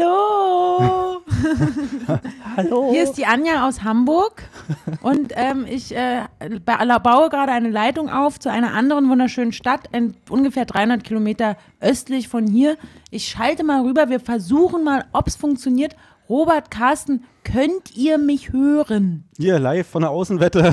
Hallo! Hallo. Hier ist die Anja aus Hamburg und ähm, ich äh, ba- baue gerade eine Leitung auf zu einer anderen wunderschönen Stadt, in ungefähr 300 Kilometer östlich von hier. Ich schalte mal rüber, wir versuchen mal, ob es funktioniert. Robert, Carsten, könnt ihr mich hören? Hier, live von der Außenwette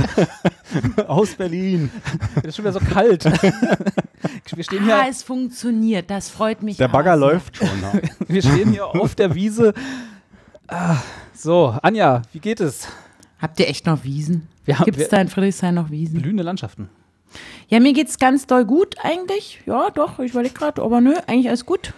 aus Berlin. Es ist schon wieder so kalt. wir, stehen Ja, hier, Ah, es funktioniert, das freut mich. Der aber Bagger sehr. läuft schon. ne? wir stehen hier auf der Wiese. Ah, So, Anja, wie geht es? Habt ihr echt noch Wiesen? Wir haben- Gibt es wir- da in Friedrichshain noch Wiesen? Blühende Landschaften. Ja, mir geht's ganz doll gut eigentlich. Ja, doch, ich überlege gerade, aber nö, eigentlich alles gut.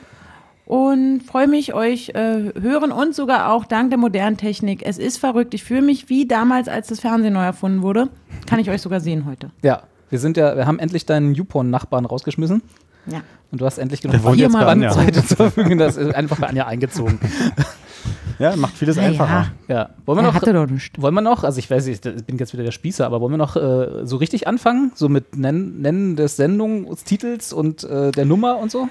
Und freue mich, euch äh, hören und sogar auch dank der modernen Technik. Es ist verrückt. Ich fühle mich wie damals, als das Fernsehen neu erfunden wurde. Kann ich euch sogar sehen heute. Ja, wir sind ja, wir haben endlich deinen Newporn-Nachbarn rausgeschmissen Ja. und du hast endlich genug Der wohnt Hier jetzt bei mal Anja. Bandbreite zur Verfügung, das ist einfach bei Anja eingezogen. Ja, macht vieles Na ja. einfacher. Ja. Wollen wir Er noch, hatte doch nichts. wollen wir noch, also ich weiß, ich bin jetzt wieder der Spießer, aber wollen wir noch äh, so richtig anfangen? So mit Nennen, Nennen des Sendungstitels und äh, der Nummer und so?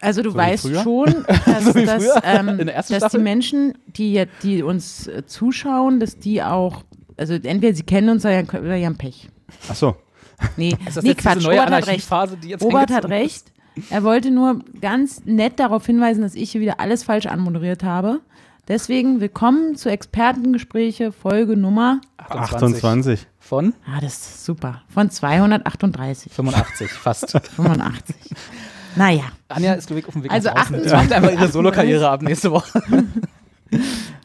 Also du wie weißt früher? schon, dass, So wie dass, früher? ähm, In der ersten dass die Staffel? Menschen, die, jetzt- die uns äh, zuschauen, dass die auch, also entweder sie kennen uns oder oder die haben Pech. Ach so. Nee, Ist das nee jetzt Quatsch, diese neue Robert hat recht. Anarchiephase, die jetzt Robert hat eingezogen- recht. Er wollte nur ganz nett darauf hinweisen, dass ich hier wieder alles falsch anmoderiert habe. Deswegen willkommen zu Expertengespräche Folge Nummer. 28. Von Ah, das ist super. Von 238, 85, fast. 85. naja, Anja ist glaube ich auf dem Weg Also nach draußen. 28, Die macht einfach ihre 38. Solokarriere ab nächste Woche.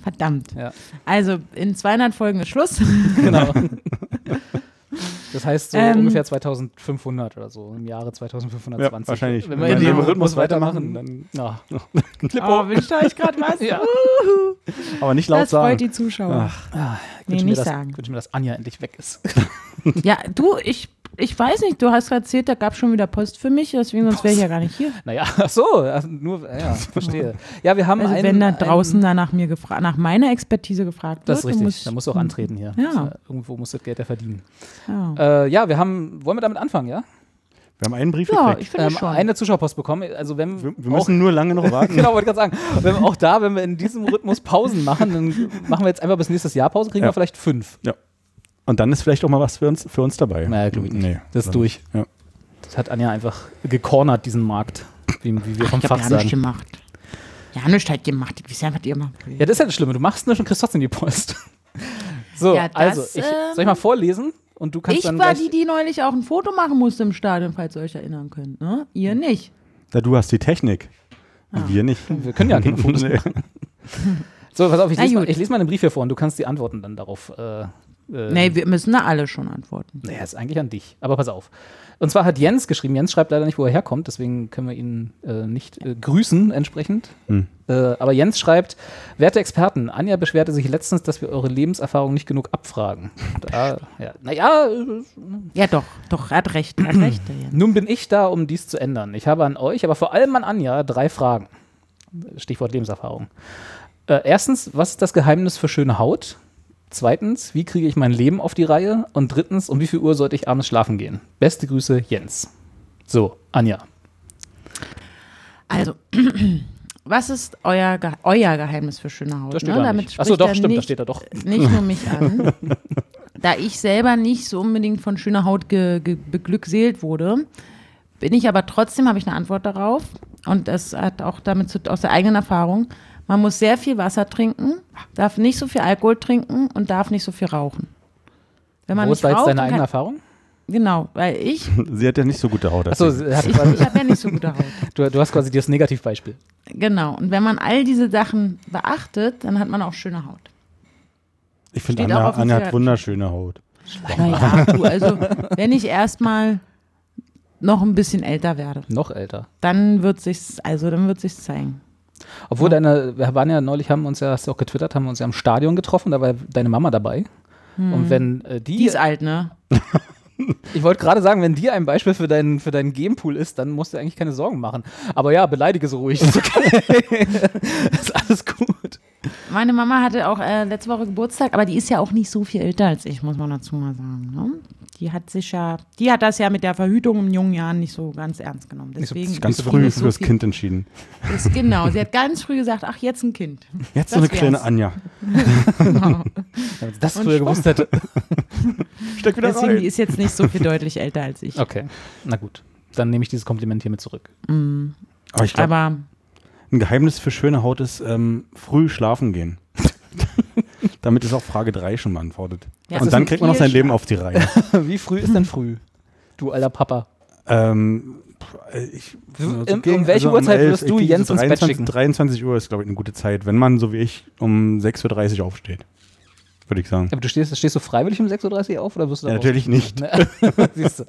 verdammt. Ja. Also in 200 Folgen ist Schluss. genau. Das heißt so Ähm. ungefähr 2500 oder so, im Jahre 2520. Ja, wahrscheinlich. Wenn wir Wenn in wir dem im Rhythmus Rhythmus weitermachen, weitermachen, dann. Ja. Oh, wünscht ihr euch gerade was? Ja. Uhuhu. Aber nicht laut Das freut sagen. die Zuschauer. Ah, Ich nee, wünsche mir, nicht dass- sagen. ich wünsche mir, dass Anja endlich weg ist. Ja, du, ich, ich weiß nicht, du hast gerade erzählt, da gab es schon wieder Post für mich, deswegen sonst wäre ich ja gar nicht hier. Naja, ach so, also nur, ja, verstehe. Ja, wir haben Also einen, wenn da einen- draußen da nach mir gefragt, nach meiner Expertise gefragt wird, Das ist dann richtig, muss- da musst du auch antreten hier. Ja. Das, äh, Irgendwo muss das Geld ja verdienen. Ja, Äh, ja, wir haben, wollen wir damit anfangen, ja? Wir haben einen Brief ja ich gekriegt. finde ähm, schon. Eine Zuschauerpost bekommen. Also wenn Wir, wir auch müssen nur lange noch warten. Genau, wollte ich gerade sagen. Wenn wir auch da, wenn wir in diesem Rhythmus Pausen machen, dann machen wir jetzt einfach bis nächstes Jahr Pause, kriegen Ja. wir vielleicht fünf. Und dann ist vielleicht auch mal was für uns, für uns dabei. Naja, glaub ich nicht. Nee, Das ist glaub durch. ich. Ja. Das hat Anja einfach gecornert, diesen Markt, wie, wie wir vom ich habe Fach ja nichts sagen. gemacht. Ja, nichts halt gemacht. Ich weiß ja, was ihr macht. Ja, das ist ja das Schlimme. Du machst nur schon Christoph in die Post. So, Ja, das, ähm, also, ich, soll ich mal vorlesen? Und du kannst ich dann war gleich, die, die neulich auch ein Foto machen musste im Stadion, falls ihr euch erinnern könnt. Ne? Ihr Hm. nicht. Da du hast die Technik. Ah. Wir nicht. Wir können ja genau. keine Fotos Nee. So, pass auf, ich Na lese, mal, gut. ich lese mal den Brief hier vor und du kannst die Antworten dann darauf. Äh, äh, Nee, wir müssen da alle schon antworten. Naja, ist eigentlich an dich. Aber pass auf. Und zwar hat Jens geschrieben. Jens schreibt leider nicht, wo er herkommt, deswegen können wir ihn äh, nicht äh, grüßen entsprechend. Äh, aber Jens schreibt: Werte Experten, Anja beschwerte sich letztens, dass wir eure Lebenserfahrung nicht genug abfragen. Da, ja, naja, äh, Ja, doch, doch, er hat recht, er hat recht. der Jens. nun bin ich da, um dies zu ändern. Ich habe an euch, aber vor allem an Anja, drei Fragen. Stichwort Lebenserfahrung. Äh, erstens, was ist das Geheimnis für schöne Haut? Zweitens, wie kriege ich mein Leben auf die Reihe? Und drittens, um wie viel Uhr sollte ich abends schlafen gehen? Beste Grüße, Jens. So, Anja. Also, was ist euer, Ge euer Geheimnis für schöne Haut? Da steht ne? da Damit nicht. Achso, spricht doch, er stimmt, da nicht- steht da doch. nicht nur mich an. Da ich selber nicht so unbedingt von schöner Haut ge, ge, beglückseelt wurde, bin ich aber trotzdem, habe ich eine Antwort darauf. Und das hat auch damit zu, aus der eigenen Erfahrung. Man muss sehr viel Wasser trinken, darf nicht so viel Alkohol trinken und darf nicht so viel rauchen. Wenn man Wo nicht ist da jetzt raucht, deine dann eigene kann, Erfahrung? Genau, weil ich, Sie hat ja nicht so gute Haut. Achso, deswegen. sie hat ich, quasi- ich habe ja nicht so gute Haut. du, du hast quasi das Negativbeispiel. Genau. Und wenn man all diese Sachen beachtet, dann hat man auch schöne Haut. ich finde, steht auch Anna, auf dem Anna hat Zettel. wunderschöne Haut. Naja, du, also wenn ich erstmal noch ein bisschen älter werde. Noch älter. Dann wird sich's, also dann wird sich's zeigen. Obwohl deine, wir waren ja neulich, haben uns ja, hast du auch getwittert, haben wir uns ja am Stadion getroffen, da war deine Mama dabei. Und wenn äh, die, Hm. Die ist alt, ne? ich wollte gerade sagen, wenn die ein Beispiel für deinen für deinen Gamepool ist, dann musst du eigentlich keine Sorgen machen. Aber ja, beleidige so ruhig, ist okay. ist alles gut. Meine Mama hatte auch äh, letzte Woche Geburtstag, aber die ist ja auch nicht so viel älter als ich, muss man dazu mal sagen. Ne? Die hat sich ja, die hat das ja mit der Verhütung in jungen Jahren nicht so ganz ernst genommen. so Deswegen Ganz ist früh nicht so für das viel- Kind entschieden. Ist, genau, sie hat ganz früh gesagt, ach, jetzt ein Kind. Jetzt so Das eine kleine wär's. Anja. Wenn ich das Und früher gewusst hätte. Steck wieder Deswegen, die rein. ist jetzt nicht so viel deutlich älter als ich. Okay, na gut. Dann nehme ich dieses Kompliment hier mit zurück. Aber ich glaube, Aber ein Geheimnis für schöne Haut ist ähm, früh schlafen gehen. Damit ist auch Frage 3 schon beantwortet. Ja, es Und ist dann ein kriegt man noch sein Leben auf die Reihe. Wie früh ist denn früh? Du alter Papa. ähm, pff, äh, ich, Du, so um- um gegen- also welche Uhrzeit würdest ich du denke, Jens ins Bett 23 schicken? 23 Uhr ist, glaube ich, eine gute Zeit, wenn man so wie ich um 6.30 Uhr aufsteht. Würde ich sagen. Aber du stehst, stehst du freiwillig um 6.30 Uhr auf oder wirst du da Ja, natürlich nicht. raus? Siehst du.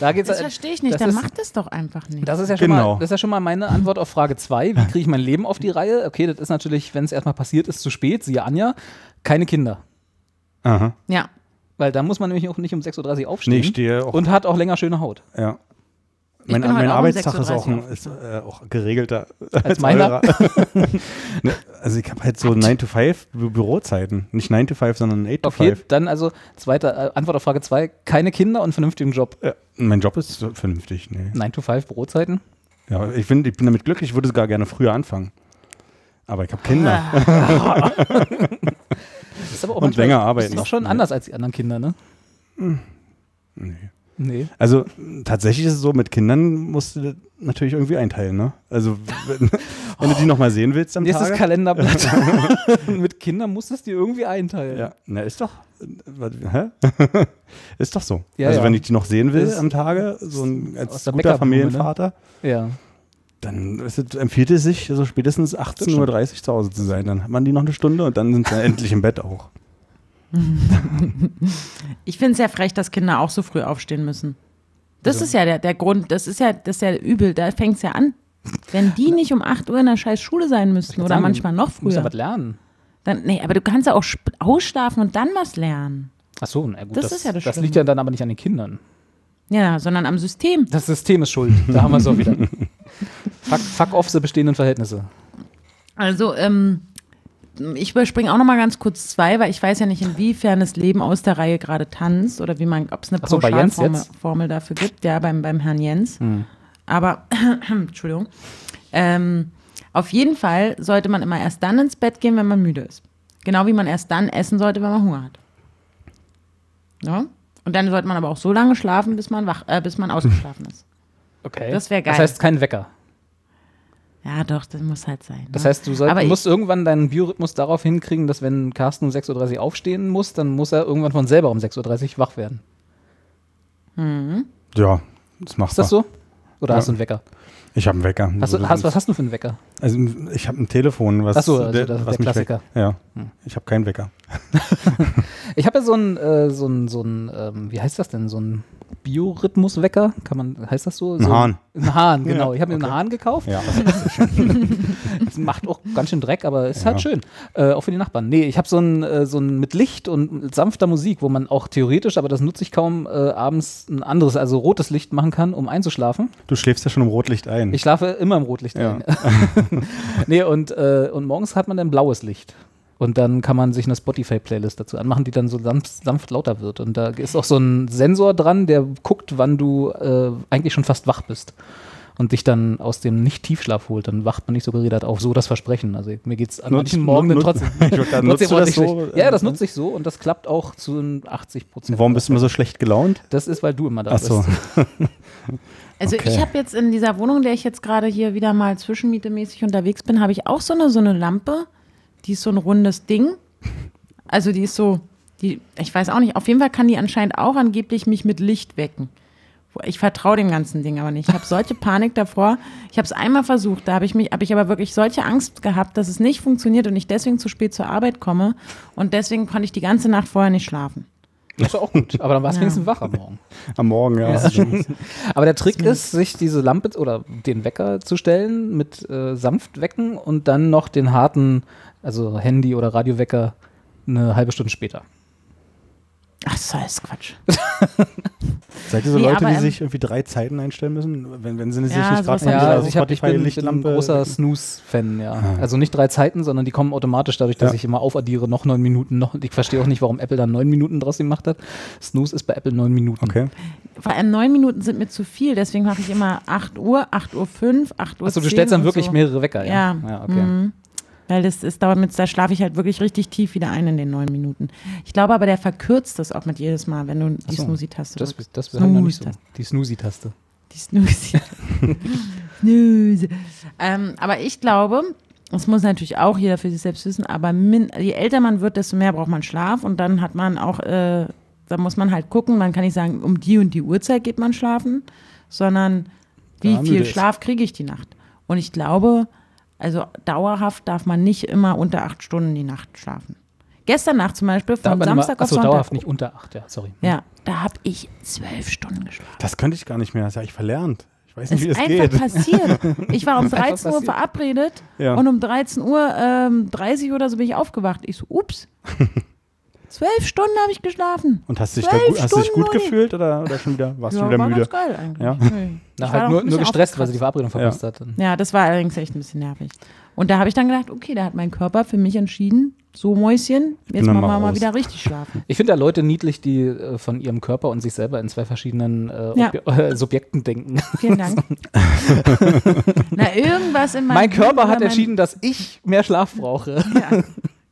Da geht's das verstehe ich nicht, das dann ist- macht es doch einfach nicht. Das ist ja schon Genau. mal, das ist ja schon mal meine Antwort auf Frage 2. Wie kriege ich mein Leben auf die Reihe? Okay, das ist natürlich, wenn es erstmal passiert ist, zu spät, siehe Anja, keine Kinder. Aha. ja, Weil da muss man nämlich auch nicht um 6.30 Uhr aufstehen. Nee, ich stehe auch. und hat auch länger schöne Haut. ja. Mein, bin heute mein auch um Arbeitstag ist auch, 6.30 ein, ist, äh, auch geregelter Als meiner. eurer. ne, also ich habe halt so 9 to 5 Bü Bürozeiten. Nicht 9 to 5, sondern 8 to Okay, 5. dann also zweite äh, Antwort auf Frage 2, keine Kinder und vernünftigen Job. Ja, mein Job ist so vernünftig. Nee. 9 to 5 Bürozeiten. Ja, ich, bin, ich bin damit glücklich, ich würde sogar gerne früher anfangen. Aber ich habe Kinder. Ah. Das ist aber auch Und manchmal- länger arbeiten. Ist doch schon Nee. anders als die anderen Kinder, ne? Nee. Nee. Also mh, tatsächlich ist es so, mit Kindern musst du das natürlich irgendwie einteilen. Ne? Also wenn, wenn du die nochmal sehen willst am Nächstes Tag. Kalenderblatt. Mit Kindern musst du es dir irgendwie einteilen. Ja, na ist doch. äh, warte, Hä? ist doch so. Ja, also ja. wenn ich die noch sehen will Ist- am Tage, so ein, als aus der guter Bäckerblume, ne? Familienvater, ja. dann ist es, empfiehlt es sich, so spätestens 18.30 Uhr zu Hause zu sein. Dann hat man die noch eine Stunde und dann sind sie endlich im Bett auch. ich finde es ja frech, dass Kinder auch so früh aufstehen müssen. Das ist ja der, der Grund, das ist ja, das ist ja übel, da fängt es ja an. Wenn die nicht um 8 Uhr in der scheiß Schule sein müssten oder Sagen, manchmal noch Du musst ja früher, was lernen. dann, nee, aber du kannst ja auch sp- ausschlafen und dann was lernen. Achso, na gut. Das ist ja das das Schlimme. liegt ja dann aber nicht an den Kindern. Ja, sondern am System. Das System ist schuld. Da haben wir es auch wieder. fuck, fuck off the bestehenden Verhältnisse. Also, ähm, ich überspringe auch noch mal ganz kurz zwei, weil ich weiß ja nicht, inwiefern das Leben aus der Reihe gerade tanzt oder wie man, ob es eine Ach so, bei Jens Pauschalformel jetzt? Hm. Formel dafür gibt, ja, beim, beim Herrn Jens. Aber, Entschuldigung, ähm, auf jeden Fall sollte man immer erst dann ins Bett gehen, wenn man müde ist. Genau wie man erst dann essen sollte, wenn man Hunger hat. Ja? Und dann sollte man aber auch so lange schlafen, bis man, wach, äh, bis man ausgeschlafen ist. Okay. Das wär Das geil. heißt, kein Wecker. Ja, doch, das muss halt sein. Das ne? heißt, du, soll, Aber du ich- musst irgendwann deinen Biorhythmus darauf hinkriegen, dass wenn Carsten um 6.30 Uhr aufstehen muss, dann muss er irgendwann von selber um 6.30 Uhr wach werden. Ja, das machst Ist das so? Oder Ja. hast du einen Wecker? Ich habe einen Wecker. Hast du, hast, was hast du für einen Wecker? Also ich habe ein Telefon, was, Ach so, also das ist was mich der Klassiker. Hm. weckt. Ja, ich habe keinen Wecker. Ich habe ja so einen, äh, so einen, so einen ähm, wie heißt das denn, so einen Biorhythmuswecker? Kann man, heißt das so? so Hahn. Ein Hahn, genau. Ja, ich habe mir okay. einen Hahn gekauft. Ja. Das macht auch ganz schön Dreck, aber ist halt Ja. schön. Äh, auch für die Nachbarn. Nee, ich habe so einen, äh, so einen mit Licht und mit sanfter Musik, wo man auch theoretisch, aber das nutze ich kaum, äh, abends ein anderes, also rotes Licht machen kann, um einzuschlafen. Du schläfst ja schon im Rotlicht ein. Ich schlafe immer im Rotlicht Ja. ein. nee, und, äh, und morgens hat man dann blaues Licht. Und dann kann man sich eine Spotify-Playlist dazu anmachen, die dann so sanft, sanft lauter wird. Und da ist auch so ein Sensor dran, der guckt, wann du äh, eigentlich schon fast wach bist. Und dich dann aus dem Nicht-Tiefschlaf holt, dann wacht man nicht so geredet auf. So das Versprechen. Also mir geht's an manchen Morgen dann trotzdem. ich würd sagen, trotzdem nutzt du das ordentlich so? äh, schlecht. Ja, das nutze ich so und das klappt auch zu 80 Prozent. Warum bist du immer so schlecht gelaunt? Das ist, weil du immer da Ach so. bist. Also Okay. ich habe jetzt in dieser Wohnung, in der ich jetzt gerade hier wieder mal zwischenmietemäßig unterwegs bin, habe ich auch so eine, so eine Lampe. Die ist so ein rundes Ding. Also die ist so, die, ich weiß auch nicht, auf jeden Fall kann die anscheinend auch angeblich mich mit Licht wecken. Ich vertraue dem ganzen Ding aber nicht. Ich habe solche Panik davor. Ich habe es einmal versucht, da habe ich mich, habe ich aber wirklich solche Angst gehabt, dass es nicht funktioniert und ich deswegen zu spät zur Arbeit komme. Und deswegen konnte ich die ganze Nacht vorher nicht schlafen. Das ist auch gut. Aber dann war es Ja. wenigstens wach am Morgen. Am Morgen, ja. Aber der Trick ist, sich diese Lampe oder den Wecker zu stellen mit äh, sanft wecken und dann noch den harten, also Handy- oder Radiowecker eine halbe Stunde später. Ach, das ist alles Quatsch. Seid ihr so Nee, Leute, aber, die ähm, sich irgendwie drei Zeiten einstellen müssen, wenn, wenn sie sich Ja, nicht sowas hab ich gerade Ja, auch. Ah. also ich, hab, ich bin, ich bin ein großer Snooze-Fan, ja. Also nicht drei Zeiten, sondern die kommen automatisch dadurch, dass Ja. ich immer aufaddiere, noch neun Minuten, noch. Ich verstehe auch nicht, warum Apple da neun Minuten draus gemacht hat. Snooze ist bei Apple neun Minuten. Okay. Vor allem neun Minuten sind mir zu viel, deswegen mache ich immer 8 Uhr, 8 Uhr 5, 8 Uhr Achso, du 10 stellst dann und wirklich so. mehrere Wecker, ja. Ja. okay. Mhm. Weil das ist damit, da schlafe ich halt wirklich richtig tief wieder ein in den neun Minuten. Ich glaube aber, der verkürzt das auch mit jedes Mal, wenn du die so. Snoozy-Taste Das, drückst. das haben wir noch nicht so. Snooze-Taste. Die Die Snoozy-Taste. Snoozy. Snooze. Ähm, aber ich glaube, das muss natürlich auch jeder für sich selbst wissen, aber min, je älter man wird, desto mehr braucht man Schlaf und dann hat man auch, äh, da muss man halt gucken, man kann nicht sagen, um die und die Uhrzeit geht man schlafen, sondern wie Ja, müde viel ist. Schlaf kriege ich die Nacht? Und ich glaube, also dauerhaft darf man nicht immer unter acht Stunden die Nacht schlafen. Gestern Nacht zum Beispiel, Da von hat man Samstag immer, auf achso, Sonntag. dauerhaft nicht unter acht, ja, sorry. Ja, da habe ich zwölf Stunden geschlafen. Das könnte ich gar nicht mehr. Das habe ich verlernt. Ich weiß nicht, Es wie ist das einfach geht. passiert. Ich war um einfach 13 Uhr passiert. verabredet Ja. und um 13 Uhr ähm, 30 oder so bin ich aufgewacht. Ich so, ups. Zwölf Stunden habe ich geschlafen. Und hast dich da Zwölf gut, hast dich Stunden gut Uni. gefühlt oder, oder schon wieder, warst du ja, wieder war müde? ganz geil eigentlich. Ja. Nee. Na, Ich halt war auch ein nur, nur bisschen gestresst, weil sie die Verabredung verpasst hat. Ja, das war allerdings echt ein bisschen nervig. Und da habe ich dann gedacht, okay, da hat mein Körper für mich entschieden, so Mäuschen, jetzt dann machen mal wir mal raus. wieder richtig schlafen. Ich finde da Leute niedlich, die äh, von ihrem Körper und sich selber in zwei verschiedenen äh, Ja. Obje- äh, Subjekten denken. Vielen Dank. Na, irgendwas in meinem Mein Körper Blut hat oder mein- entschieden, dass ich mehr Schlaf brauche. Ja,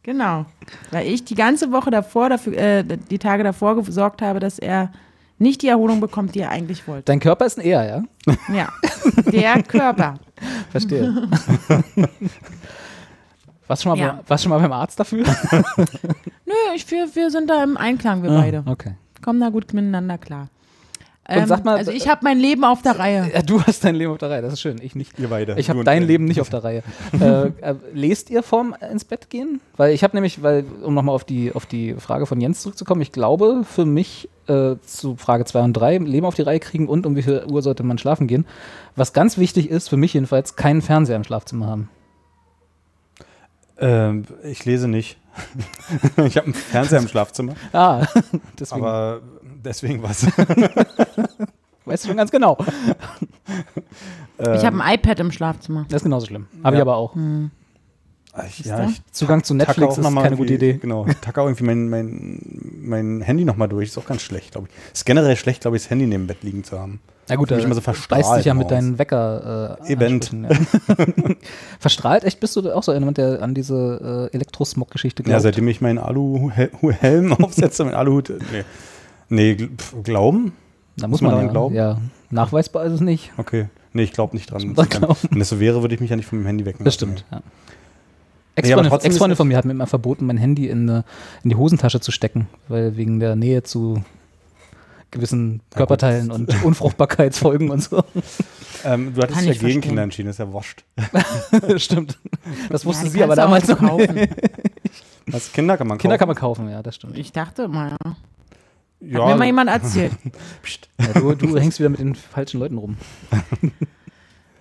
genau. Weil ich die ganze Woche davor, dafür, äh, die Tage davor gesorgt habe, dass er nicht die Erholung bekommt, die er eigentlich wollte. Dein Körper ist ein Er, ja? Ja, der Körper. Verstehe. Was schon, mal Ja. bei, warst schon mal beim Arzt dafür? Nö, ich, wir, wir sind da im Einklang, wir beide. Ah, Okay. Kommen da gut miteinander klar. Ähm, sag mal, also ich habe mein Leben auf der Reihe. Ja, du hast dein Leben auf der Reihe, das ist schön. Ich nicht. Ihr beide. Ich Du habe und dein er. Leben nicht auf der Reihe. äh, äh, lest ihr vorm äh, ins Bett gehen? Weil ich habe nämlich, weil, um nochmal auf die, auf die Frage von Jens zurückzukommen, ich glaube, für mich äh, zu Frage 2 und 3, Leben auf die Reihe kriegen und um wie viel Uhr sollte man schlafen gehen. Was ganz wichtig ist, für mich jedenfalls, keinen Fernseher im Schlafzimmer haben. Ähm, ich lese nicht. ich habe einen Fernseher im Schlafzimmer, Ah, deswegen aber deswegen was. weißt du schon ganz genau. Ähm, Ich habe ein iPad im Schlafzimmer. Das ist genauso schlimm. Habe ich Ja. aber auch. Ich, ja, ich Zugang zu tacke Netflix auch ist noch mal keine gute irgendwie- Idee. Genau, ich tacke auch irgendwie mein, mein, mein Handy nochmal durch. Ist auch ganz schlecht, glaube ich. Ist generell schlecht, glaube ich, das Handy neben dem Bett liegen zu haben. Na gut, Fühl mich äh, immer so verstrahlt beißt dich ja mit raus. deinen Wecker. Äh, Eben. ansprechen, ja. verstrahlt, echt bist du auch so jemand, der an diese äh, Elektrosmog-Geschichte glaubt? Ja, seitdem ich meinen Aluhelm aufsetze, meinen Aluhut. äh, Nee, nee gl- pf, glauben? da muss man daran ja, glauben? Ja, nachweisbar ist es nicht. Okay. Nee, ich glaube nicht dran. Muss man glauben. Wenn das so wäre, würde ich mich ja nicht von meinem Handy wecken. Das lassen. stimmt. Ja. Nee, aber Ex-Freunde trotzdem ist Ex-Freunde das- von mir hat mir immer verboten, mein Handy in, eine, in die Hosentasche zu stecken, weil wegen der Nähe zu gewissen Körperteilen und Unfruchtbarkeitsfolgen und so. Ähm, du hattest Kann dich ja ich gegen verstehen. Kinder entschieden, ist ja wurscht. stimmt. Das Ja, wusste die sie aber kannst du auch damals noch nicht. kaufen. Was, Kinder kann man Kinder kann kaufen. man kaufen, ja, das stimmt. Ich dachte mal, ja. Hat ja, mir mal jemand erzählt. Psst. Ja, du, du hängst wieder mit den falschen Leuten rum.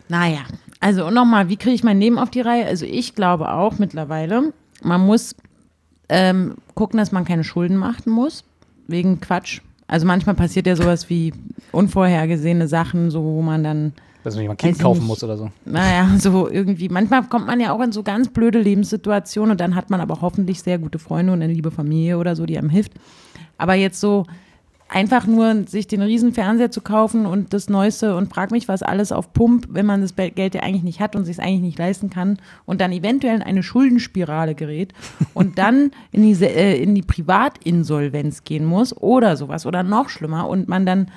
Naja, also und nochmal, wie kriege ich mein Leben auf die Reihe? Also ich glaube auch mittlerweile, man muss ähm, gucken, dass man keine Schulden machen muss, wegen Quatsch. Also manchmal passiert ja sowas wie unvorhergesehene Sachen, so wo man dann, Dass man jemand Weiß Kind ich kaufen nicht. muss oder so. naja, so irgendwie, manchmal kommt man ja auch in so ganz blöde Lebenssituationen und dann hat man aber hoffentlich sehr gute Freunde und eine liebe Familie oder so, die einem hilft. Aber jetzt so einfach nur sich den riesen Fernseher zu kaufen und das Neueste und frag mich was alles auf Pump, wenn man das Be- Geld ja eigentlich nicht hat und sich es eigentlich nicht leisten kann und dann eventuell in eine Schuldenspirale gerät und dann in die, Se- äh, in die Privatinsolvenz gehen muss oder sowas oder noch schlimmer und man dann,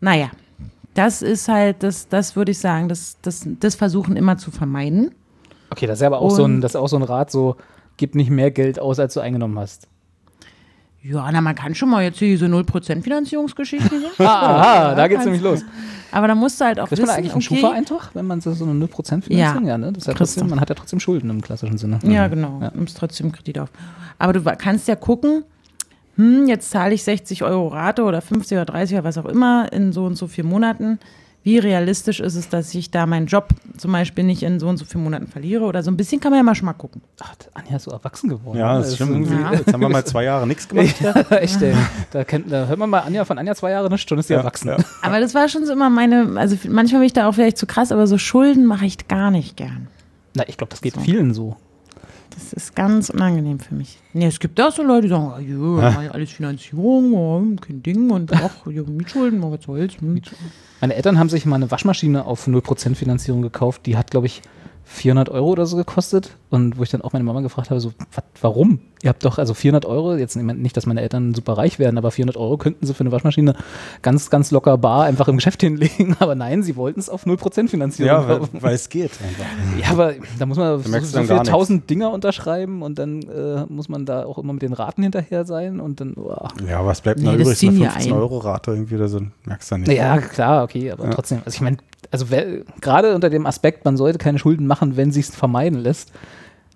naja, das ist halt, das, das würde ich sagen, das, das, das versuchen immer zu vermeiden. Okay, das ist aber auch so, ein, Und- das ist auch so ein Rat, so gib nicht mehr Geld aus, als du eingenommen hast. Ja, na, man kann schon mal jetzt hier diese 0% Finanzierungsgeschichten. so. Ah, da geht's kannst- nämlich los. Aber da musst du halt auch Kriegt wissen, man da eigentlich einen okay, Schufa-Eintrag, wenn man so so eine 0% Finanzierung? Ja. Ja, ne? Das ist ja Kriegst du. trotzdem, man hat ja trotzdem Schulden im klassischen Sinne. Ja, genau. Ja. Nimmst trotzdem Kredit auf. Aber du wa- kannst ja gucken, hm, jetzt zahle ich 60 Euro Rate oder 50 oder 30 oder was auch immer in so und so vier Monaten. Wie realistisch ist es, dass ich da meinen Job zum Beispiel nicht in so und so vier Monaten verliere? Oder so ein bisschen kann man ja mal schon mal gucken. Ach, Anja ist so erwachsen geworden. ne? Ja, das ist schon irgendwie. Jetzt haben wir mal zwei Jahre nichts gemacht. Echt, ey. Da, kennt, da hört man mal Anja von Anja zwei Jahre nicht, schon ist sie erwachsen. ja. Aber das war schon so immer meine, also f- manchmal bin ich da auch vielleicht zu krass, aber so Schulden mache ich gar nicht gern. Na, ich glaube, das geht vielen so. Das ist ganz unangenehm für mich. Nee, es gibt auch so Leute, die sagen, ah, ja, mach ich alles Finanzierung, oh, kein Ding und ach, ja, Mietschulden, oh, was soll's. Hm. Meine Eltern haben sich mal eine Waschmaschine auf 0% Finanzierung gekauft. Die hat, glaube ich, 400 Euro oder so gekostet. Und wo ich dann auch meine Mama gefragt habe, so, "Wat, warum? Ihr habt doch, also 400 Euro, jetzt nicht, dass meine Eltern super reich werden, aber 400 Euro könnten sie für eine Waschmaschine ganz, ganz locker bar einfach im Geschäft hinlegen. Aber nein, sie wollten es auf 0% Finanzierung Ja, weil, kaufen. weil es geht. Einfach. Ja, aber da muss man so, merkst du so dann viele gar nichts. tausend Dinger unterschreiben und dann äh, muss man da auch immer mit den Raten hinterher sein und dann, boah. Ja, was bleibt Nee, noch das übrig? ziehen Eine wir 15-Euro-Rate irgendwie oder so. Merkst du nicht. Ja, klar, okay, aber trotzdem. Also ich meine, also wer- gerade unter dem Aspekt, man sollte keine Schulden machen, wenn sich's vermeiden lässt.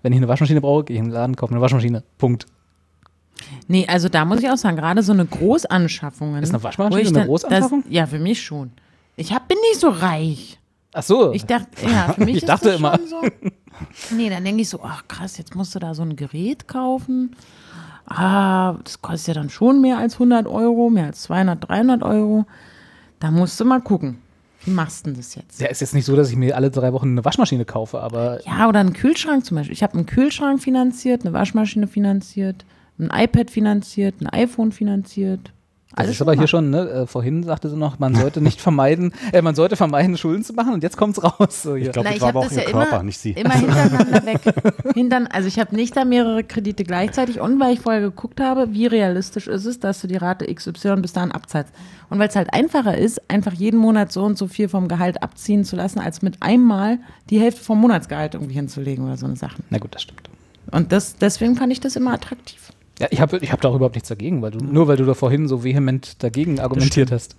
Wenn ich eine Waschmaschine brauche, gehe ich in den Laden, kaufe mir eine Waschmaschine. Punkt. Nee, also da muss ich auch sagen, gerade so eine Großanschaffung. Ist eine Waschmaschine eine Großanschaffung? ja, für mich schon. Ich hab, bin nicht so reich. Ach so. Ich dachte, ja, für mich Ich ist dachte das immer. schon so. Nee, dann denke ich so, ach krass, jetzt musst du da so ein Gerät kaufen. Ah, das kostet ja dann schon mehr als 100 Euro, mehr als 200, 300 Euro. Da musst du mal gucken. Wie machst du denn das jetzt? ja, ist jetzt nicht so, dass ich mir alle drei Wochen eine Waschmaschine kaufe, aber Ja, oder einen Kühlschrank zum Beispiel. Ich habe einen Kühlschrank finanziert, eine Waschmaschine finanziert, ein iPad finanziert, ein iPhone finanziert. das Alles ist aber hier schon, ne? Äh, vorhin sagte sie noch, man sollte nicht vermeiden, äh, man sollte vermeiden, Schulden zu machen und jetzt kommt's raus. So hier. Ich glaube, Na, das war hab aber auch ihr Körper, nicht sie. Immer hintereinander weg. Hintern, also ich habe nicht da mehrere Kredite gleichzeitig und weil ich vorher geguckt habe, wie realistisch ist es, dass du die Rate XY bis dahin abzahlst. Und weil es halt einfacher ist, einfach jeden Monat so und so viel vom Gehalt abziehen zu lassen, als mit einmal die Hälfte vom Monatsgehalt irgendwie hinzulegen oder so eine Sachen. Na gut, das stimmt. Und das, deswegen fand ich das immer attraktiv. Ja, ich habe ich hab da auch überhaupt nichts dagegen, weil du, nur weil du da vorhin so vehement dagegen argumentiert hast.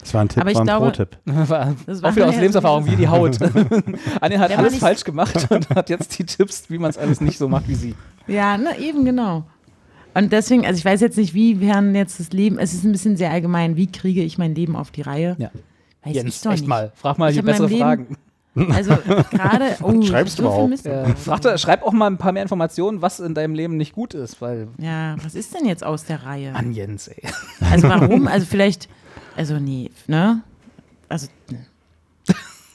Das war ein Tipp, Aber ich war ein glaube- Pro-Tipp. War, Das war auch wieder aus ja Lebenserfahrung, wie die Haut. Anja hat Wenn man alles nicht- falsch gemacht und hat jetzt die Tipps, wie man es alles nicht so macht wie sie. Ja, ne, eben genau. Und deswegen, also ich weiß jetzt nicht, wie werden jetzt das Leben, es ist ein bisschen sehr allgemein, wie kriege ich mein Leben auf die Reihe? Ja. Weiß ich Jens, doch echt nicht. mal. Frag mal Ich hier hab in meinem bessere Leben- Fragen. Also gerade, oh, schreibst du so viel überhaupt? Mist. Äh, frag, doch- schreib auch mal ein paar mehr Informationen, was in deinem Leben nicht gut ist, weil. Ja, was ist denn jetzt aus der Reihe? Mann, Jens, ey. Also warum? Also vielleicht, also nee, ne? Also ne.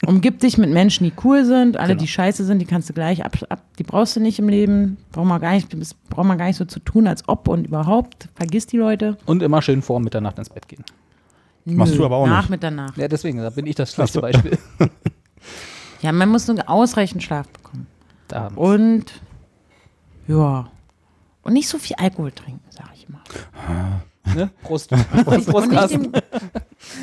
umgib dich mit Menschen, die cool sind, alle, Genau. die scheiße sind, die kannst du gleich ab, ab die brauchst du nicht im Leben, braucht man gar nicht, das braucht man gar nicht so zu tun, als ob und überhaupt, vergiss die Leute. Und immer schön vor Mitternacht ins Bett gehen. Machst du aber auch Nach nicht. mit danach. Ja, deswegen, da bin ich das schlechte Beispiel. Ja, man muss nur ausreichend Schlaf bekommen. Da haben wir's. Und ja. Und nicht so viel Alkohol trinken, sag ich immer. ne? Prost. Prost, Prost Und nicht Carsten. Ah.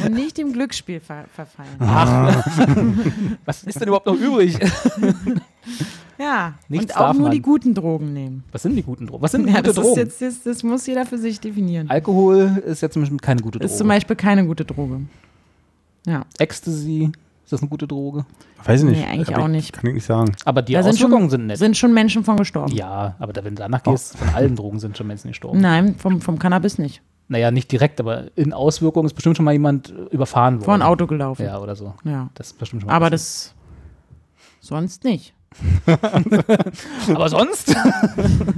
dem, und nicht dem Glücksspiel ver verfallen. Was ist denn überhaupt noch übrig? Ja, Nichts und auch darf nur man. die guten Drogen nehmen. Was sind die guten Drogen? Was sind Ja, gute das, ist Drogen? jetzt, das, das muss jeder für sich definieren. Alkohol ist jetzt zum Beispiel keine gute Droge. Ist zum Beispiel keine gute Droge. Ja, Ecstasy, ist das eine gute Droge? Weiß ich nicht. Nee, eigentlich Hab ich, auch nicht. Kann ich nicht sagen. Aber die Da sind schon- Auswirkungen sind nett. sind Oh. schon Menschen von gestorben. Ja, aber da, wenn du danach gehst, von allen Drogen sind schon Menschen gestorben. Nein, vom, vom Cannabis nicht. Naja, nicht direkt, aber in Auswirkungen ist bestimmt schon mal jemand äh, überfahren worden. Vor ein Auto gelaufen. Ja, oder so. Ja. Das ist bestimmt schon mal Aber das sonst nicht. passiert. aber sonst,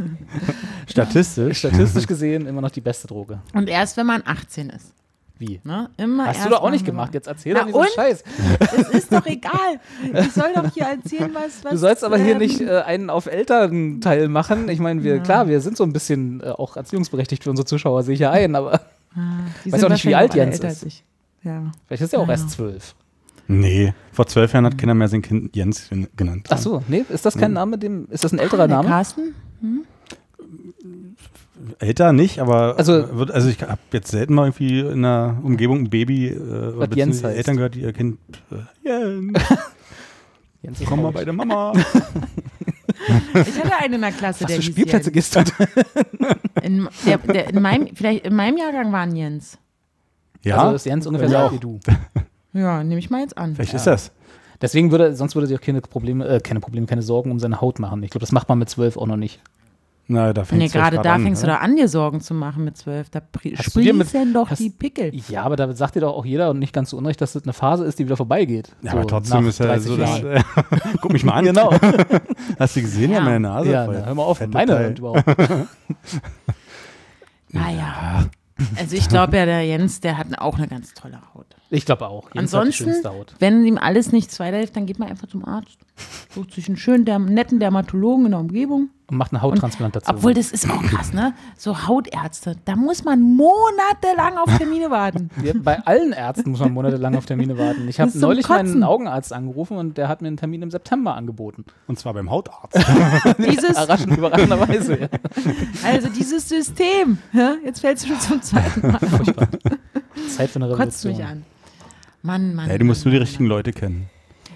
Statistisch. statistisch gesehen, immer noch die beste Droge. Und erst wenn man 18 ist. Wie? Ne? Immer Hast erst du doch auch wenn nicht man- gemacht. Jetzt erzähl Na doch diesen und? Scheiß. Es ist doch egal. Ich soll doch hier erzählen, was. was Du sollst aber hier ähm, nicht äh, einen auf Elternteil machen. Ich meine, wir, klar, wir sind so ein bisschen äh, auch erziehungsberechtigt für unsere Zuschauer, sehe ich ja ein, aber Ah, Die weißt sind auch nicht, wie wahrscheinlich alt alle Jens älter ist. als ich. Ja. vielleicht ist er auch Ja. erst zwölf. Nee, vor zwölf Jahren hat keiner mehr sein Kind Jens gen- genannt. Ach so, nee, ist das kein Name, dem, ist das ein älterer Der Name? Carsten? Älter nicht, aber Also- wird, also ich habe jetzt selten mal irgendwie in einer Umgebung ein Baby äh, oder Was Jens beziehungsweise heißt. Eltern gehört, die ihr Kind äh, Jens, Jens ist komm mal traurig. bei der Mama. Also Ich hatte einen in der Klasse, Was der für hieß Spielplätze Jens. gehst du da? In, der, der, in meinem, vielleicht in meinem Jahrgang waren Jens. Ja, Also ist Jens ungefähr so Ja. alt wie du. Ja, nehme ich mal jetzt an. vielleicht ist das. Deswegen würde, sonst würde sich auch keine Probleme, äh, keine Probleme, keine Sorgen um seine Haut machen. Ich glaube, das macht man mit zwölf auch noch nicht. Na, da Nee, fängst du gerade grad da an, ne? fängst du oder? da an, dir Sorgen zu machen mit zwölf. Da pri- Hast du dir mit- sprießen doch hast- die Pickel. Ja, aber da sagt dir doch auch jeder und nicht ganz zu Unrecht, dass das eine Phase ist, die wieder vorbeigeht. Ja, aber trotzdem nach ist ja 30 so, dass, Jahren. guck mich mal an. Genau. Hast du gesehen, ja, Ja. meine Nase ja, voll. na, hör mal auf, Fette meine Teil. Hand überhaupt. Naja. Ah Also ich glaube ja, der Jens, der hat auch eine ganz tolle Haut. Ich glaube auch. Jens hat die Ansonsten, schönste Haut. wenn ihm alles nichts weiterhilft, dann geht man einfach zum Arzt. Sucht sich einen schönen, derm- netten Dermatologen in der Umgebung. Und macht eine Hauttransplantation. Obwohl, das ist auch krass, ne? So Hautärzte, da muss man monatelang auf Termine warten. Ja, bei allen Ärzten muss man monatelang auf Termine warten. Ich Das habe ist zum neulich meinen Kotzen. Augenarzt angerufen und der hat mir einen Termin im September angeboten. Und zwar beim Hautarzt. Dieses, Überraschend, überraschenderweise. Ja. also dieses System, ja? jetzt fällst du schon zum zweiten Mal, Furchtbar. Zeit für eine kotzt Revolution. mich an. Mann, Mann. Ja, du musst Mann, nur die Mann, richtigen Leute kennen.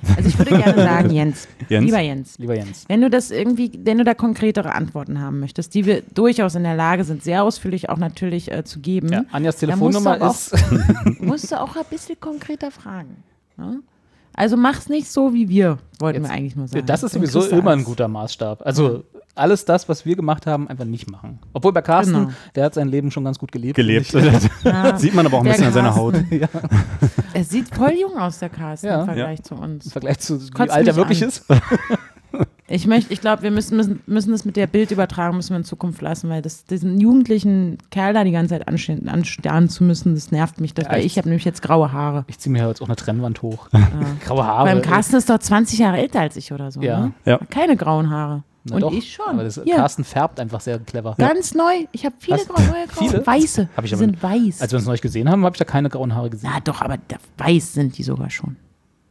Mann. Also ich würde gerne sagen, Jens, Jens? lieber Jens, Lieber Jens. Wenn du das irgendwie, wenn du da konkretere Antworten haben möchtest, die wir durchaus in der Lage sind, sehr ausführlich auch natürlich äh, zu geben, Ja, Anjas Da musst du Telefonnummer aber auch- ist. musst du auch ein bisschen konkreter fragen. Ne? Also mach's nicht so wie wir, wollten Jetzt- wir eigentlich nur sagen. Das ist Dann sowieso kriegst du immer ein Angst. guter Maßstab. Also alles das, was wir gemacht haben, einfach nicht machen. Obwohl bei Carsten, Genau. der hat sein Leben schon ganz gut gelebt. Gelebt. finde Das Ja. sieht man aber auch ein Der bisschen an seiner Haut. Carsten. ich. Ja, Er sieht voll jung aus, der Carsten, Ja. im Vergleich zu uns. Im Vergleich zu wie Kotzt alt er mich wirklich an. ist. Ich möchte, ich glaube, wir müssen, müssen, müssen das mit der Bildübertragung müssen wir in Zukunft lassen, weil das, diesen jugendlichen Kerl da die ganze Zeit anstehen, anstarren zu müssen, das nervt mich. Das, Ja, weil ich- ich habe nämlich jetzt graue Haare. Ich ziehe mir jetzt auch eine Trennwand hoch. Graue Haare. Beim Carsten ist doch 20 Jahre älter als ich oder so. Ja. Ne? Ja. Keine grauen Haare. Na Und doch, ich schon. Aber das, Hier, Carsten färbt einfach sehr clever. Ganz neu. Ich habe viele Hast- graue, neue graue Viele? Weiße. Hab ich Die aber- Also sind weiß. Als wir uns neulich gesehen haben, habe ich da keine grauen Haare gesehen. Na doch, aber da, weiß sind die sogar schon.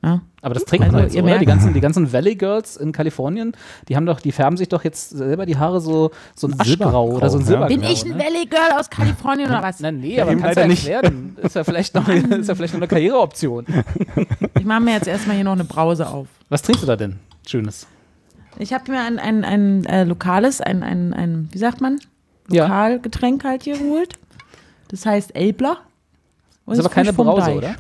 Ja? Aber das trägt Also, man jetzt, ihr oder? Die merkt- ganzen, die ganzen Valley Girls in Kalifornien, die haben doch, die färben sich doch jetzt selber die Haare so, so ein Aschgrau Silbergrau, oder so ein ja. Silbergrau. Bin ich ein ne? Valley Girl aus Kalifornien oder was? Na, nee, aber eben kannst leider ja nicht nicht. werden. Ist ja vielleicht noch, ist ja vielleicht noch eine Karriereoption. Ich mache mir jetzt erstmal hier noch eine Brause auf. Was trinkst du da denn? Schönes. Ich habe mir ein, ein, ein äh, lokales, ein, ein, ein, wie sagt man? Lokalgetränk halt hier geholt. Das heißt Elbler. Und Ist aber keine frisch vom Brause, Deich. oder?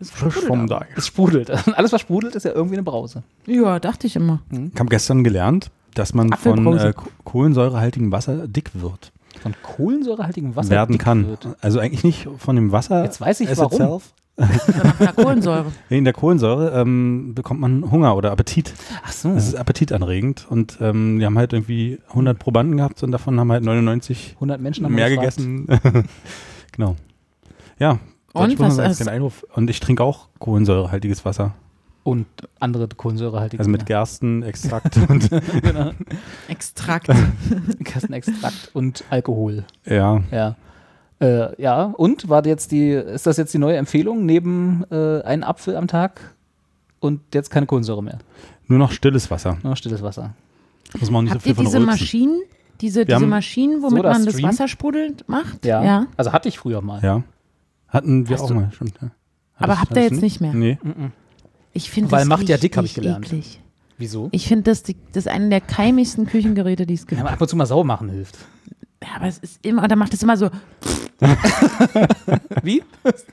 Das ist Frisch vom Deich. Deich. Es sprudelt. Alles, was sprudelt, ist ja irgendwie eine Brause. Ja, dachte ich immer. Ich habe gestern gelernt, dass man von Apfelbrause. äh, Ko- kohlensäurehaltigem Wasser dick wird. Von kohlensäurehaltigem Wasser. werden dick kann. wird. Also eigentlich nicht von dem Wasser. Jetzt weiß ich, as warum. Itself. Sondern von der Kohlensäure. Wegen der Kohlensäure ähm, bekommt man Hunger oder Appetit. Ach so. Das ist appetitanregend. Und ähm, die haben halt irgendwie 100 Probanden gehabt und davon haben halt 99 100 Menschen haben mehr gefragt. gegessen. genau. Ja. Und was Deutsch muss man sagen, ist- den Einwurf. Und ich trinke auch kohlensäurehaltiges Wasser. Und andere kohlensäurehaltige. Also mit Gersten, Extrakt und Extrakt. Kerstenextrakt und Alkohol. ja. Ja. Äh, ja, und war jetzt die, ist das jetzt die neue Empfehlung neben äh, einen Apfel am Tag und jetzt keine Kohlensäure mehr? Nur noch stilles Wasser. Nur noch stilles Wasser. Muss man auch nicht Habt so viel ihr von diese rülpsen. Maschinen, diese, diese haben Maschinen, womit Soda man das Stream. Wasser sprudelt, macht? Ja. Also hatte ich früher mal. Ja. Hatten wir Hast auch du- mal, stimmt. Ja. Aber Hattest- habt ihr hattest jetzt du nicht mehr? Nee. Ich finde Weil das macht ja dick, hab ich richtig gelernt. Eklig. Wieso? Ich finde das, die- das ist eine der keimigsten Küchengeräte, die es gibt. Ja, aber ab und zu mal sauer machen hilft. Ja, aber es ist immer, und dann macht es immer so, Wie?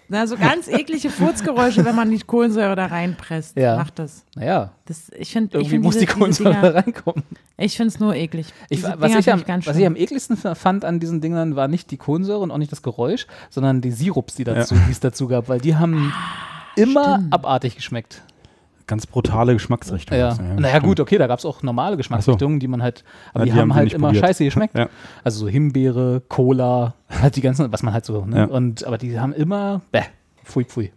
na, so ganz eklige Furzgeräusche, wenn man die Kohlensäure da reinpresst. Ja. Macht das. Naja, das ich find, ich irgendwie find muss diese, die diese Kohlensäure Dinger, reinkommen. Ich finde es nur eklig. Ich, Diese was, Dinger ich find am, ganz was ich schlimm. am ekligsten f- fand an diesen Dingern war nicht die Kohlensäure und auch nicht das Geräusch, sondern die Sirups, die dazu, die es dazu gab, weil die haben Ah, immer abartig geschmeckt. Ganz brutale Geschmacksrichtung. Ja. Also, naja, gut, okay, da gab es auch normale Geschmacksrichtungen, die man halt, aber Ja, die die, haben haben sie halt nicht immer probiert. scheiße geschmeckt. Ja. Also so Himbeere, Cola, halt die ganzen, was man halt so, ne? Ja. Und, aber die haben immer, bäh, pfui, pfui.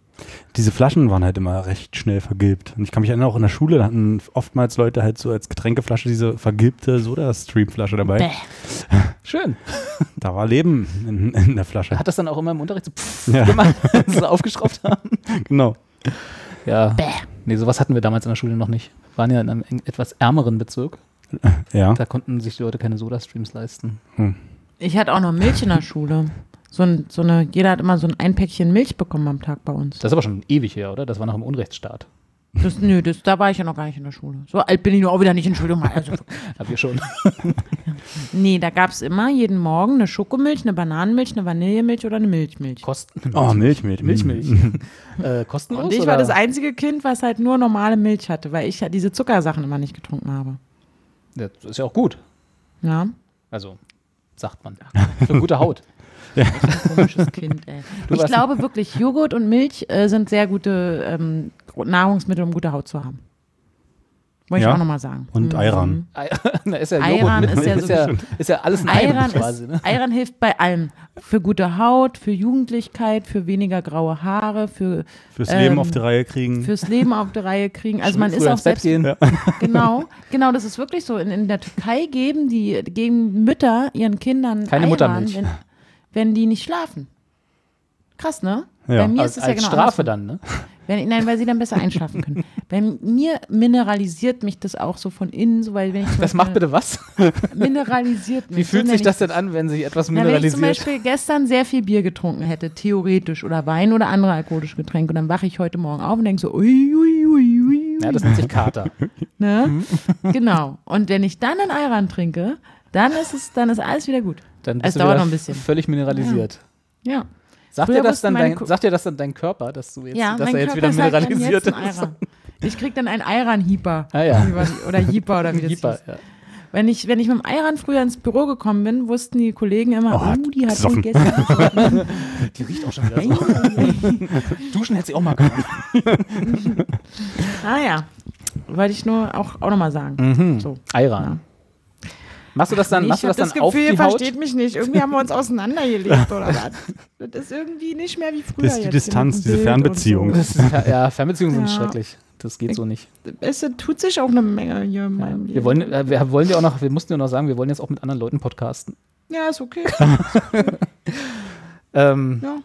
Diese Flaschen waren halt immer recht schnell vergilbt. Und ich kann mich erinnern, auch in der Schule da hatten oftmals Leute halt so als Getränkeflasche diese vergilbte Soda-Stream-Flasche dabei. Bäh. Schön. Da war Leben in, in der Flasche. Hat das dann auch immer im Unterricht so pff Ja. gemacht, als sie aufgeschraubt haben? Genau. Ja. Bäh. Nee, sowas hatten wir damals in der Schule noch nicht. Wir waren ja in einem eng- etwas ärmeren Bezirk. Ja. Da konnten sich die Leute keine Soda-Streams leisten. Ich hatte auch noch Milch in der Schule. So ein, so eine, jeder hat immer so ein Einpäckchen Milch bekommen am Tag bei uns. Das ist aber schon ewig her, oder? Das war noch im Unrechtsstaat. Das, nö, das, da war ich ja noch gar nicht in der Schule. So alt bin ich nur auch wieder nicht, Entschuldigung. mal. Also, Hab ich schon. nee, da gab es immer jeden Morgen eine Schokomilch, eine Bananenmilch, eine Vanillemilch oder eine Milchmilch. Kosten. Oh, Milch, Milch. Milchmilch. äh, kostenlos? Und ich oder? war das einzige Kind, was halt nur normale Milch hatte, weil ich ja diese Zuckersachen immer nicht getrunken habe. ja, das ist ja auch gut. Ja? Also sagt man. Für gute Haut. Komisches Kind, ey. Du ich warst- glaube wirklich, Joghurt und Milch äh, sind sehr gute ähm, Nahrungsmittel, um gute Haut zu haben. Wollte Ja. ich auch nochmal sagen. Mhm. Und Ayran. Ei- Na, ist ja Ayran Joghurt mit, ist ja ist, so- ja, ist ja alles ein Ayran, Ayran ist, quasi. Ne? Ayran hilft bei allem. Für gute Haut, für Jugendlichkeit, für weniger graue Haare, für, Fürs Ähm, Leben auf die Reihe kriegen. fürs Leben auf die Reihe kriegen. Also man ist Früher auch ins Bett selbst gehen. Genau, genau, das ist wirklich so. In, in der Türkei geben die geben Mütter ihren Kindern Keine Ayran, Muttermilch. Wenn, wenn die nicht schlafen. Krass, ne? Ja. Bei mir Als, ist es ja als genau Strafe andersrum. dann, ne? Wenn, nein, weil sie dann besser einschlafen können. Bei mir mineralisiert mich das auch so von innen, so weil wenn ich zum Das Beispiel- macht bitte was? mineralisiert mich. Wie fühlt so sich nenn das ich denn an, wenn sich etwas Na, wenn ich zum mineralisiert? Beispiel gestern sehr viel Bier getrunken hätte, theoretisch, oder Wein oder andere alkoholische Getränke, und dann wache ich heute Morgen auf und denke so, ui, ui, ui, ui, Ja, das nennt sich Kater. Ne? genau. Und wenn ich dann einen Ayran trinke, dann ist es, dann ist alles wieder gut. Dann Es bist du dauert wieder noch ein bisschen. völlig mineralisiert. Ja. Sagt Früher dir, das wussten dann meine dein, Ko- sagt dir das dann dein Körper, dass, du jetzt, ja, dass mein er jetzt Körper wieder sagt dann mineralisiert jetzt ein ist? Ayran. Ich krieg dann einen Ayran-Hieper. Ah ja. Wie war die- Oder Hieper oder wie das Jeeper, hieß. ja. Wenn ich, wenn ich mit dem Ayran früher ins Büro gekommen bin, wussten die Kollegen immer, Oh, oh, hat die hat wohl gesoffen. gestern. Die riecht auch schon wieder so. Duschen hätte sie auch mal können. ah ja. Wollte ich nur auch, auch nochmal sagen. So. Ayran. Hm. Machst du das Mhm. dann, Nee, machst du das hab dann auf ihr die versteht Haut? mich nicht. Irgendwie haben wir uns auseinandergelegt oder was. Das ist irgendwie nicht mehr wie früher. Das ist die jetzt hier Distanz, mit dem diese Bild und Fernbeziehung. So. Das ist, ja, Fernbeziehungen sind Ja. schrecklich. Das geht so nicht. Es tut sich auch eine Menge hier in meinem Leben. Wir wollen, äh, wir wollen ja auch noch, wir mussten ja noch sagen, wir wollen jetzt auch mit anderen Leuten podcasten. ja, ist okay. Ähm, Ja.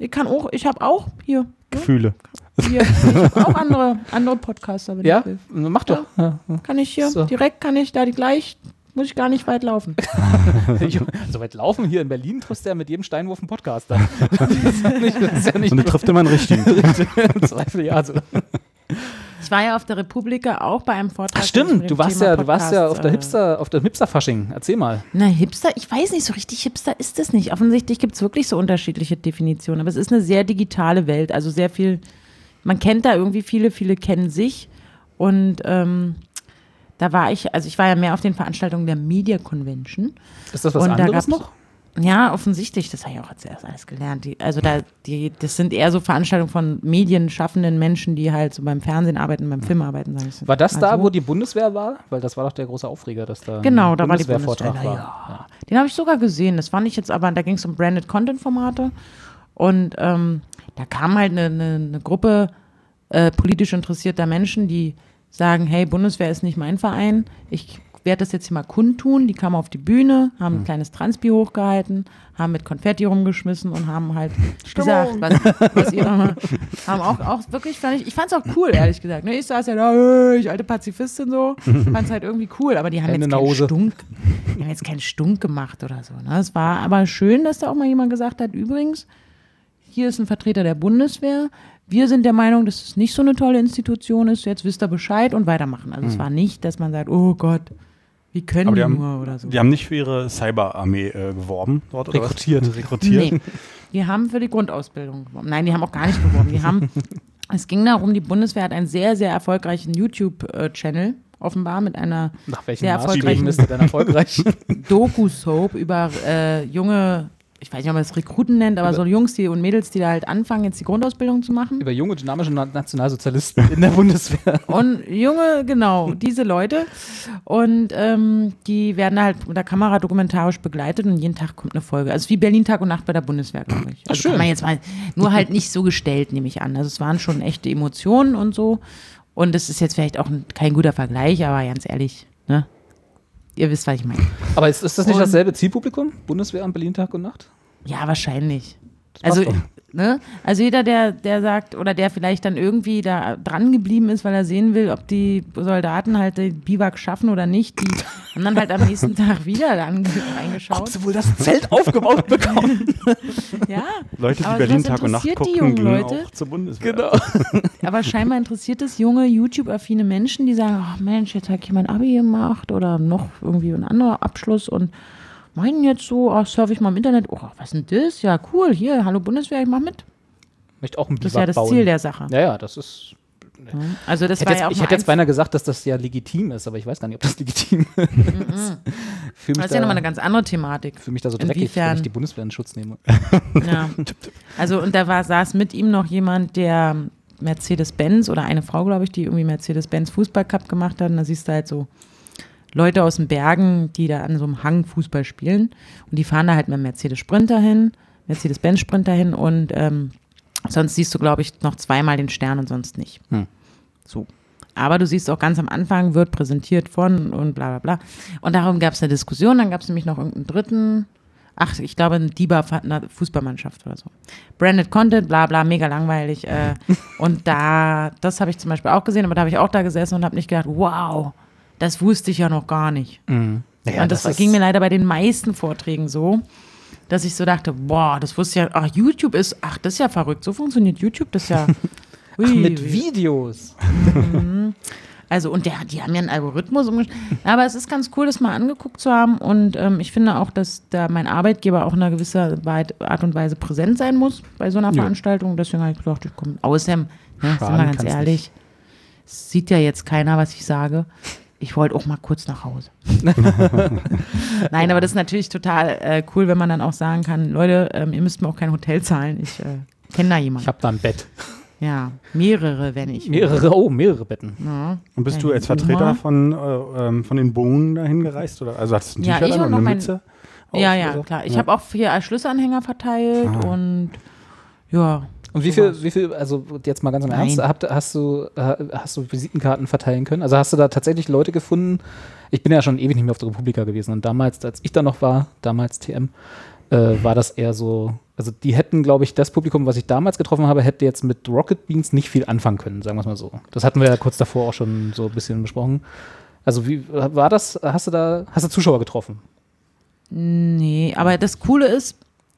Ich kann auch, ich habe auch hier, Gefühle. hier ich habe auch andere, andere Podcaster, wenn ja, ich will. mach doch. Ja. Kann ich hier, So. direkt kann ich da die gleich, muss ich gar nicht weit laufen. So weit laufen hier in Berlin triffst du ja mit jedem Steinwurf einen Podcaster. Das ist ja nicht, das ist ja nicht Und du trifft immer einen richtigen. im Zweifel, ja. Also. Ich war ja auf der Republika auch bei einem Vortrag. Ach stimmt, du warst ja, du warst ja äh, auf der Hipster, auf der Hipster-Fasching. Erzähl mal. Na, Hipster, ich weiß nicht so richtig, Hipster ist es nicht. Offensichtlich gibt es wirklich so unterschiedliche Definitionen, aber es ist eine sehr digitale Welt, also sehr viel, man kennt da irgendwie viele, viele kennen sich und ähm, da war ich, also ich war ja mehr auf den Veranstaltungen der Media Convention. Ist das was Und da anderes gab's- noch? Ja, offensichtlich, das habe ich auch jetzt erst alles gelernt. Die, also da, die, das sind eher so Veranstaltungen von medienschaffenden Menschen, die halt so beim Fernsehen arbeiten, beim Film arbeiten. Sag ich War das mal da, so. Also, wo die Bundeswehr war? Weil das war doch der große Aufreger, dass da Genau, ein da war die ähm, Bundeswehrvortrag Bundeswehr, na war. Ja. Den habe ich sogar gesehen. Das fand ich jetzt aber, da ging es um Branded Content Formate. Und ähm, da kam halt eine, eine, eine Gruppe äh, politisch interessierter Menschen, die sagen, hey, Bundeswehr ist nicht mein Verein. Ich werde das jetzt hier mal kundtun. Die kamen auf die Bühne, haben Hm. ein kleines Transpi hochgehalten, haben mit Konfetti rumgeschmissen und haben halt gesagt, was, was ihre, haben auch, auch wirklich, fand ich, ich fand es auch cool, ehrlich gesagt. Ne, Ich saß ja da, äh, ich alte Pazifistin so, fand es halt irgendwie cool, aber die haben Hände jetzt in der keinen Hose. Stunk, die haben jetzt keinen Stunk gemacht oder so. Ne? Es war aber schön, dass da auch mal jemand gesagt hat, übrigens, hier ist ein Vertreter der Bundeswehr. Wir sind der Meinung, dass es nicht so eine tolle Institution ist. Jetzt wisst ihr Bescheid und weitermachen. Also es war nicht, dass man sagt, oh Gott, wie können Aber die, die haben- nur oder so. Die haben nicht für ihre Cyberarmee äh, geworben dort oder Rekrutiert. Was? Rekrutiert. Nee, die haben für die Grundausbildung geworben. Nein, die haben auch gar nicht geworben. Die haben, es ging darum, die Bundeswehr hat einen sehr, sehr erfolgreichen YouTube-Channel, offenbar mit einer Nach welchen Sehr Maßstäben erfolgreichen- ist denn erfolgreich? Doku-Soap über äh, junge, ich weiß nicht, ob man es Rekruten nennt, aber so Jungs die und Mädels, die da halt anfangen, jetzt die Grundausbildung zu machen. Über junge, dynamische Na- Nationalsozialisten in der Bundeswehr. Und Junge, genau, diese Leute. Und ähm, die werden da halt mit der Kamera dokumentarisch begleitet und jeden Tag kommt eine Folge. Also wie Berlin Tag und Nacht bei der Bundeswehr, glaube ich. Also schön. Kann man jetzt mal, nur halt nicht so gestellt, nehme ich an. Also es waren schon echte Emotionen und so. Und es ist jetzt vielleicht auch ein, kein guter Vergleich, aber ganz ehrlich, ne? Ihr wisst, was ich meine. Aber ist, ist das nicht Und- dasselbe Zielpublikum? Bundeswehr am Berlin Tag und Nacht? Ja, wahrscheinlich. passt Also, doch. ne? also jeder, der, der sagt oder der vielleicht dann irgendwie da dran geblieben ist, weil er sehen will, ob die Soldaten halt den Biwak schaffen oder nicht, die haben dann halt am nächsten Tag wieder da ange- reingeschaut. sie wohl das Zelt aufgebaut bekommen? Ja, Leute, die Aber Berlin sowas Tag und Nacht interessiert die jungen gucken, gehen Leute. auch zur Bundeswehr. genau. aber scheinbar interessiert es junge YouTube-affine Menschen, die sagen, ach Mensch, jetzt hat jemand Abi gemacht oder noch irgendwie ein anderer Abschluss und meinen jetzt so, ach, surfe ich mal im Internet, oh, was ist denn das? Ja, cool, hier, hallo Bundeswehr, ich mach mit. Möchte auch ein Das ist ja das Ziel der Sache. Ja, ja, das ist Also das Ich war hätte, ja jetzt, auch ich mal hätte jetzt eins- beinahe gesagt, dass das ja legitim ist, aber ich weiß gar nicht, ob das legitim ist. Ich fühle mich, das ist ja nochmal eine da- ganz andere Thematik. fühl mich da so dreckig, wenn ich Inwiefern? die Bundeswehr in Schutz nehme. Ja. Also und da war, saß mit ihm noch jemand, der Mercedes-Benz oder eine Frau, glaube ich, die irgendwie Mercedes-Benz Fußballcup gemacht hat. Und da siehst du halt so Leute aus den Bergen, die da an so einem Hang Fußball spielen. Und die fahren da halt mit einem Mercedes-Sprinter hin, Mercedes-Benz Sprinter hin und ähm, sonst siehst du, glaube ich, noch zweimal den Stern und sonst nicht. Hm. So. Aber du siehst auch ganz am Anfang, wird präsentiert von und bla bla bla. Und darum gab es eine Diskussion, dann gab es nämlich noch irgendeinen dritten, ach, ich glaube, eine DIBA Fa- na, Fußballmannschaft oder so. Branded Content, bla bla, mega langweilig. Äh, und da, das habe ich zum Beispiel auch gesehen, aber da habe ich auch da gesessen und habe nicht gedacht, wow, das wusste ich ja noch gar nicht. Naja, und das, ging mir leider bei den meisten Vorträgen so, dass ich so dachte, boah, das wusste ich ja, ach, YouTube ist, ach, das ist ja verrückt, so funktioniert YouTube, das ist ja. Ach, Ui, mit ui. Videos. Also, und der, die haben ja einen Algorithmus umgestellt. Aber es ist ganz cool, das mal angeguckt zu haben. Und ähm, ich finde auch, dass da mein Arbeitgeber auch in einer gewissen Weit- Art und Weise präsent sein muss bei so einer Ja. Veranstaltung. Deswegen habe ich gedacht, ich komme. Außerdem, ne, sind wir ganz kann's ehrlich, es sieht ja jetzt keiner, was ich sage. Ich wollte auch mal kurz nach Hause. Nein, aber das ist natürlich total äh, cool, wenn man dann auch sagen kann, Leute, ähm, ihr müsst mir auch kein Hotel zahlen. Ich äh, kenne da Ich jemanden. habe da ein Bett. Ja, mehrere, wenn ich. Mehrere, oh, mehrere Betten. Und bist du als Ja, Vertreter von, äh, ähm, von den Bohnen dahin gereist? Oder? Also hast du ein Ja, T-Shirt ich an und und eine noch mein- Mütze? auf Ja, oder ja, so? klar. Ich Ja. habe auch hier Schlüsselanhänger verteilt Ah. und ja. Und wie viel, wie viel, also jetzt mal ganz im Ernst, Nein. habt, hast, du, äh, hast du Visitenkarten verteilen können? Also hast du da tatsächlich Leute gefunden? Ich bin ja schon ewig nicht mehr auf der Republika gewesen und damals, als ich da noch war, damals TM, äh, war das eher so, also die hätten, glaube ich, das Publikum, was ich damals getroffen habe, hätte jetzt mit Rocket Beans nicht viel anfangen können, sagen wir es mal so. Das hatten wir ja kurz davor auch schon so ein bisschen besprochen. Also wie war das, hast du da, hast du Zuschauer getroffen? Nee, aber das Coole ist,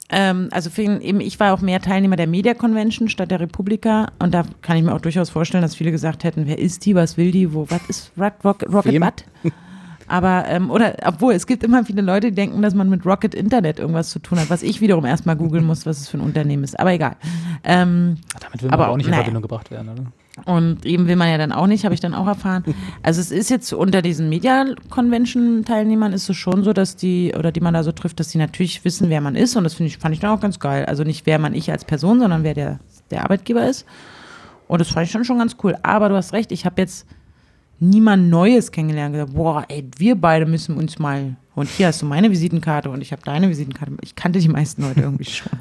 ähm, also für, eben, ich war auch mehr Teilnehmer der Media Convention statt der Republika und da kann ich mir auch durchaus vorstellen, dass viele gesagt hätten, wer ist die, was will die, wo, was ist Rock, Rock, Rocket Wem? Butt? Aber, ähm, oder, obwohl, es gibt immer viele Leute, die denken, dass man mit Rocket Internet irgendwas zu tun hat, was ich wiederum erstmal googeln muss, was es für ein Unternehmen ist. Aber egal. Ähm, Damit will man Aber aber auch nicht in naja. Verbindung gebracht werden, oder? Und eben will man ja dann auch nicht, habe ich dann auch erfahren. Also es ist jetzt unter diesen Media-Convention-Teilnehmern ist es schon so, dass die, oder die man da so trifft, dass die natürlich wissen, wer man ist. Und das finde ich, fand ich dann auch ganz geil. Also nicht wer man ich als Person, sondern wer der, der Arbeitgeber ist. Und das fand ich dann schon ganz cool. Aber du hast recht, ich habe jetzt niemand Neues kennengelernt. Gesagt, boah, ey, wir beide müssen uns mal. Und hier hast du meine Visitenkarte und ich habe deine Visitenkarte. Ich kannte die meisten Leute irgendwie schon.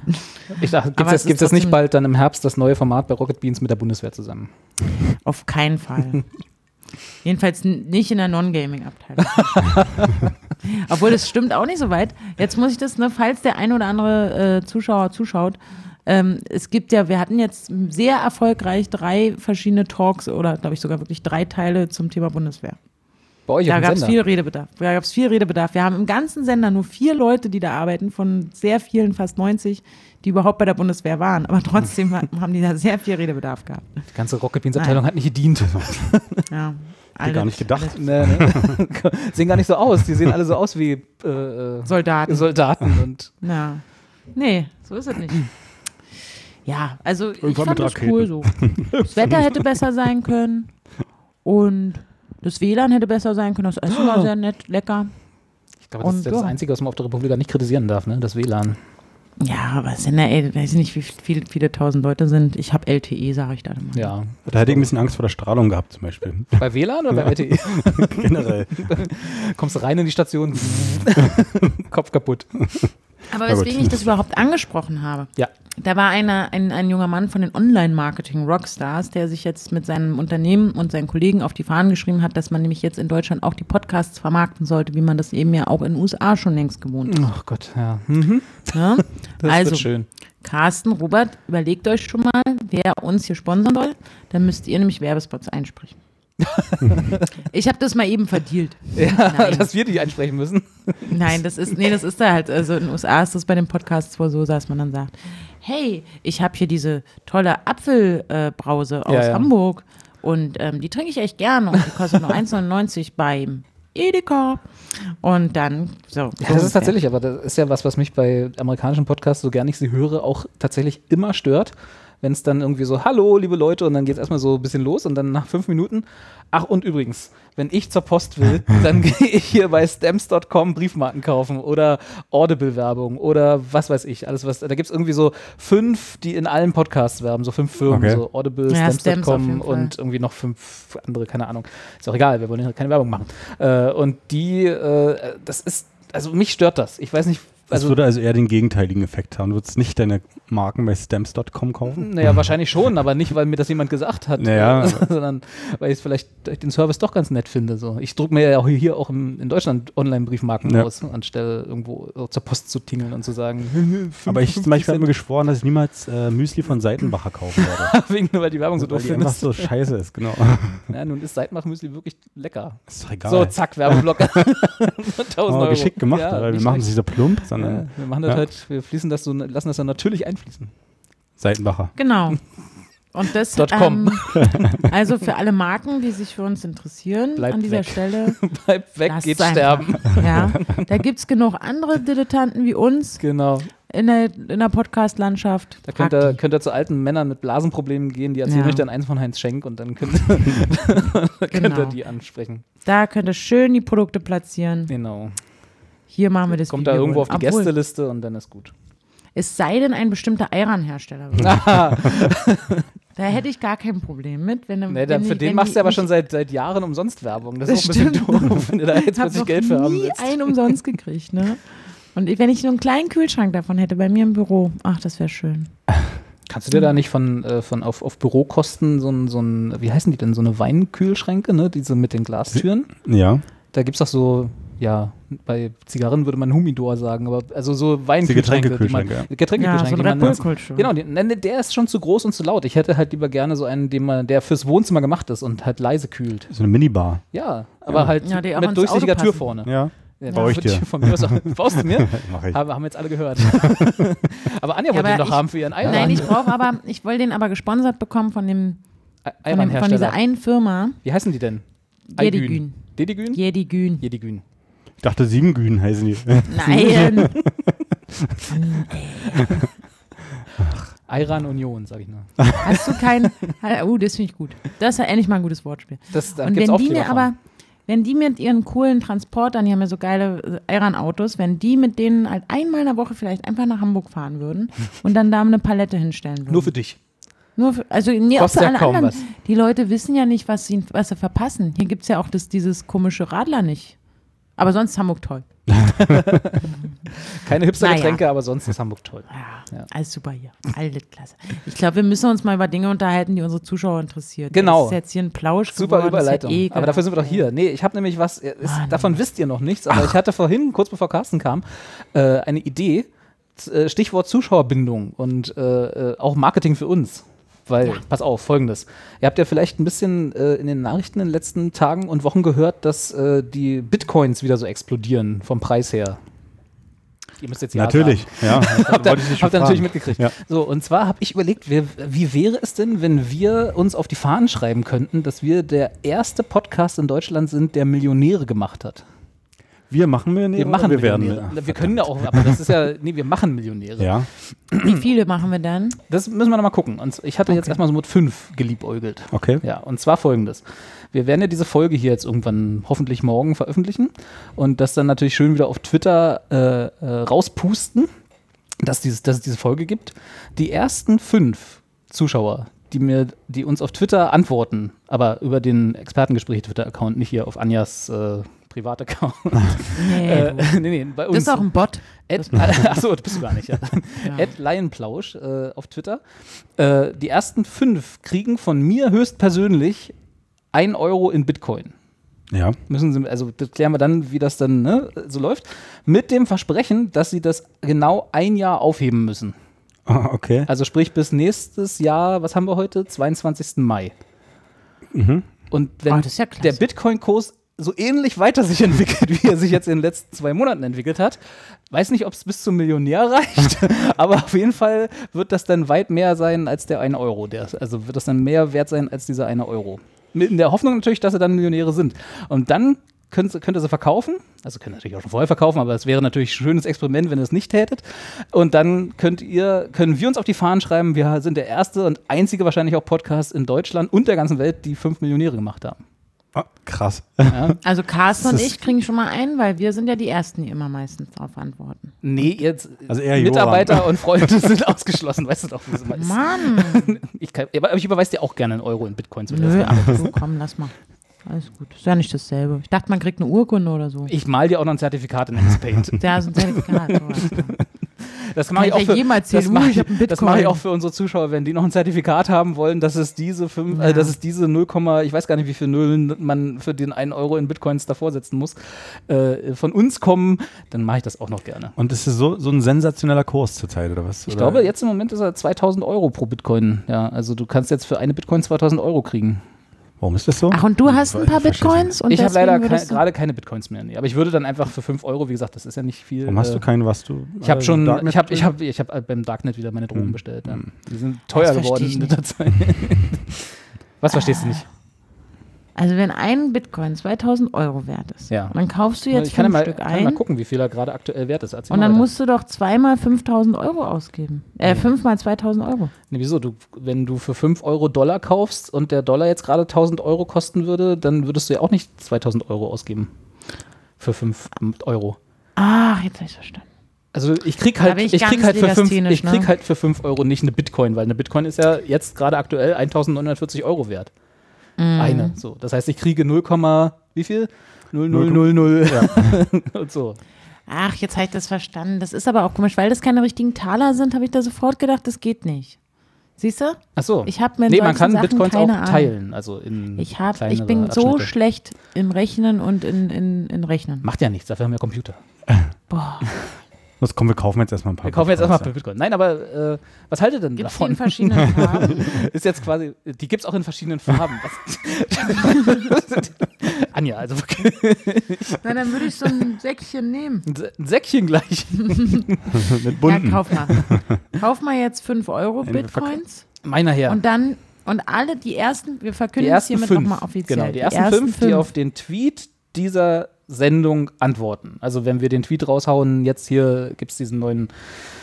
Ich dachte, gibt Aber es es jetzt, ist gibt's jetzt nicht trotzdem- bald dann im Herbst das neue Format bei Rocket Beans mit der Bundeswehr zusammen? Auf keinen Fall. Jedenfalls n- nicht in der Non-Gaming-Abteilung. Obwohl, das stimmt auch nicht so weit. Jetzt muss ich das, ne, falls der ein oder andere äh, Zuschauer zuschaut, ähm, es gibt ja, wir hatten jetzt sehr erfolgreich drei verschiedene Talks oder, glaube ich, sogar wirklich drei Teile zum Thema Bundeswehr. Bei euch Da auf gab dem es Sender. viel Redebedarf. Da gab es viel Redebedarf. Wir haben im ganzen Sender nur vier Leute, die da arbeiten, von sehr vielen, fast 90, die überhaupt bei der Bundeswehr waren. Aber trotzdem haben die da sehr viel Redebedarf gehabt. Die ganze Rocket Beans Abteilung hat nicht gedient. Ja. Hätte gar Alle- nicht gedacht. nee, nee. sehen gar nicht so aus. Die sehen alle so aus wie äh, äh, Soldaten. Soldaten und Na. Nee, so ist es nicht. Ja, also ich Irgendwann fand mit das cool so. Das Wetter hätte besser sein können und das WLAN hätte besser sein können. Das Essen war sehr nett, lecker. ich glaube, das Und ist ja das ja. Einzige, was man auf der Republika nicht kritisieren darf, ne? Das WLAN. Ja, aber es sind ja, ey, weiß ich nicht, wie viele, viele tausend Leute sind. Ich habe LTE, sage E, ich dann immer. Ja. Da hätte ich ein bisschen Angst vor der Strahlung gehabt, zum Beispiel. Bei WLAN oder bei LTE? Generell. Kommst du rein in die Station, Kopf kaputt. Aber Na gut. weswegen ich das überhaupt angesprochen habe. Ja. Da war einer, ein, ein junger Mann von den Online-Marketing-Rockstars, der sich jetzt mit seinem Unternehmen und seinen Kollegen auf die Fahnen geschrieben hat, dass man nämlich jetzt in Deutschland auch die Podcasts vermarkten sollte, wie man das eben ja auch in den USA schon längst gewohnt ist. Ach Gott, ja. Mhm. Ne? Das also, wird schön. Carsten, Robert, überlegt euch schon mal, wer uns hier sponsern soll. Dann müsst ihr nämlich Werbespots einsprechen. ich habe das mal eben verdealt. Ja, Nein. dass wir die einsprechen müssen. Nein, das ist, nee, das ist da halt, also in den USA ist das bei den Podcasts wohl so, dass man dann sagt, hey, ich habe hier diese tolle Apfelbrause äh, Brause aus Ja, ja. Hamburg und ähm, die trinke ich echt gerne und die kostet nur 1,99 beim Edeka. Und dann, so. Ja, das ist tatsächlich, aber das ist ja was, was mich bei amerikanischen Podcasts, so gerne ich sie höre, auch tatsächlich immer stört, wenn es dann irgendwie so, hallo, liebe Leute, und dann geht es erstmal so ein bisschen los und dann nach fünf Minuten, ach und übrigens, wenn ich zur Post will, dann gehe ich hier bei stamps.com Briefmarken kaufen oder Audible-Werbung oder was weiß ich, alles was, da gibt es irgendwie so fünf, die in allen Podcasts werben, so fünf Firmen, Okay. so Audible, Ja, Stamps auf stamps.com jeden Fall. und irgendwie noch fünf andere, keine Ahnung, ist auch egal, wir wollen ja keine Werbung machen. Äh, und die, äh, das ist, also mich stört das, ich weiß nicht, Das also würde also eher den gegenteiligen Effekt haben. Du würdest nicht deine Marken bei stamps.com kaufen? also, Naja, wahrscheinlich schon, aber nicht, weil mir das jemand gesagt hat, Naja. sondern weil ich es vielleicht durch den Service doch ganz nett finde. So. Ich drucke mir ja auch hier auch im, in Deutschland Online-Briefmarken Ja. aus, anstelle irgendwo so zur Post zu tingeln und zu sagen, Aber ich zum 55 Beispiel habe mir geschworen, dass ich niemals äh, Müsli von Seitenbacher kaufen werde. Cent, wegen nur, weil die Werbung so weil doof die einfach Also findest. so scheiße ist, genau. Ja, nun ist Seitmachmüsli wirklich lecker. Ist doch egal. So, zack, Werbeblock. 1000 oh, Euro. geschickt gemacht, Ja, aber wir nicht machen es schlecht. nicht so plump, sondern ja, wir machen das ne? Ja. halt, wir fließen das so, lassen das dann natürlich einfließen. Seitenbacher. Genau. Und das Dot com. ähm, also für alle Marken, die sich für uns interessieren, Bleibt an dieser weg. Stelle. Bleib weg, lasst geht es einfach. sterben. Ja, da gibt es genug andere Dilettanten wie uns Genau. in der, in der Podcast-Landschaft. Da Fragt könnt ihr, die. könnt ihr zu alten Männern mit Blasenproblemen gehen, die erzählen Ja. euch dann eins von Heinz Schenk und dann könnt, ihr- könnt Genau. ihr die ansprechen. da könnt ihr schön die Produkte platzieren. Genau. Hier machen wir das Kommt Video da irgendwo auf die Obwohl, Gästeliste und dann ist gut. Es sei denn, ein bestimmter Eiran-Hersteller. will. da hätte ich gar kein Problem mit. Wenn, Nee, wenn dann, die- für den wenn machst die- du aber schon seit, seit Jahren umsonst Werbung. Das, ist auch Das ein bisschen doof, wenn du da jetzt Ich habe plötzlich noch Geld für haben nie willst. einen umsonst gekriegt, ne? Und ich- wenn ich nur einen kleinen Kühlschrank davon hätte, bei mir im Büro, ach, das wäre schön. Kannst du dir da nicht von, äh, von auf, auf Bürokosten so ein, so ein, wie heißen die denn, so eine Weinkühlschränke, ne? Diese mit den Glastüren? Ja. Da gibt's doch so, ja, bei Zigarren würde man Humidor sagen, aber also so Die Weinkühlschränke. Getränkekühlschränke, die man, Getränkekühlschränke, ja, so ein die man Red Bull Cold Genau, den, ne, ne, der ist schon zu groß und zu laut. Ich hätte halt lieber gerne so einen, den man, der fürs Wohnzimmer gemacht ist und halt leise kühlt. So eine Minibar. Ja, aber halt Ja, die auch mit ins durchsichtiger Auto Tür passen. vorne. Ja. Ja, Brauch ich wird dir. Von mir aus auch, brauchst du mir? Mach ich. Aber haben jetzt alle gehört. aber Anja Ja, wollte aber ihn doch ich- haben für ihren Eiran. Nein, ich brauche aber, ich wollte den aber gesponsert bekommen von dem, von, dem, von dieser Eiran-Hersteller. einen Firma, Wie heißen die denn? Jedigün. Dedigün? Jedigün. Jedigün. Ich dachte, Siebengühen heißen die. Nein. Eiran Union, sag ich nur. Hast du kein, oh, das finde ich gut. Das ist ja endlich mal ein gutes Wortspiel. Das, da Und gibt's wenn die Aufkleber mir von. aber, wenn die mit ihren coolen Transportern, die haben ja so geile Eiran-Autos, wenn die mit denen halt einmal in der Woche vielleicht einfach nach Hamburg fahren würden und dann da eine Palette hinstellen würden. Nur für dich. Nur für, also nee, auch Kostet für ja alle kaum anderen. was. Die Leute wissen ja nicht, was sie, was sie verpassen. Hier gibt es ja auch das, dieses komische Radler nicht. Aber sonst Hamburg toll. Keine Hipster-Getränke, Naja. aber sonst ist Hamburg toll. Ja, Ja. alles super hier. Alles klasse. Ich glaube, wir müssen uns mal über Dinge unterhalten, die unsere Zuschauer interessiert. Genau. Das ist jetzt hier ein Plausch Super geworden, das ist ja eh Überleitung. ekelhaft. aber dafür sind wir doch hier. Nee, ich habe nämlich was, äh, ist, Mann. davon wisst ihr noch nichts, aber ich hatte vorhin, kurz bevor Carsten kam, äh, eine Idee, Z- äh, Stichwort Zuschauerbindung und äh, äh, auch Marketing für uns. Weil, pass auf, folgendes. Ihr habt ja vielleicht ein bisschen äh, in den Nachrichten in den letzten Tagen und Wochen gehört, dass äh, die Bitcoins wieder so explodieren vom Preis her. Ihr müsst jetzt ja Natürlich. Ja. Habt ihr, Wollte ich dich schon habt ihr natürlich fragen. mitgekriegt. Ja. So, und zwar habe ich überlegt, wie, wie wäre es denn, wenn wir uns auf die Fahnen schreiben könnten, dass wir der erste Podcast in Deutschland sind, der Millionäre gemacht hat. Wir machen Millionäre. Wir machen oder wir werden. Millionäre. wir können ja auch, aber das ist ja, nee, wir machen Millionäre. Ja. Wie viele machen wir dann? Das müssen wir nochmal gucken. Und ich hatte jetzt erstmal so mit fünf geliebäugelt. Okay. Ja, und zwar folgendes. Wir werden ja diese Folge hier jetzt irgendwann hoffentlich morgen veröffentlichen und das dann natürlich schön wieder auf Twitter äh, äh, rauspusten, dass, dieses, dass es diese Folge gibt. Die ersten fünf Zuschauer, die mir, die uns auf Twitter antworten, aber über den Expertengespräch-Twitter-Account, nicht hier auf Anjas äh, Privataccount. Nee, Äh, du. nee, nee, bei uns. das ist auch ein Bot. Ed, achso, das bist du gar nicht. Ja. Ja. Ed Lionplausch äh, auf Twitter. Äh, die ersten fünf kriegen von mir höchstpersönlich ein Euro in Bitcoin. Ja. Müssen sie, also das klären wir dann, wie das dann ne, so läuft. Mit dem Versprechen, dass sie das genau ein Jahr aufheben müssen. Ah, Okay. Also sprich bis nächstes Jahr, was haben wir heute? 22. Mai. Und wenn Oh, das ist ja klasse. der Bitcoin-Kurs so ähnlich weiter sich entwickelt, wie er sich jetzt in den letzten zwei Monaten entwickelt hat, weiß nicht, ob es bis zum Millionär reicht, aber auf jeden Fall wird das dann weit mehr sein als der 1 Euro. Der, also wird das dann mehr wert sein als dieser 1 Euro. Mit- In der Hoffnung natürlich, dass sie dann Millionäre sind. Und dann könnt, könnt ihr sie verkaufen. Also könnt ihr natürlich auch schon vorher verkaufen, aber es wäre natürlich ein schönes Experiment, wenn ihr es nicht tätet. Und dann könnt ihr, können wir uns auf die Fahnen schreiben, wir sind der erste und einzige wahrscheinlich auch Podcast in Deutschland und der ganzen Welt, die fünf Millionäre gemacht haben. Ah, krass. Also Carsten und Das ist- ich kriegen schon mal ein, weil wir sind ja die Ersten, die immer meistens darauf antworten. Nee, jetzt Also eher Johann. Mitarbeiter und Freunde sind ausgeschlossen, weißt du doch, wie es immer ist. Mann! Ich, kann, aber ich überweise dir auch gerne einen Euro in Bitcoins. wenn du das Nö, ach so, komm, lass mal. Alles gut. Ist ja nicht dasselbe. Ich dachte, man kriegt eine Urkunde oder so. Ich mal dir auch noch ein Zertifikat in X-Paint. Ja, so ein Zertifikat. sowas. Das mache ich Kann auch ich für, jemals das sehen. mache Uh, ich, ich hab einen das mache ich Bitcoin. auch für unsere Zuschauer, wenn die noch ein Zertifikat haben wollen, dass es diese fünf, äh, Ja. dass es diese 0, ich weiß gar nicht, wie viel Nullen man für den einen Euro in Bitcoins davor setzen muss, äh, von uns kommen, dann mache ich das auch noch gerne. Und ist es so, so ein sensationeller Kurs zurzeit, oder was? Ich oder? glaube, jetzt im Moment ist er 2000 Euro pro Bitcoin. Ja, also du kannst jetzt für eine Bitcoin 2000 Euro kriegen. Warum ist das so? Ach, und du hast ein paar Ich verstehe es nicht. Bitcoins? Und ich habe deswegen leider würdest kein, du- gerade keine Bitcoins mehr. Nee. Aber ich würde dann einfach für 5 Euro, wie gesagt, das ist ja nicht viel. Warum hast äh, du keinen, was du. Ich habe äh, schon, Darknet- Hm. ich habe, ich habe, ich habe beim Darknet wieder meine Drogen bestellt. Ja. Die sind Das teuer versteh geworden ich in nicht. der Zeit. Was verstehst du nicht? Also wenn ein Bitcoin 2000 Euro wert ist, Ja. dann kaufst du jetzt ich kann ja fünf mal, Stück kann ja mal ein gucken, wie viel er gerade aktuell wert ist. Erzähl und mal dann weiter. musst du doch zweimal 5000 Euro ausgeben. Äh, fünfmal 2000 Euro. nee, wieso? Du, wenn du für 5 Euro Dollar kaufst und der Dollar jetzt gerade 1000 Euro kosten würde, dann würdest du ja auch nicht 2000 Euro ausgeben. Für 5 Euro. Ach, jetzt habe ich verstanden. Also ich krieg Da halt, bin ich ich krieg ganz halt, für fünf, legasthenisch, ich krieg ne? halt für 5 Euro nicht eine Bitcoin, weil eine Bitcoin ist ja jetzt gerade aktuell 1940 Euro wert. Mhm. Eine. So. Das heißt, ich kriege 0, wie viel? 0000 und so. Ach, jetzt habe ich das verstanden. Das ist aber auch komisch, weil das keine richtigen Taler sind, habe ich da sofort gedacht, das geht nicht. Siehst du? Ach so. Ich hab mir in Nee, man solchen kann Sachen Bitcoins auch keine Ahnung. teilen, also in Ich, hab, ich kleinere bin so Abschnitte. schlecht im Rechnen und in, in, in Rechnen. Macht ja nichts, dafür haben wir Computer. Boah, Los, komm, wir kaufen jetzt erstmal ein paar. Wir kaufen jetzt erstmal Bitcoins, Bitcoin. Nein, aber äh, was haltet ihr denn gibt es in davon? verschiedenen Farben? Ist jetzt quasi, die gibt's auch in verschiedenen Farben. Was? Anja, also wirklich, Na, dann würde ich so ein Säckchen nehmen. ein Säckchen gleich. ja. Mit bunten. Ja, kauf mal. kauf mal jetzt 5 Euro Ey, wir verk- Bitcoins Meiner her. und dann, und alle die ersten, wir die verkünden es ersten hiermit fünf, nochmal offiziell. genau, die, ersten, fünf, die auf den Tweet dieser Sendung antworten. Also wenn wir den Tweet raushauen, jetzt hier gibt es diesen neuen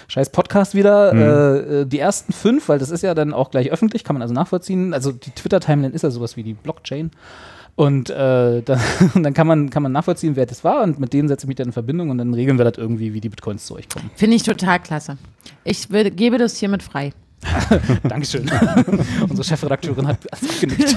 scheiß Podcast wieder, äh, äh, die ersten fünf, weil das ist ja dann auch gleich öffentlich, kann man also nachvollziehen. Also die Twitter-Timeline ist ja sowas wie die Blockchain. Und äh, dann, und dann kann, man, kann man nachvollziehen, wer das war und mit denen setze ich mich dann in Verbindung und dann regeln wir das irgendwie, wie die Bitcoins zu euch kommen. Finde ich total klasse. Ich will, gebe das hiermit frei. Dankeschön. Unsere Chefredakteurin hat genickt.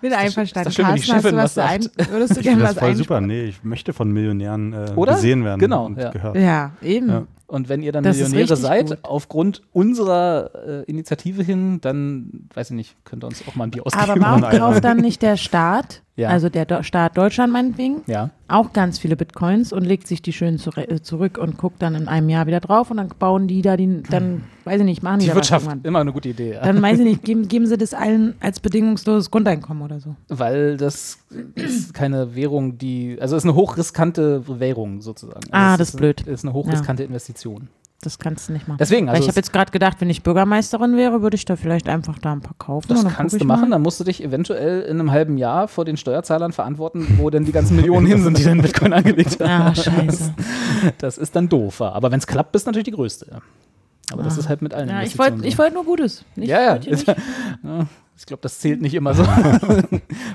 Bin einverstanden. ist doch schön, wenn die Carsten, hast du Chefin was was zu ein, würdest du Ich gerne finde das was voll ein? super. Nee, ich möchte von Millionären äh, Oder? gesehen werden. Genau, Und ja. gehört. Ja, eben. Ja. Und wenn ihr dann Das ist Millionäre richtig seid, gut. aufgrund unserer äh, Initiative hin, dann, weiß ich nicht, könnt ihr uns auch mal ein Bier ausgeben. Aber warum Nein. kauft dann nicht der Staat, Ja. also der Do Staat Deutschland meinetwegen, ja. auch ganz viele Bitcoins und legt sich die schön zure- äh, zurück und guckt dann in einem Jahr wieder drauf und dann bauen die da die, dann weiß ich nicht, machen die, Die da Wirtschaft, was irgendwann. immer eine gute Idee. Ja. Dann weiß ich nicht, geben, geben sie das allen als bedingungsloses Grundeinkommen oder so. Weil das ist keine Währung, die, also ist eine hochriskante Währung sozusagen. Also Ah, es das ist ist blöd. Ist eine hochriskante Investition. Das kannst du nicht machen. Deswegen, Weil also ich habe es- jetzt gerade gedacht, wenn ich Bürgermeisterin wäre, würde ich da vielleicht einfach da ein paar kaufen. das und dann kannst guck du ich mal. machen, dann musst du dich eventuell in einem halben Jahr vor den Steuerzahlern verantworten, wo denn die ganzen Millionen hin sind, die dann Bitcoin angelegt haben. Ah, scheiße. Das ist dann doof. ja. Aber wenn es klappt, bist du natürlich die Größte. ja. Aber das ist halt mit allen Ah. Ja, ich Investitionen wollte so. ich wollt nur Gutes. Ich Ja, ja. wollt hier nicht- Ja, Ich glaube, das zählt nicht immer so.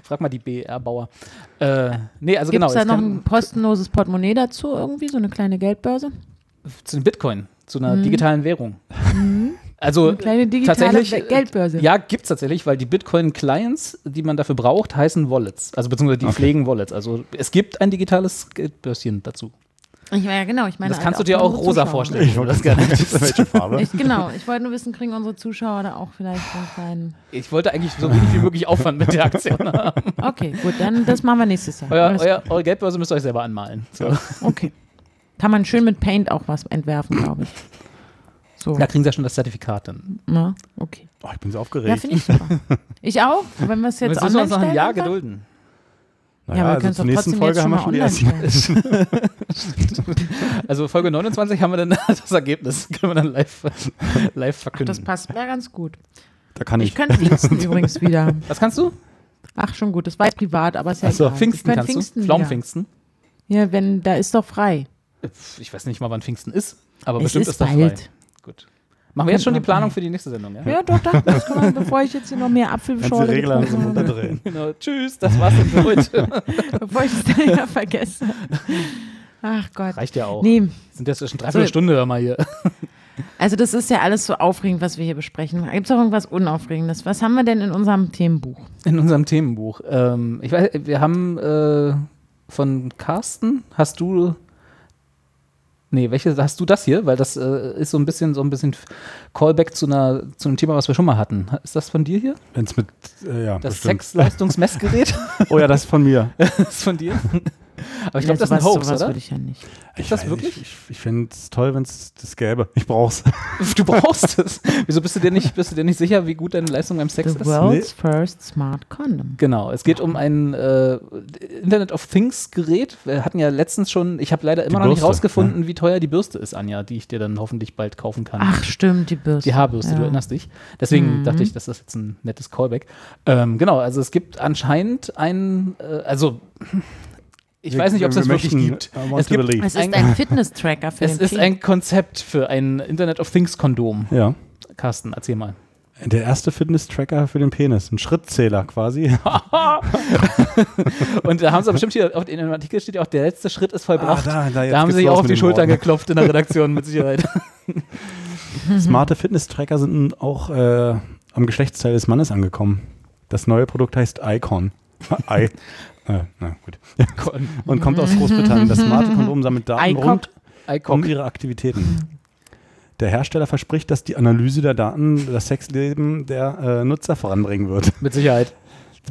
Frag mal die BR-Bauer. Äh, nee, also Gibt es da genau. jetzt noch kann- ein kostenloses Portemonnaie dazu irgendwie, so eine kleine Geldbörse? zu den Bitcoin, zu Mhm. einer digitalen Währung. Also eine kleine digitale tatsächlich, We- Geldbörse. Ja, gibt es tatsächlich, weil die Bitcoin-Clients, die man dafür braucht, heißen Wallets. Also beziehungsweise die pflegen Wallets. Also es gibt ein digitales Geldbörschen dazu. Ich meine, ja, genau, ich meine. das halt kannst du dir auch unsere rosa Zuschauer. vorstellen. wenn du das gerne hättest. Welche Farbe? Ich, genau, ich wollte nur wissen, kriegen unsere Zuschauer da auch vielleicht so einen kleinen. ich wollte eigentlich so wenig wie möglich Aufwand mit der Aktion haben. Okay, gut, dann das machen wir nächstes Jahr. Euer, Alles- euer, eure Geldbörse müsst ihr euch selber anmalen. So. Okay. Kann man schön mit Paint auch was entwerfen, glaube ich. So, Da kriegen sie ja schon das Zertifikat dann. na, okay. Oh, ich bin so Ja, aufgeregt. finde ich super. Ich auch, wenn wir es jetzt Jetzt müssen wir online uns noch ein stellen Jahr einfach. gedulden. Na Ja, aber wir können es also zur doch nächsten trotzdem Folge jetzt haben schon wir mal schon die ersten. online stellen. Also Folge 29 haben wir dann das Ergebnis. Können wir dann live, live Das verkünden. passt mir ganz gut. Da kann Ich ich. könnte Diensten übrigens wieder. Was kannst du? Ach, schon gut. Das war ja privat, aber es ist ja Also egal. Pfingsten Ich mein, kannst Pfingsten, du. ja. Pflaumenpfingsten. Ja, wenn, da ist doch frei. Pf, Ich weiß nicht mal, wann Pfingsten ist, aber Es bestimmt ist ist das frei. bald. Gut. Machen wir jetzt schon die Könnte man- Planung für die nächste Sendung, ja? Ja, doch, doch, das kann man, bevor ich jetzt hier noch mehr Apfelschorle getrunken habe. runterdrehen. Genau. Tschüss, das war's dann für heute. Bevor ich es dann ja vergesse. Ach Gott. Reicht ja auch. Nee, Sind jetzt schon dreiviertel Stunde, hör mal hier. also das ist ja alles so aufregend, was wir hier besprechen. Gibt es auch irgendwas Unaufregendes? Was haben wir denn in unserem Themenbuch? In unserem Themenbuch. Ähm, ich weiß, wir haben äh, von Carsten, hast du. Nee, welche hast du das hier? Weil das äh, ist so ein bisschen so ein bisschen Callback zu einer zu einem Thema, was wir schon mal hatten. Ist das von dir hier? Wenn es mit, äh, ja, Das bestimmt. Sexleistungsmessgerät Oh ja, das ist von mir. ist von dir. Aber ich glaube, das ist Ja, ein sowas- Hoax, Also sowas oder? würde ich ja nicht. Ich das weiß wirklich? nicht, Ich, ich finde es toll, wenn es das gäbe. Ich brauch's. Du brauchst es. Wieso bist du dir nicht, bist du dir nicht sicher, wie gut deine Leistung beim Sex The ist? world's first smart condom. Genau, es geht um ein äh, Internet of Things Gerät. Wir hatten ja letztens schon, ich habe leider immer noch nicht Bürste, rausgefunden, wie teuer die Bürste ist, Anja, die ich dir dann hoffentlich bald kaufen kann. Ach stimmt, die Bürste. Die Haarbürste, du Ja. Mhm. erinnerst dich. Deswegen dachte ich, das ist jetzt ein nettes Callback. Ähm, genau, also es gibt anscheinend einen, äh, also ich weiß nicht, ob es Wir das wirklich möchten- gibt. I want Es to gibt believe. Es ist ein Fitness-Tracker für es den ist Krieg. ein Konzept für ein Internet of Things Kondom. Ja. Carsten, erzähl mal. Der erste Fitness-Tracker für den Penis. Ein Schrittzähler quasi. Und da haben sie bestimmt hier, auch in dem Artikel steht ja auch, der letzte Schritt ist vollbracht. Ah, da, da, jetzt haben geht's sie sich los auch auf mit die den Schultern Worten. geklopft in der Redaktion, mit Sicherheit. Smarte Fitness-Tracker sind auch äh, am Geschlechtsteil des Mannes angekommen. Das neue Produkt heißt Icon. I. Äh, na gut. Und kommt aus Großbritannien. Das smarte Kondom sammelt Daten Icock. rund um Eicock. ihre Aktivitäten. Der Hersteller verspricht, dass die Analyse der Daten das Sexleben der äh, Nutzer voranbringen wird. Mit Sicherheit.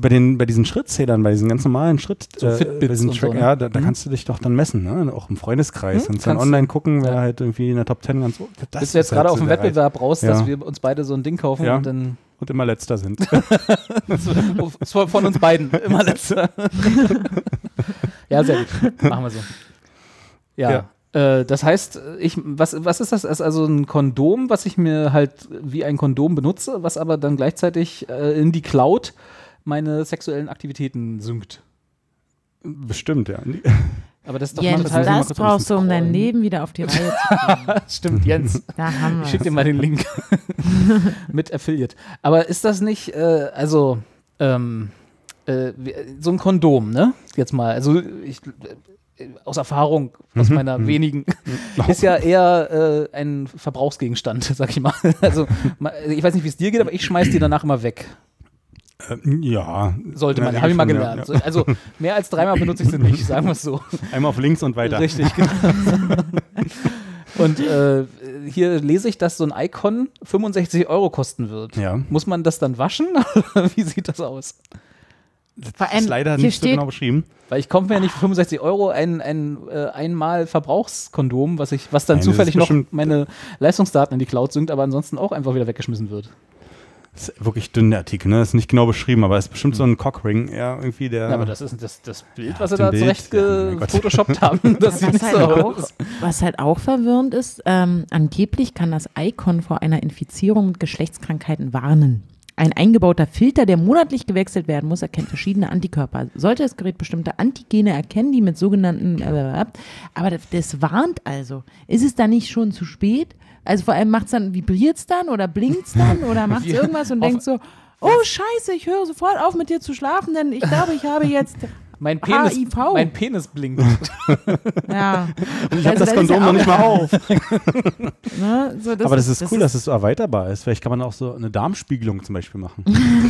Bei, den, bei diesen Schrittzählern, bei diesen ganz normalen Schritt, äh, So Fitbits bei diesen und so, ne? ja, da, da Mhm. kannst du dich doch dann messen, ne? auch im Freundeskreis. Mhm, Kannst dann kannst du. online gucken, wer Ja. halt irgendwie in der Top Ten ganz. Das Bist du jetzt ist gerade halt auf so dem der Reiz. Wettbewerb raus, dass Ja. wir uns beide so ein Ding kaufen Ja. und dann Und immer letzter sind. Das war von uns beiden immer letzter. ja, sehr gut. Machen wir so. Ja. Äh, das heißt, ich, was, was ist das? Das ist also ein Kondom, was ich mir halt wie ein Kondom benutze, was aber dann gleichzeitig äh, in die Cloud meine sexuellen Aktivitäten synkt. Bestimmt, ja. Aber das ist doch Jens, mal total- das brauchst du, um dein Leben wieder auf die Reihe zu Stimmt, Jens. Da haben Ich wir schick dir mal den Link mit Affiliate. Aber ist das nicht, äh, also, ähm, äh, wie- so ein Kondom, ne? Jetzt mal, also ich, äh, aus Erfahrung, aus Mhm. meiner wenigen, ist ja eher äh, ein Verbrauchsgegenstand, sag ich mal. Also, ma- ich weiß nicht, wie es dir geht, aber ich schmeiß die danach immer weg. Ähm, ja. Sollte man, Ja, habe ich mal schon, ja, gelernt. ja. Also, mehr als dreimal benutze ich sie nicht, sagen wir es so. Einmal auf links und weiter. Richtig, genau. Und äh, hier lese ich, dass so ein Icon 65 Euro kosten wird. Ja. Muss man das dann waschen? Wie sieht das aus? Vor Ist allem, leider hier nicht so steht, genau beschrieben. Weil ich kaufe mir ja nicht für 65 Euro ein, ein äh, einmal Verbrauchskondom, was ich, was Nein, dann das zufällig ist noch bestimmt- meine Leistungsdaten in die Cloud synkt, aber ansonsten auch einfach wieder weggeschmissen wird. Ist wirklich dünn, der Artikel, ne? Ist nicht genau beschrieben, aber ist bestimmt so ein Cockring, ja, irgendwie der. Mhm. Ja, aber das ist das, das Bild, was sie auf da dem Bild, zurecht ja, mein Gott. gefotoshoppt haben. Das sieht was, nicht halt so auch, aus. was halt auch verwirrend ist, ähm, angeblich kann das Icon vor einer Infizierung mit Geschlechtskrankheiten warnen. Ein eingebauter Filter, der monatlich gewechselt werden muss, erkennt verschiedene Antikörper. Sollte das Gerät bestimmte Antigene erkennen, die mit sogenannten, äh, aber das, das warnt also. Ist es da nicht schon zu spät? Also vor allem macht's dann, vibriert's dann oder blinkt's dann oder macht's irgendwas und denkt so, oh scheiße, ich höre sofort auf mit dir zu schlafen, denn ich glaube, ich habe jetzt, Mein Penis, HIV. mein Penis blinkt. ja. ich habe Also das das ist Kondom ja auch- noch nicht mal auf. Ne? So, aber das ist cool, dass es so erweiterbar ist. Vielleicht kann man auch so eine Darmspiegelung zum Beispiel machen.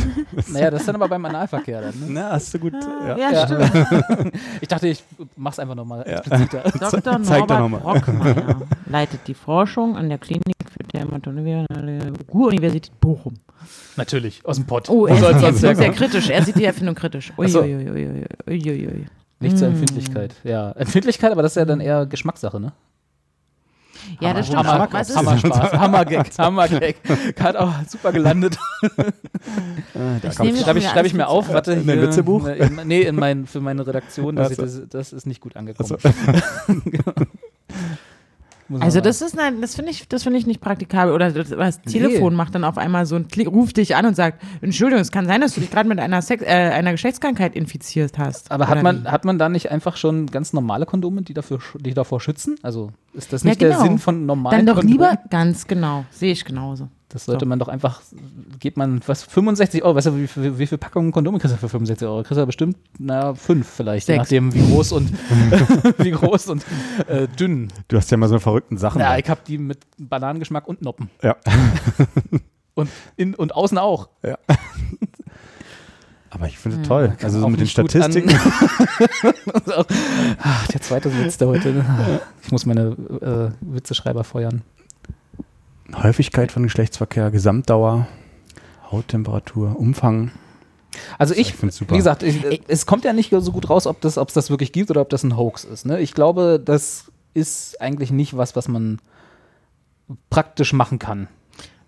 naja, das ist dann aber beim Analverkehr dann. Ne? Na, hast du gut. Ja. Ja, Ja. stimmt. Ich dachte, ich mach's einfach nochmal expliziter. Dr. Zeig doch Norbert Brockmeier leitet die Forschung an der Klinik für Dermatologie an der Ruhr-Universität Bochum. Natürlich, aus dem Pott. Oh, Wo er sieht soll's jetzt sonst nur sehr herkommen? kritisch. Er sieht die Erfindung kritisch. Ui, Ach so. ui, ui, ui, ui, ui, ui. Nicht Hm. zur Empfindlichkeit. Ja, Empfindlichkeit, aber das ist ja dann eher Geschmackssache, ne? Ja, das stimmt. Hammer, Aber was ist, Hammer Spaß, Hammergag, Hammergag. Gerade auch super gelandet. ich nehme Schreibe ich, schon wieder schreibe ich mir alles auf, warte. In dein hier, Witzebuch? Also- äh, in- Nee, in mein, für meine Redaktion. Das, Ach ich, das, das ist nicht gut angekommen. Muss man Also sagen. das ist nein, das finde ich, das finde ich nicht praktikabel. Oder das, das Telefon macht dann auf einmal so ein Klick, ruft dich an und sagt, Entschuldigung, es kann sein, dass du dich gerade mit einer Sex, äh, einer Geschlechtskrankheit infiziert hast. Aber hat Oder man, wie? hat man da nicht einfach schon ganz normale Kondome, die, dafür, sch- die davor schützen? Also ist das Ja, nicht der genau. Sinn von normalen dann doch Kondomen? lieber ganz genau, sehe ich genauso. Das sollte So. man doch einfach, geht man, was, 65 Euro, weißt du, wie, viel- wie viele Packungen Kondome kriegst du für 65 Euro? Kriegst du bestimmt, na, fünf vielleicht, je Sechs. nachdem wie groß und, wie groß und äh, dünn. Du hast ja mal so verrückten Sachen. Ja, da. ich habe die mit Bananengeschmack und Noppen. ja. Und, in, und außen auch. Aber ich Hm. finde toll. Also so Auch mit den nicht gut Statistiken. an- Ach, der zweite Witz da heute. ne? Ich muss meine äh, Witzeschreiber feuern. Häufigkeit von Geschlechtsverkehr, Gesamtdauer, Hauttemperatur, Umfang. Also ich, ich find's super. wie gesagt, ich, äh, es kommt ja nicht so gut raus, ob das, ob es das wirklich gibt oder ob das ein Hoax ist. Ne? Ich glaube, das ist eigentlich nicht was, was man praktisch machen kann.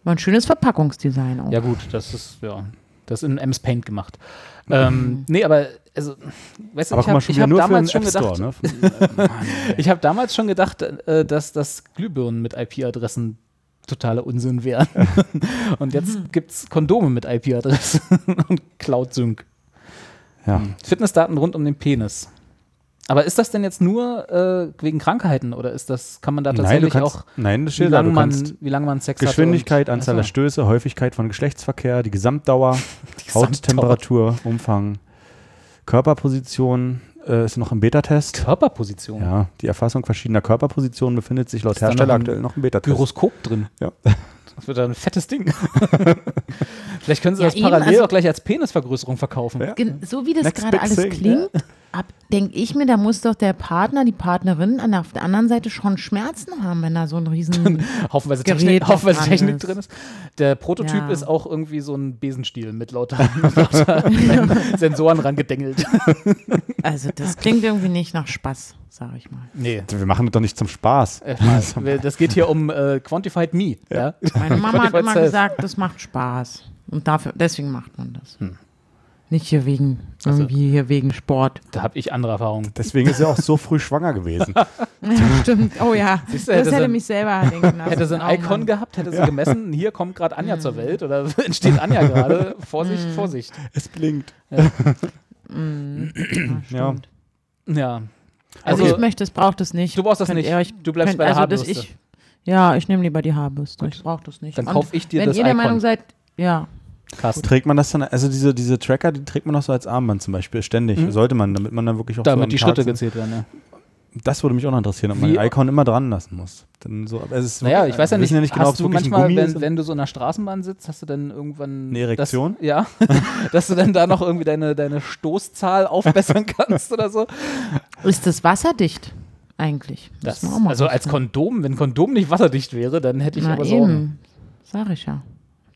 War ein schönes Verpackungsdesign auch. Ja gut, das ist, ja, das in M's Paint gemacht. Ähm, nee, aber, also, weißt du, Mhm. Aber ich guck mal, habe schon ich wieder hab nur für einen damals schon App gedacht, Store. Ne? ich habe damals schon gedacht, äh, dass das Glühbirnen mit IP-Adressen totaler Unsinn wären. Und jetzt gibt's Kondome mit IP-Adressen und Cloud-Sync. ja. Fitnessdaten rund um den Penis. Aber ist das denn jetzt nur äh, wegen Krankheiten oder ist das, kann man da Nein, du tatsächlich kannst, auch, nein, das wie steht da. lange Du kannst man, wie lange man Sex Geschwindigkeit, hatte? und- Anzahl der Achso. Stöße, Häufigkeit von Geschlechtsverkehr, die Gesamtdauer, Hauttemperatur, Umfang, Körperposition äh, ist noch im Beta-Test. Körperposition. Ja, die Erfassung verschiedener Körperpositionen befindet sich laut Ist da noch Hersteller ein aktuell noch im Beta-Test. Gyroskop drin. Ja. Das wird dann ein fettes Ding. Vielleicht können sie Ja, das eben, parallel also- auch gleich als Penisvergrößerung verkaufen. Ja. Gen- So wie das Next gerade big alles thing, klingt, denke ich mir, da muss doch der Partner, die Partnerin an der, auf der anderen Seite schon Schmerzen haben, wenn da so ein riesen Haufenweise Gerät Technik, noch haufenweise dran Technik ist. drin ist. Der Prototyp Ja. ist auch irgendwie so ein Besenstiel mit lauter, lauter Sensoren rangedengelt. Also das klingt irgendwie nicht nach Spaß, sag ich mal. Nee. Wir machen das doch nicht zum Spaß. Das geht hier um äh, Quantified Me. Ja. Meine Mama hat Quantified immer self. gesagt, das macht Spaß. Und dafür, deswegen macht man das. Nicht hier wegen, Hm. Also- irgendwie hier wegen Sport. Da habe ich andere Erfahrungen. Deswegen ist er auch so früh schwanger gewesen. Ja, stimmt. Oh ja, Siehst du, hätte das so hätte ein- mich selber denken lassen. Hätte sie Oh ein Icon Mann. gehabt, hätte sie gemessen, hier kommt gerade Anja zur Welt oder entsteht Anja gerade. Mhm. Vorsicht, Vorsicht. es blinkt. Ja. Hm. Stimmt. Ja. Also, ich möchte es, braucht es nicht. Du brauchst das Könnt nicht. ihr euch- Du bleibst könnt- bei der also, dass Haarbürste. ich, Ja, ich nehme lieber die Haarbürste. Ich brauche das nicht. Dann Und kauf ich dir wenn das ihr der Icon. Meinung seid, ja. Carsten. Trägt man das dann, also diese, diese Tracker, die trägt man auch so als Armband zum Beispiel, ständig. Sollte man, damit man dann wirklich auch so Mhm. damit am die Tag Schritte so- gezählt werden. Ja. Das würde mich auch noch interessieren, ob man Wie- den Icon immer dran lassen muss. Dann so, aber es ist Naja, ich weiß ja wir nicht, wissen nicht genau, ob hast es du wirklich ein manchmal, Gummi ist. wenn, wenn du so in der Straßenbahn sitzt, hast du dann irgendwann Eine Erektion? Dass, ja, dass du dann da noch irgendwie deine, deine Stoßzahl aufbessern kannst oder so. Ist das wasserdicht eigentlich? Das, Muss man auch mal also als Kondom, wenn Kondom nicht wasserdicht wäre, dann hätte ich Na aber Sorgen. eben, sag ich ja.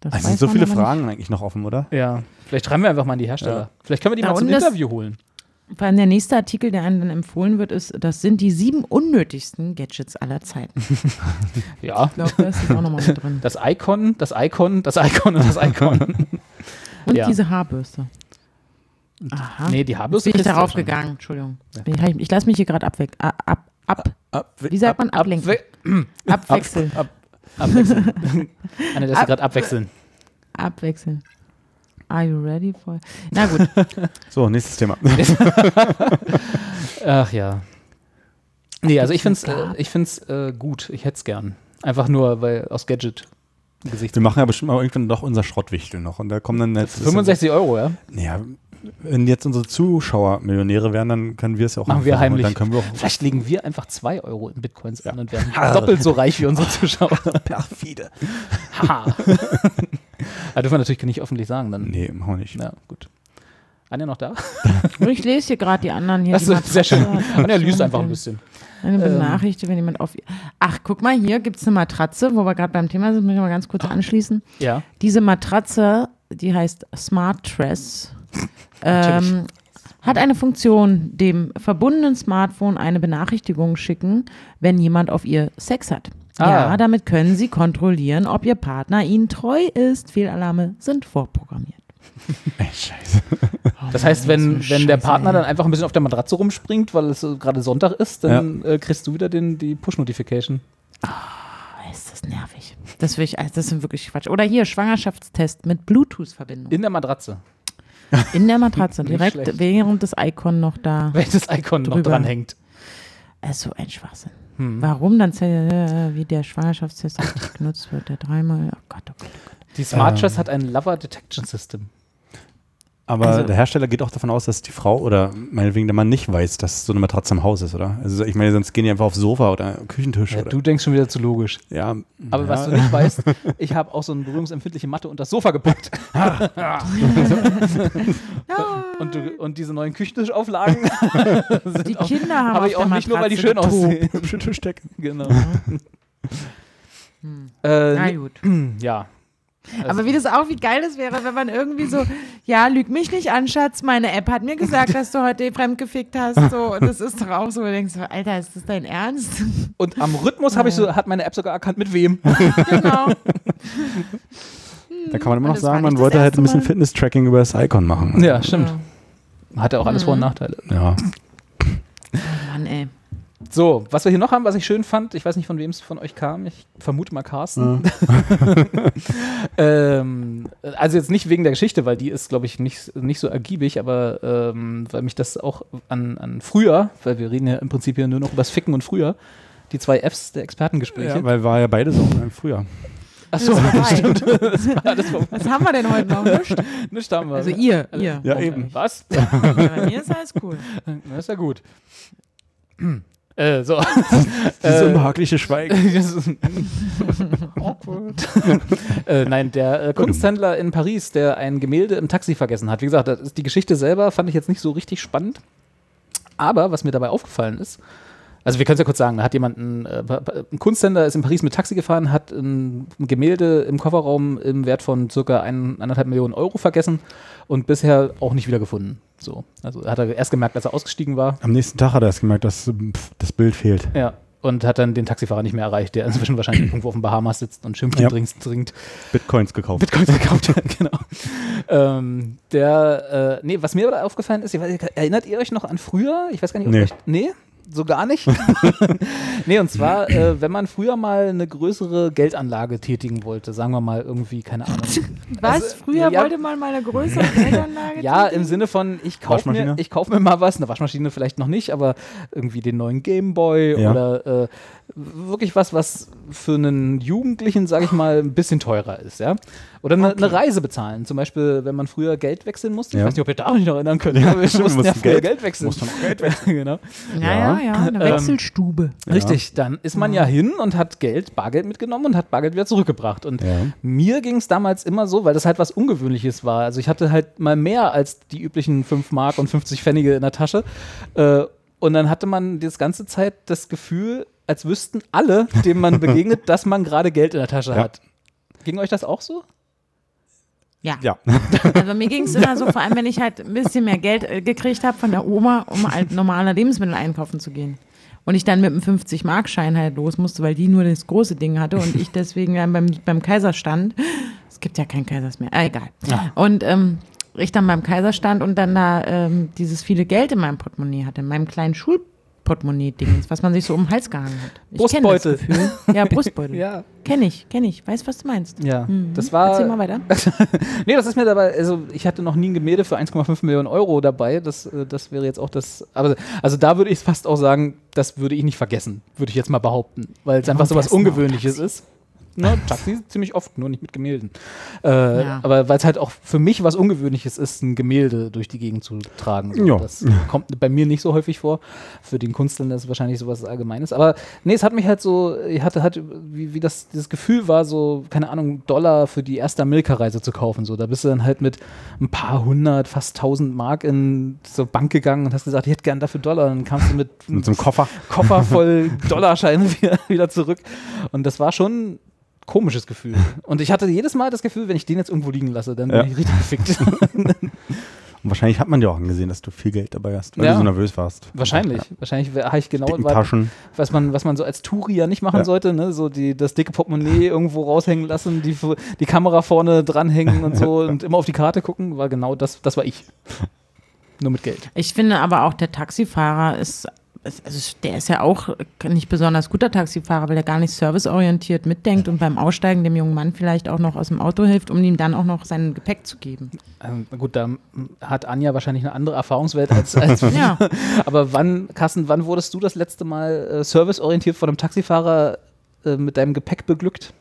Das Also es weiß sind so man viele aber nicht. Fragen eigentlich noch offen, oder? Ja, vielleicht schreiben wir einfach mal an die Hersteller. Ja. Vielleicht können wir die Na, mal zum und das- Interview holen. Vor allem der nächste Artikel, der einem dann empfohlen wird, ist, das sind die sieben unnötigsten Gadgets aller Zeiten. Ich Ja, glaube, da ist das auch nochmal mit drin. das Icon, das Icon, das Icon und das Icon. Und Ja. diese Haarbürste. Aha. nee, die Haarbürste bin ich kriegst du darauf schon. gegangen, Entschuldigung. Ich, ich lasse mich hier gerade abweg. a- Ab, ab, Äh, wie sagt man ablenken? Abwe Abwechseln. abwechseln. Einer, der sich gerade abwechseln. Abwechseln. Are you ready for? Na gut, So, nächstes Thema. Ach ja. Nee, also ich finde es äh, ich find's, äh, gut. Ich hätte es gern. Einfach nur weil aus Gadget. Gesicht. Wir machen ja bestimmt mal irgendwann doch unser Schrottwichtel noch. Und da kommen dann jetzt. 65 Euro, ja? Ja, wenn jetzt unsere Zuschauer Millionäre wären, dann können wir es ja auch Machen wir anfangen. heimlich. Und dann können wir auch Vielleicht legen wir einfach 2 Euro in Bitcoins an und werden Ha. doppelt so reich wie unsere Zuschauer. perfide. Haha. Aber Ah, dürfen wir natürlich nicht öffentlich sagen dann. Nee, machen wir nicht. Ja, gut. Anja noch da? ich lese hier gerade die anderen hier. die Achso, Matratze sehr schön. hat Anja schon lüst einfach den- ein bisschen. Eine Benachrichtigung, wenn jemand auf. Ach, guck mal, hier gibt es eine Matratze, wo wir gerade beim Thema sind, muss ich mal ganz Ah. kurz anschließen. Ja. Diese Matratze, die heißt Smart Tress, ähm, hat eine Funktion, dem verbundenen Smartphone eine Benachrichtigung schicken, wenn jemand auf ihr Sex hat. Ah. Ja, damit können Sie kontrollieren, ob Ihr Partner Ihnen treu ist. Fehlalarme sind vorprogrammiert. Ey, scheiße. Das heißt, wenn, so wenn der scheiße, Partner ey. dann einfach ein bisschen auf der Matratze rumspringt, weil es äh, gerade Sonntag ist, dann äh, kriegst du wieder den, die Push-Notification. Oh, ist das nervig. Das, will ich, also das sind wirklich Quatsch. Oder hier, Schwangerschaftstest mit Bluetooth-Verbindung. In der Matratze. In der Matratze, direkt schlecht. während das Icon noch da. Wenn das Icon noch Drüber. dranhängt. Das ist so ein Schwachsinn. Hm. Warum dann, äh, wie der Schwangerschaftstest richtig genutzt wird, der dreimal, oh Gott, oh Gott. Die Smart Dress hat ein Lover Detection System. Aber Also- der Hersteller geht auch davon aus, dass die Frau oder meinetwegen der Mann nicht weiß, dass so eine Matratze im Haus ist, oder? Also ich meine, sonst gehen die einfach aufs Sofa oder Küchentisch Ja, oder. du denkst schon wieder zu logisch. ja, Aber was du nicht weißt, ich habe auch so eine berührungsempfindliche Matte unter das Sofa gepackt. und, du, und diese neuen Küchentisch-Auflagen Die Kinder haben habe auf ich der auch nicht nur, weil die Matratze schön getobt. Mhm. aussehen. hübsche Tischdecke. Genau. Na äh, gut. ja. Aber wie das auch, wie geil das wäre, wenn man irgendwie so, ja, lüg mich nicht an, Schatz, meine App hat mir gesagt, dass du heute fremdgefickt hast. So, und das ist doch auch so, wo du denkst, so, Alter, ist das dein Ernst? Und am Rhythmus habe ich so, hat meine App sogar erkannt, mit wem. genau. Da kann man immer Und noch das sagen, war man nicht wollte das halt erste ein bisschen Fitness-Tracking über das Icon machen. Ja, Mhm. stimmt. Hat ja auch alles Vor- und Nachteile. Ja. Mann, ey. So, was wir hier noch haben, was ich schön fand, ich weiß nicht, von wem es von euch kam, ich vermute mal Carsten. ähm, also jetzt nicht wegen der Geschichte, weil die ist, glaube ich, nicht, nicht so ergiebig, aber ähm, weil mich das auch an, an früher, weil wir reden ja im Prinzip hier nur noch über das Ficken und früher, die zwei Fs der Expertengespräche. ja, weil war ja beides auch im Frühjahr. Ach so, Stimmt. alles war Ne, Was haben wir denn heute noch? Nicht? nicht haben wir. Also ihr, ihr. Ja, eben. Was? Bei mir ist alles cool. Na, ist ja gut. äh, so. Dieses Äh, unbehagliche Schweigen. Das ist- äh, nein, der äh, Kunsthändler in Paris, der ein Gemälde im Taxi vergessen hat. Wie gesagt, das ist, die Geschichte selber fand ich jetzt nicht so richtig spannend. Aber was mir dabei aufgefallen ist, also wir können es ja kurz sagen, da hat jemand, ein, äh, pa- pa- ein Kunsthändler ist in Paris mit Taxi gefahren, hat ein Gemälde im Kofferraum im Wert von circa ein, anderthalb Millionen Euro vergessen und bisher auch nicht wiedergefunden. So, also hat er erst gemerkt, als er ausgestiegen war. Am nächsten Tag hat er es gemerkt, dass ähm, pf, das Bild fehlt. Ja. Und hat dann den Taxifahrer nicht mehr erreicht, der inzwischen wahrscheinlich irgendwo auf den Bahamas sitzt und schimpft Ja. und trinkt, trinkt Bitcoins gekauft. Bitcoins gekauft hat, genau. Ähm, der, äh, nee, was mir aber aufgefallen ist, ich weiß, nicht, erinnert ihr euch noch an früher? Ich weiß gar nicht, ob Nee. euch, nee, so gar nicht. nee, und zwar, äh, wenn man früher mal eine größere Geldanlage tätigen wollte, sagen wir mal irgendwie, keine Ahnung. Was? Früher Also, ja. wollte man mal eine größere Geldanlage? Ja, tätigen? im Sinne von, ich kaufe mir, Waschmaschine? ich kauf mir mal was, eine Waschmaschine vielleicht noch nicht, aber irgendwie den neuen Gameboy Ja. oder äh, wirklich was, was für einen Jugendlichen, sage ich mal, ein bisschen teurer ist, ja. Oder eine, eine Reise bezahlen, zum Beispiel, wenn man früher Geld wechseln musste. Ich Ja. weiß nicht, ob ihr da nicht noch erinnern könnt, aber wir stimmt, wir mussten ja mussten früher Geld, Geld- wechseln. mussten genau. Ja, ja, ja. Eine Ähm, Wechselstube. Richtig, dann ist man ja hin und hat Geld, Bargeld mitgenommen und hat Bargeld wieder zurückgebracht. Und Ja. mir ging es damals immer so, weil das halt was Ungewöhnliches war. Also ich hatte halt mal mehr als die üblichen 5 Mark und 50 Pfennige in der Tasche. Äh, und dann hatte man das ganze Zeit das Gefühl, als wüssten alle, dem man begegnet, dass man gerade Geld in der Tasche Ja. hat. Ging euch das auch so? Ja. Ja. Also mir ging es immer so, vor allem wenn ich halt ein bisschen mehr Geld äh, gekriegt habe von der Oma, um halt normale Lebensmittel einkaufen zu gehen. Und ich dann mit einem 50-Mark-Schein halt los musste, weil die nur das große Ding hatte und ich deswegen dann beim, beim Kaiser stand. Es gibt ja keinen Kaisers mehr, ah, egal. Und ähm, ich dann beim Kaiser stand und dann da ähm, dieses viele Geld in meinem Portemonnaie hatte, in meinem kleinen Schulportemonnaie-Ding, was man sich so um den Hals gehangen hat. Ich kenn das Brustbeutel. Gefühl. Ja, Brustbeutel. Ja. Kenn ich, kenn ich. Weiß, was du meinst. Ja. Das war. Mhm. Erzähl mal weiter. Nee, das ist mir dabei, also ich hatte noch nie ein Gemälde für 1,5 Millionen Euro dabei. Das, äh, das wäre jetzt auch das. Aber also da würde ich fast auch sagen, das würde ich nicht vergessen, würde ich jetzt mal behaupten. Weil es einfach so was fährst du noch Ungewöhnliches ist. Ne, Taxi ziemlich oft, nur nicht mit Gemälden. Äh, Ja. Aber weil es halt auch für mich was Ungewöhnliches ist, ein Gemälde durch die Gegend zu tragen. So, Ja. Das kommt bei mir nicht so häufig vor. Für den Kunstler ist es wahrscheinlich sowas Allgemeines. Aber nee, es hat mich halt so, ich hatte halt, wie, wie das dieses Gefühl war, so, keine Ahnung, Dollar für die erste Amerika-Reise zu kaufen. So, da bist du dann halt mit ein paar hundert, fast tausend Mark in so Bank gegangen und hast gesagt, ich hätte gern dafür Dollar. Und dann kamst du mit, Mit so einem Koffer. Koffer voll Dollarscheine wieder, wieder zurück. Und das war schon ein komisches Gefühl. Und ich hatte jedes Mal das Gefühl, wenn ich den jetzt irgendwo liegen lasse, dann Ja. bin ich richtig gefickt. Und wahrscheinlich hat man dir auch angesehen, dass du viel Geld dabei hast, weil Ja. du so nervös warst. wahrscheinlich. Wahrscheinlich habe ich genau, Dicken war- Taschen. was man, was man so als Touri ja nicht machen Ja. sollte, ne? so die, das dicke Portemonnaie irgendwo raushängen lassen, die, die Kamera vorne dranhängen und so und immer auf die Karte gucken, war genau das, das war ich. Nur mit Geld. Ich finde aber auch, der Taxifahrer ist es- also es- der ist ja auch nicht besonders guter Taxifahrer, weil er gar nicht serviceorientiert mitdenkt und beim Aussteigen dem jungen Mann vielleicht auch noch aus dem Auto hilft, um ihm dann auch noch sein Gepäck zu geben. Ähm, gut, da hat Anja wahrscheinlich eine andere Erfahrungswelt als, als wir. Ja. Aber wann, Carsten, wann wurdest du das letzte Mal äh, serviceorientiert von einem Taxifahrer äh, mit deinem Gepäck beglückt?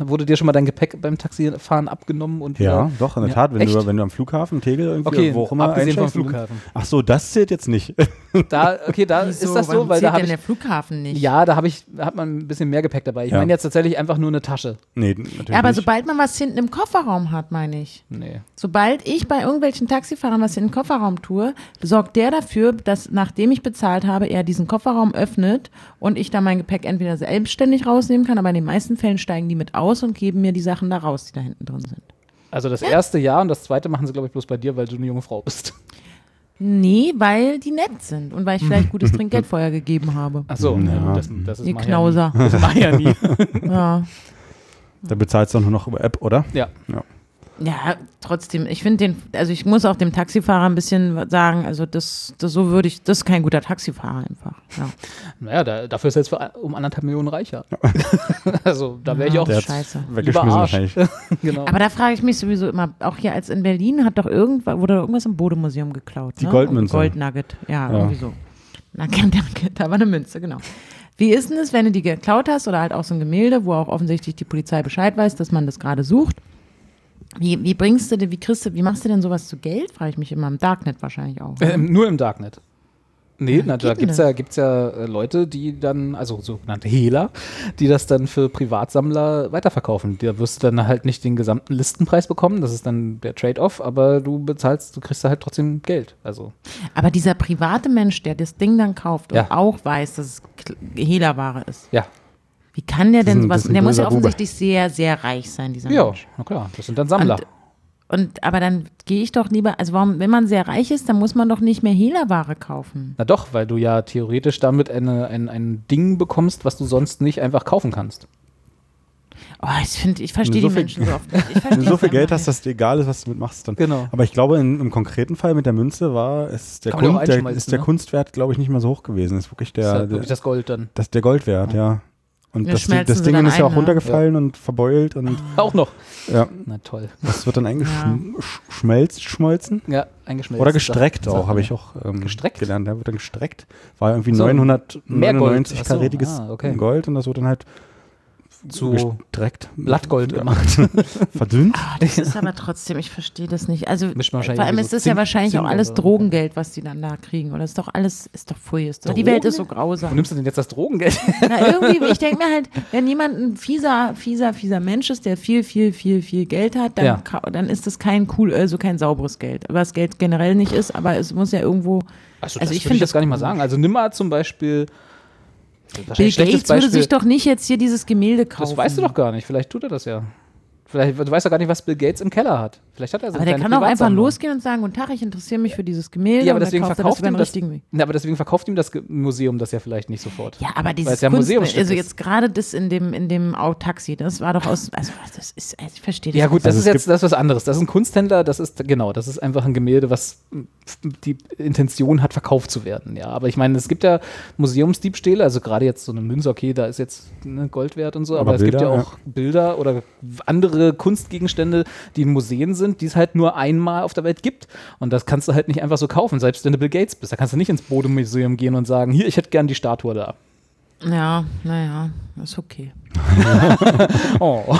Wurde dir schon mal dein Gepäck beim Taxifahren abgenommen? Und Ja, wieder- doch, in der Ja, Tat. Wenn du, echt? wenn du am Flughafen, Tegel, irgendwie, Okay, wo auch immer abgesehen vom einsteigst und- Flughafen. Ach so, das zählt jetzt nicht. Da, okay, da ist das so, warum weil zählt da habe denn ich. der Flughafen nicht? Ja, da habe ich, hat man ein bisschen mehr Gepäck dabei. Ich Ja. meine jetzt tatsächlich einfach nur eine Tasche. nee, natürlich Ja, aber nicht. sobald man was hinten im Kofferraum hat, meine ich. Nee. Sobald ich bei irgendwelchen Taxifahrern was in den Kofferraum tue, sorgt der dafür, dass nachdem ich bezahlt habe, er diesen Kofferraum öffnet und ich dann mein Gepäck entweder selbstständig rausnehmen kann, aber in den meisten Fällen steigen die mit aus und geben mir die Sachen da raus, die da hinten drin sind. Also das erste Jahr und das zweite machen sie, glaube ich, bloß bei dir, weil du eine junge Frau bist. Nee, weil die nett sind und weil ich vielleicht gutes Trinkgeld vorher gegeben habe. Ach so, Ja. ja. das, das ist Ihr mach ja Knauser. nie. Das mach ich ja nie. Ja. Da bezahlst du doch nur noch über App, oder? ja. ja, trotzdem, ich finde den, also ich muss auch dem Taxifahrer ein bisschen sagen, also das, das so würde ich, das ist kein guter Taxifahrer einfach. Ja. Naja, da, dafür ist er jetzt für, um anderthalb Millionen reicher. also da wäre ich Ja, auch der- hat's Scheiße. Weggeschmissen Lieber Arsch. wahrscheinlich. genau. Ah. Oh. Aber da frage ich mich sowieso immer, auch hier als in Berlin hat doch irgendwann, wurde doch irgendwas im Bodemuseum geklaut. Die ne? Goldmünze. Goldnugget, ja, Ja. irgendwie so. Nugget, Nugget, da war eine Münze, genau. Wie ist denn es, wenn du die geklaut hast oder halt auch so ein Gemälde, wo auch offensichtlich die Polizei Bescheid weiß, dass man das gerade sucht? Wie, wie bringst du denn, wie kriegst du, wie machst du denn sowas zu Geld, frage ich mich immer, im Darknet wahrscheinlich auch. Äh. Ähm, Mhm. nur im Darknet. Nee, na, da geht gibt es denn? ja, gibt's ja äh, Leute, die dann, also sogenannte Hehler, die das dann für Privatsammler weiterverkaufen. Da wirst du dann halt nicht den gesamten Listenpreis bekommen, das ist dann der Trade-off, aber du bezahlst, du kriegst da halt trotzdem Geld. Also, Aber dieser private Mensch, der das Ding dann kauft Ja. und auch weiß, dass es Kl- Hehlerware ist, ja. wie kann der Das ist denn ein- das sowas, ist ein der muss ja böser Bube. offensichtlich sehr, sehr reich sein, dieser Ja, Mensch. na klar, das sind dann Sammler. Und- Und aber dann gehe ich doch lieber, also warum, wenn man sehr reich ist, dann muss man doch nicht mehr Hehlerware kaufen. na doch, weil du ja theoretisch damit eine, ein, ein Ding bekommst, was du sonst nicht einfach kaufen kannst. Oh, ich finde, ich verstehe So die viel- Menschen so oft nicht. Ich Wenn verstehe du so es viel einfach Geld hast, nicht. dass dir egal ist, was du mitmachst, dann. Genau. Aber ich glaube, in, im konkreten Fall mit der Münze war es der, Kann man die auch Kun- der, einschmeißen, ist der ne? Kunstwert, glaube ich, nicht mehr so hoch gewesen. Ist wirklich der, Das ist halt der, wirklich das Gold dann. das, der Goldwert, ja. Und Ja, das, schmelzen das sie Ding dann ist ja ein, auch ne? runtergefallen und verbeult und Auch noch. ja, Na toll. das wird dann eingeschmelzt, schmolzen. Ja, eingeschmelzt. Oder gestreckt Sag- auch, sag- habe ich auch ähm, Gestreckt? gelernt. Da wird dann gestreckt. War irgendwie So, mehr Gold. 999 Ach so, karätiges ah, okay. Gold und das wurde dann halt Zu gestreckt, Blattgold ja, gemacht. verdünnt. Ah, das ist aber trotzdem, ich verstehe das nicht. Also Mischt vor man wahrscheinlich allem so ist das Zink- ja wahrscheinlich Zink auch alles oder so. Drogengeld, was die dann da kriegen. Oder ist doch alles, ist doch furchtbar. Ist doch, die Welt ist so Wo grausam. nimmst du denn jetzt das Drogengeld? Na, irgendwie, ich denke mir halt, wenn jemand ein fieser, fieser, fieser Mensch ist, der viel, viel, viel, viel Geld hat, dann, Ja. ka- dann ist das kein cool, also kein sauberes Geld. Was Geld generell nicht ist, aber es muss ja irgendwo. Also Also, das ich würde finde ich jetzt das gar nicht mal komisch. sagen. Also nimm mal zum Beispiel. Bill wahrscheinlich Gates schlechtes würde sich doch nicht jetzt hier dieses Gemälde kaufen. das weißt du doch gar nicht. Vielleicht tut er das ja. Vielleicht, du weißt ja gar nicht, was Bill Gates im Keller hat. Vielleicht hat er so Aber der kleine kann doch einfach Privatsammlung. losgehen und sagen, guten Tag, ich interessiere mich für dieses Gemälde. Ja, aber und dann deswegen kauft er verkauft, das ihm über den das, richtigen Weg. ja, aber deswegen verkauft ihm das Ge- Museum das ja vielleicht nicht sofort. Ja, aber Weil dieses es ja ein Kunst, Museumsstück also ist. jetzt gerade das in dem in dem Au- Taxi, das war doch aus, also das ist, also ich verstehe das. Ja, gut, nicht. das Also ist es jetzt das ist was anderes. Das ist ein Kunsthändler, das ist, genau, das ist einfach ein Gemälde, was die Intention hat, verkauft zu werden. Ja, aber ich meine, es gibt ja Museumsdiebstähle, also gerade jetzt so eine Münze, okay, da ist jetzt ne, Gold wert und so, aber, Aber es gibt ja Bilder, auch Bilder oder andere Kunstgegenstände, die in Museen sind, die es halt nur einmal auf der Welt gibt. Und das kannst du halt nicht einfach so kaufen, selbst wenn du Bill Gates bist. Da kannst du nicht ins Bodemuseum gehen und sagen, hier, ich hätte gern die Statue da. Ja, naja, ist okay. Oh.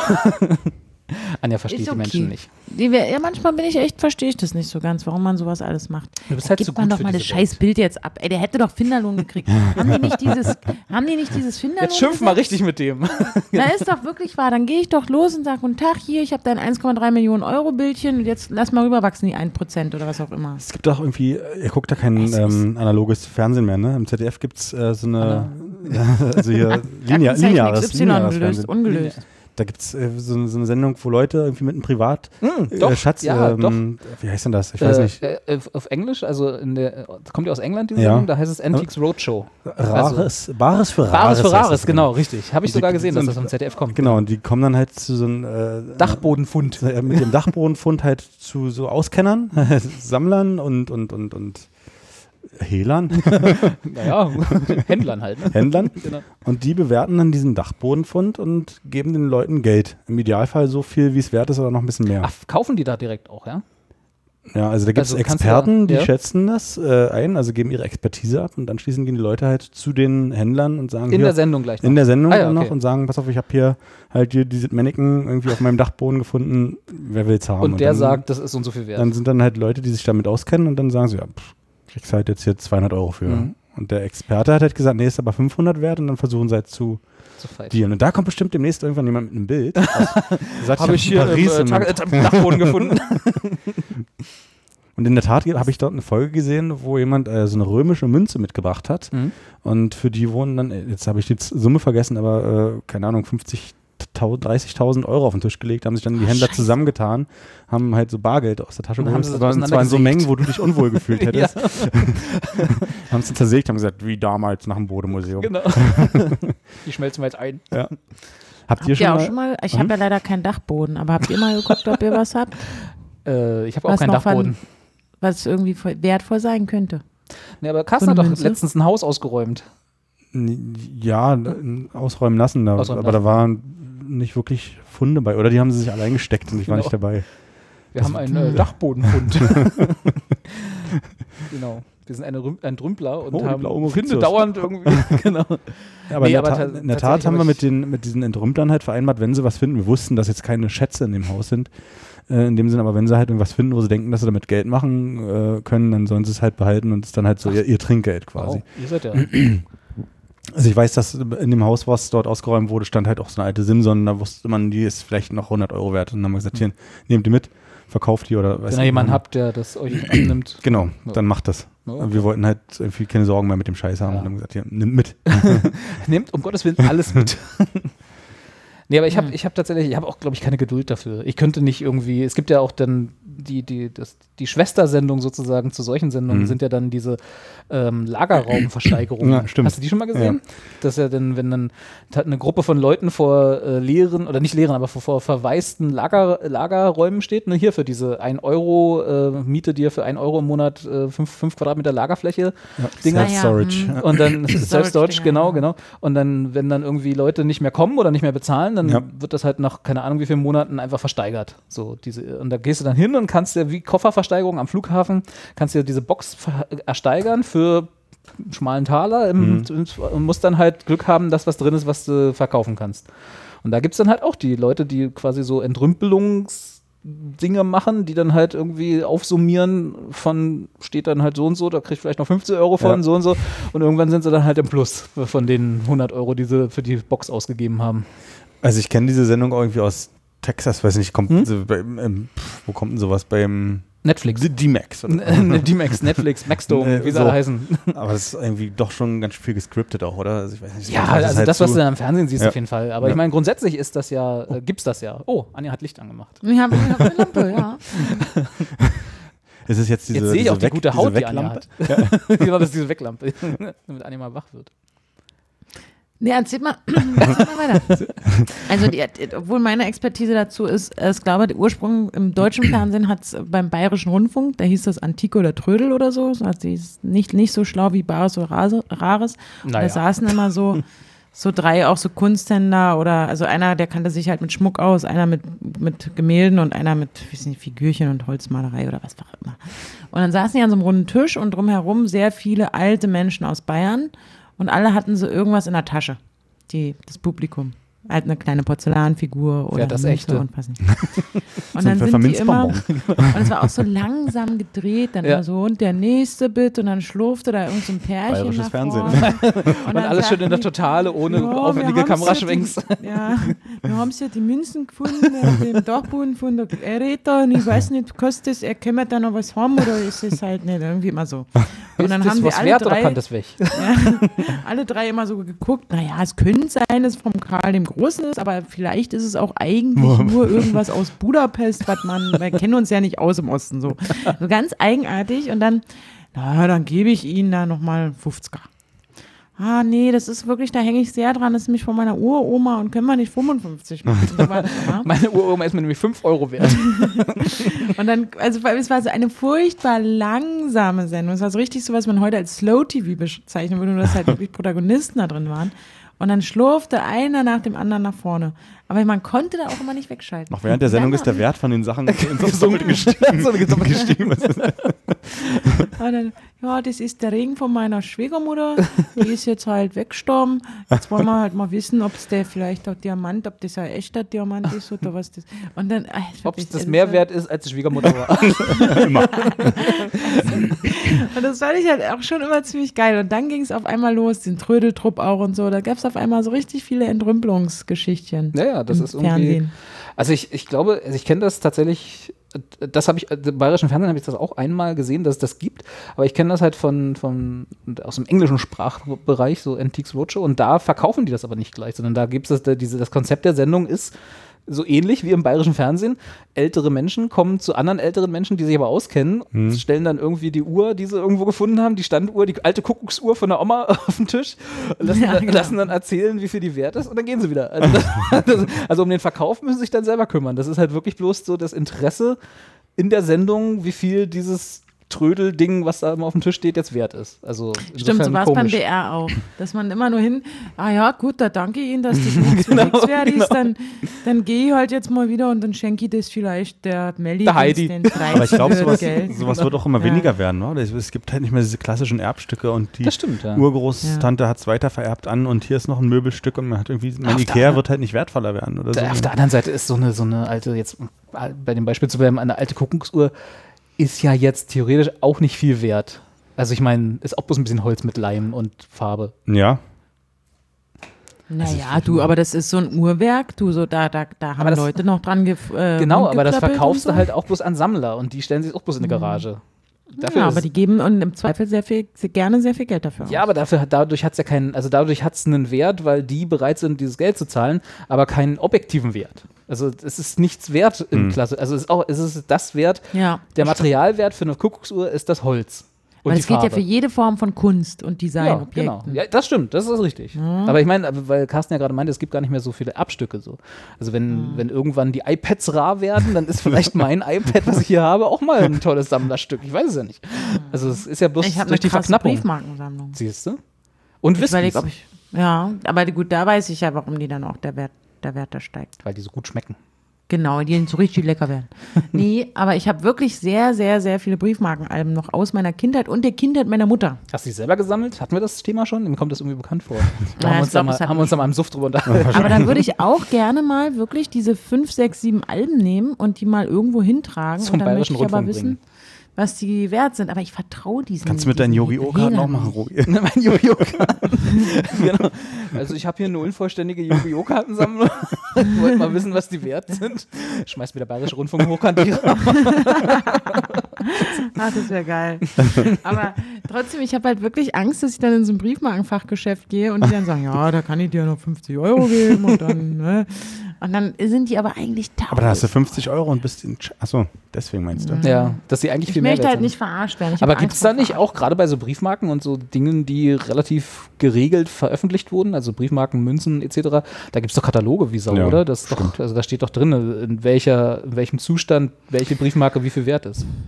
Anja versteht Ist die okay. Menschen nicht. Die, wär- ja, manchmal bin ich echt, verstehe ich das nicht so ganz, warum man sowas alles macht. Du bist Da halt gibt zu man gut doch für mal das diese scheiß Bild jetzt ab. Ey, der hätte doch Finderlohn gekriegt. haben die nicht dieses, haben die nicht dieses Finderlohn? Jetzt schimpf mal richtig mit dem. Na, ist doch wirklich wahr. Dann gehe ich doch los und sage, guten Tag, hier, ich habe dein 1,3 Millionen Euro Bildchen und jetzt lass mal rüberwachsen, die 1% oder was auch immer. Es gibt auch irgendwie, äh, ihr guckt da kein Es ist- ähm, analoges Fernsehen mehr, ne? Im ZDF gibt es äh, so eine, also hier linear, Aktenzeichen lineares, XY lineares gelöst, Fernsehen. ungelöst. Da gibt es äh, so, eine- so eine Sendung, wo Leute irgendwie mit einem Privat, äh, Hm, doch, Schatz, ja, ähm, wie heißt denn das? Ich weiß äh, nicht. äh, auf- auf Englisch, also in der, das kommt ja aus England, diese Ja. Äh, Sendung, da heißt es Antiques Roadshow. Rares, Bares für Rares. Rares also für heißt Rares, das genau, richtig. Habe ich Und die- sogar gesehen, dass und- das vom ZDF kommt. Genau, und die kommen dann halt zu so einem äh, Dachbodenfund. äh, mit dem Dachbodenfund halt zu so Auskennern, Sammlern und, und, und, und Hehlern, Naja, Händlern halt. Ne? Händlern. Genau. Und die bewerten dann diesen Dachbodenfund und geben den Leuten Geld. Im Idealfall so viel, wie es wert ist, oder noch ein bisschen mehr. Ach, kaufen die da direkt auch, ja? Ja, also da gibt es Also kannst du Experten, da- die ja. schätzen das äh, ein, also geben ihre Expertise ab und anschließend gehen die Leute halt zu den Händlern und sagen In der hier, Sendung gleich. noch. in der Sendung Ah ja, dann noch okay. und sagen, pass auf, ich habe hier halt hier dieses Mannequin irgendwie auf meinem Dachboden gefunden, wer will's haben? Und der dann, sagt, das ist so und so viel wert. dann sind dann halt Leute, die sich damit auskennen und dann sagen sie, ja, pff, kriegst halt jetzt hier 200 Euro für. Mhm. Und der Experte hat halt gesagt, nee, ist aber 500 wert und dann versuchen sie halt zu zu fight. dealen. Und da kommt bestimmt demnächst irgendwann jemand mit einem Bild. Also, Sagt, Habe ich hier im Paris äh, in meinem Tag- äh, Dachboden gefunden. Und in der Tat ge- habe ich dort eine Folge gesehen, wo jemand äh, so eine römische Münze mitgebracht hat. Mhm. Und für die wurden dann, äh, jetzt habe ich die Z- Summe vergessen, aber äh, keine Ahnung, 50. 30.000 Euro auf den Tisch gelegt, haben sich dann die Händler zusammengetan, haben halt so Bargeld aus der Tasche Und dann haben sie das aber zwar in so auseinandergesägt. Mengen, wo du dich unwohl gefühlt ja, hättest, haben sie zersägt, haben gesagt, wie damals nach dem Bodemuseum. genau. Die schmelzen wir jetzt ein. Habt ihr Habt schon, ihr auch mal, Hm? schon mal? Ich habe ja leider keinen Dachboden, aber habt ihr mal geguckt, ob ihr was habt, Äh, ich habe auch Was keinen noch von- Dachboden. was irgendwie voll- wertvoll sein könnte? Nee, aber Carsten So eine hat doch Münze? letztens ein Haus ausgeräumt. N- Ja, n- ausräumen lassen, da, Ausräumen aber da waren nicht wirklich Funde bei. Oder die haben sie sich allein gesteckt und ich war Genau. nicht dabei. Wir haben einen äh, Dachbodenfund. genau. Wir sind eine Rüm ein Drümpler und Oh, die blaue haben Finde Mauritius. dauernd irgendwie. genau. Ja, aber in Nee, der, aber Ta ta- in der Tat tatsächlich haben wir hab mit, ich- den, mit diesen Entrümpeln halt vereinbart, wenn sie was finden. Wir wussten, dass jetzt keine Schätze in dem Haus sind. Äh, in dem Sinne, aber wenn sie halt irgendwas finden, wo sie denken, dass sie damit Geld machen äh, können, dann sollen sie es halt behalten und es ist dann halt so ihr, ihr Trinkgeld quasi. Wow, ihr seid ja. Also ich weiß, dass in dem Haus, was dort ausgeräumt wurde, stand halt auch so eine alte Simson. Da wusste man, die ist vielleicht noch 100 Euro wert. Und dann haben wir gesagt, hier, nehmt die mit, verkauft die oder weiß Hm. Wenn ihr ich jemanden nicht. habt, Oh. der das euch annimmt. Genau, Ja. dann macht das. Ja. Wir wollten halt irgendwie keine Sorgen mehr mit dem Scheiß haben Ja. und haben gesagt, hier, nimm mit. Nehmt um Gottes Willen alles mit. nee, aber ich habe ich hab tatsächlich, ich habe auch, glaube ich, keine Geduld dafür. Ich könnte nicht irgendwie, es gibt ja auch dann die, die, das, die Schwestersendung sozusagen zu solchen Sendungen Mhm. sind ja dann diese ähm, Lagerraumversteigerungen. Ja, stimmt. Hast du die schon mal gesehen? Dass ja dann, wenn dann ta- eine Gruppe von Leuten vor äh, leeren, oder nicht leeren, aber vor, vor verwaisten Lager, Lagerräumen steht, ne, hier für diese 1 Euro äh, Miete dir für 1 Euro im Monat 5 Quadratmeter Lagerfläche. Dinger. Self-Storage. Ah ja, Und dann Self-Storage, Storage-Dinger, genau, ja. genau. Und dann, wenn dann irgendwie Leute nicht mehr kommen oder nicht mehr bezahlen, dann Ja. wird das halt nach keine Ahnung wie vielen Monaten einfach versteigert. So diese, und da gehst du dann hin und kannst dir wie Kofferversteigerung am Flughafen, kannst dir diese Box ver- ersteigern für einen schmalen Taler im, und musst dann halt Glück haben, dass was drin ist, was du verkaufen kannst. Und da gibt es dann halt auch die Leute, die quasi so Entrümpelungs- Dinge machen, die dann halt irgendwie aufsummieren von steht dann halt so und so, da kriegt vielleicht noch 15 Euro von Ja. so und so und irgendwann sind sie dann halt im Plus von den 100 Euro, die sie für die Box ausgegeben haben. Also ich kenne diese Sendung auch irgendwie aus Texas, weiß nicht, Hm? kommt so bei, ähm, pf, wo kommt denn sowas beim Netflix. The D-Max? oder? Ne, D-Max, Netflix, Maxdome, Ne, wie sie so. alle heißen. Aber das ist irgendwie doch schon ganz viel gescriptet auch, oder? Also ich weiß nicht. Ja, das ist also halt das, was zu- du dann im Fernsehen siehst, Ja. auf jeden Fall. Aber Ja. ich meine, grundsätzlich ist das ja, äh, gibt's das ja. Oh, Anja hat Licht angemacht. Ich habe hab eine Lampe, ja. Es ist jetzt diese, Jetzt sehe ich diese auch die Weg- gute diese Haut, die Anja Weglampe. hat. genau, das ist diese Weglampe, damit Anja mal wach wird. Nee, erzähl mal, erzähl mal weiter. Also, die, obwohl meine Expertise dazu ist, äh, ich glaube, der Ursprung im deutschen Fernsehen hat es beim Bayerischen Rundfunk, da hieß das Antike oder Trödel oder so, so hat sie es nicht, nicht so schlau wie Bares oder Rase- Rares. Und Naja. Da saßen immer so, so drei auch so Kunsthändler oder, also einer, der kannte sich halt mit Schmuck aus, einer mit, mit Gemälden und einer mit, ich weiß nicht, Figürchen und Holzmalerei oder was auch immer. Und dann saßen die an so einem runden Tisch und drumherum sehr viele alte Menschen aus Bayern und alle hatten so irgendwas in der Tasche, die, das Publikum. Halt eine kleine Porzellanfigur oder das Münze echte. und was nicht. Und dann So ein sind die immer, Pfefferminzbonbon. und es war auch so langsam gedreht, dann Ja. immer so, und der nächste bitte, und dann schlurfte da irgend so ein Pärchen nach Bayerisches vorne. Fernsehen. Und, Und dann alles schön in der sagten die, Totale, ohne ja, wir aufwendige haben's Kameraschwenks. ja die- Ja, wir haben ja die Münzen gefunden, auf dem Dachboden von der Räder und ich weiß nicht, kostet es, er kann mir da noch was haben oder ist es halt nicht, irgendwie immer so. Und dann Ist das haben wir was alle wert oder drei, kann das weg? alle drei immer so geguckt, naja, es könnte sein, dass es vom Karl dem Großen ist, aber vielleicht ist es auch eigentlich nur irgendwas aus Budapest, was man, wir kennen uns ja nicht aus im Osten so. So ganz eigenartig und dann, na, dann gebe ich Ihnen da nochmal 50er. Ah, nee, das ist wirklich, da hänge ich sehr dran, das ist nämlich von meiner Uroma und können wir nicht 55 machen. So war das immer. Meine Uroma ist mir nämlich 5 Euro wert. Und dann, also vor allem, es war so eine furchtbar langsame Sendung. Es war so richtig so, was man heute als Slow TV bezeichnen würde, nur dass halt wirklich Protagonisten da drin waren. Und dann schlurfte einer nach dem anderen nach vorne. Aber man konnte da auch immer nicht wegschalten. Noch während der Sendung ist der Wert von den Sachen gesummelt gestiegen. gestiegen. Das ist- Und dann, ja, das ist der Regen von meiner Schwiegermutter. Die ist jetzt halt weggestorben. Jetzt wollen wir halt mal wissen, ob es der vielleicht auch Diamant, ob das ein echter Diamant ist oder was das. Und dann, ah, Ob es das also mehr wert ist, als die Schwiegermutter war. Und das fand ich halt auch schon immer ziemlich geil. Und dann ging es auf einmal los, den Trödeltrupp auch und so. Da gab es auf einmal so richtig viele Entrümpelungsgeschichtchen. Naja, das im ist irgendwie. Fernsehen. Also ich, ich glaube, also ich kenne das tatsächlich, äh, das habe ich, äh, im bayerischen Fernsehen habe ich das auch einmal gesehen, dass es das gibt, aber ich kenne das halt von, von, aus dem englischen Sprachbereich, so Antiques Roadshow und da verkaufen die das aber nicht gleich, sondern da gibt es das, diese, das Konzept der Sendung ist, so ähnlich wie im bayerischen Fernsehen. Ältere Menschen kommen zu anderen älteren Menschen, die sich aber auskennen, und stellen dann irgendwie die Uhr, die sie irgendwo gefunden haben, die Standuhr, die alte Kuckucksuhr von der Oma auf den Tisch, lassen, Ja, genau. lassen dann erzählen, wie viel die wert ist und dann gehen sie wieder. Also, das, das, also um den Verkauf müssen sie sich dann selber kümmern. Das ist halt wirklich bloß so das Interesse in der Sendung, wie viel dieses Trödelding, was da immer auf dem Tisch steht, jetzt wert ist. Also Stimmt, so insofern war es beim komisch. BR auch. Dass man immer nur hin, ah ja, gut, da danke ich Ihnen, dass das nichts genau, wert ist. Dann, dann gehe ich halt jetzt mal wieder und dann schenke ich das vielleicht der Melli. Der Heidi. wenn's den Aber ich glaube, preisen wird, sowas, gell? sowas wird auch immer Ja. weniger werden. Oder? Es- Es gibt halt nicht mehr diese klassischen Erbstücke und die Das stimmt, ja. Urgroßtante hat es weiter vererbt an und hier ist noch ein Möbelstück und man hat irgendwie, mein Auf der Ikea anderen- wird halt nicht wertvoller werden. Also Oder so. Da- Auf der anderen Seite ist so eine, so eine alte, jetzt äh, bei dem Beispiel zu bleiben, eine alte Kuckucksuhr ist ja jetzt theoretisch auch nicht viel wert. Also ich meine, ist auch bloß ein bisschen Holz mit Leim und Farbe. Ja, Naja, du, aber das ist so ein Uhrwerk, du, so da, da, da haben Aber das- Leute noch dran gef äh, genau, aber rumgeklappelt das und verkaufst so. Mhm. du halt auch bloß an Sammler und die stellen sich auch bloß in eine Garage. Dafür Ja, ist- aber die geben und im Zweifel sehr viel, sehr gerne sehr viel Geld dafür. aus. Ja, aber dafür, dadurch hat es ja keinen, also dadurch hat es einen Wert, weil die bereit sind, dieses Geld zu zahlen, aber keinen objektiven Wert. Also es ist nichts wert in Klasse. Also es ist auch, es ist das Wert, ja. der Materialwert für eine Kuckucksuhr ist das Holz. Und Weil die es geht ja Farbe. für jede Form von Kunst und ja, Designobjekten. genau. Ja, das stimmt, das ist richtig. Aber ich meine, aber weil Carsten ja gerade meinte, es gibt gar nicht mehr so viele Abstücke so. Also wenn, wenn irgendwann die iPads rar werden, dann ist vielleicht mein iPad, was ich hier habe, auch mal ein tolles Sammlerstück. Ich weiß es ja nicht. Also es ist ja bloß Ich habe eine durch die krasse Verknappung. Briefmarkensammlung. Siehst du? Und Ich Whiskys, überlege, ob ich. Ja, aber gut, da weiß ich ja, warum die dann auch der Wert, der Wert da steigt. weil die so gut schmecken. Genau, die so richtig lecker werden. Nee, aber ich habe wirklich sehr, sehr, sehr viele Briefmarkenalben noch aus meiner Kindheit und der Kindheit meiner Mutter. Hast du die selber gesammelt? Hatten wir das Thema schon? Mir kommt das irgendwie bekannt vor. Ja, Da haben wir ich uns da glaub, mal, das hat- haben wir uns da mal im Suff drüber unterhalten. Aber dann würde ich auch gerne mal wirklich diese fünf, sechs, sieben Alben nehmen und die mal irgendwo hintragen. Zum und dann möchte Bayerischen ich aber Rundfunk wissen, was die wert sind. Aber ich vertraue diesen. kannst Hm, du mit deinen diesen Yogi-O-Karten auch Reglern machen, nicht. Robi. Ne, mein Jojo. genau. Also ich habe hier eine unvollständige Jojo Kartensammlung. Ich wollte mal wissen, was die wert sind. Schmeißt wieder Bayerische Rundfunk hochkant. Ach, das wäre geil. Aber trotzdem, ich habe halt wirklich Angst, dass ich dann in so ein Briefmarkenfachgeschäft gehe und die dann sagen, ja, da kann ich dir noch 50 Euro geben und dann, ne? Und dann sind die aber eigentlich taub. Aber da hast du 50 Euro und bist in. Ch- Achso, deswegen meinst du. Ja, dass sie eigentlich ich viel mehr möchte wert halt sind. nicht verarscht werden. Ich hab aber Angst gibt es da vor nicht auch gerade bei so Briefmarken und so Dingen, die relativ geregelt veröffentlicht wurden, also Briefmarken, Münzen etc., da gibt es doch Kataloge wie Sau, Ja, oder? Das ist doch, also da steht doch drin, in, welcher, in welchem Zustand welche Briefmarke wie viel wert ist. Verarschung.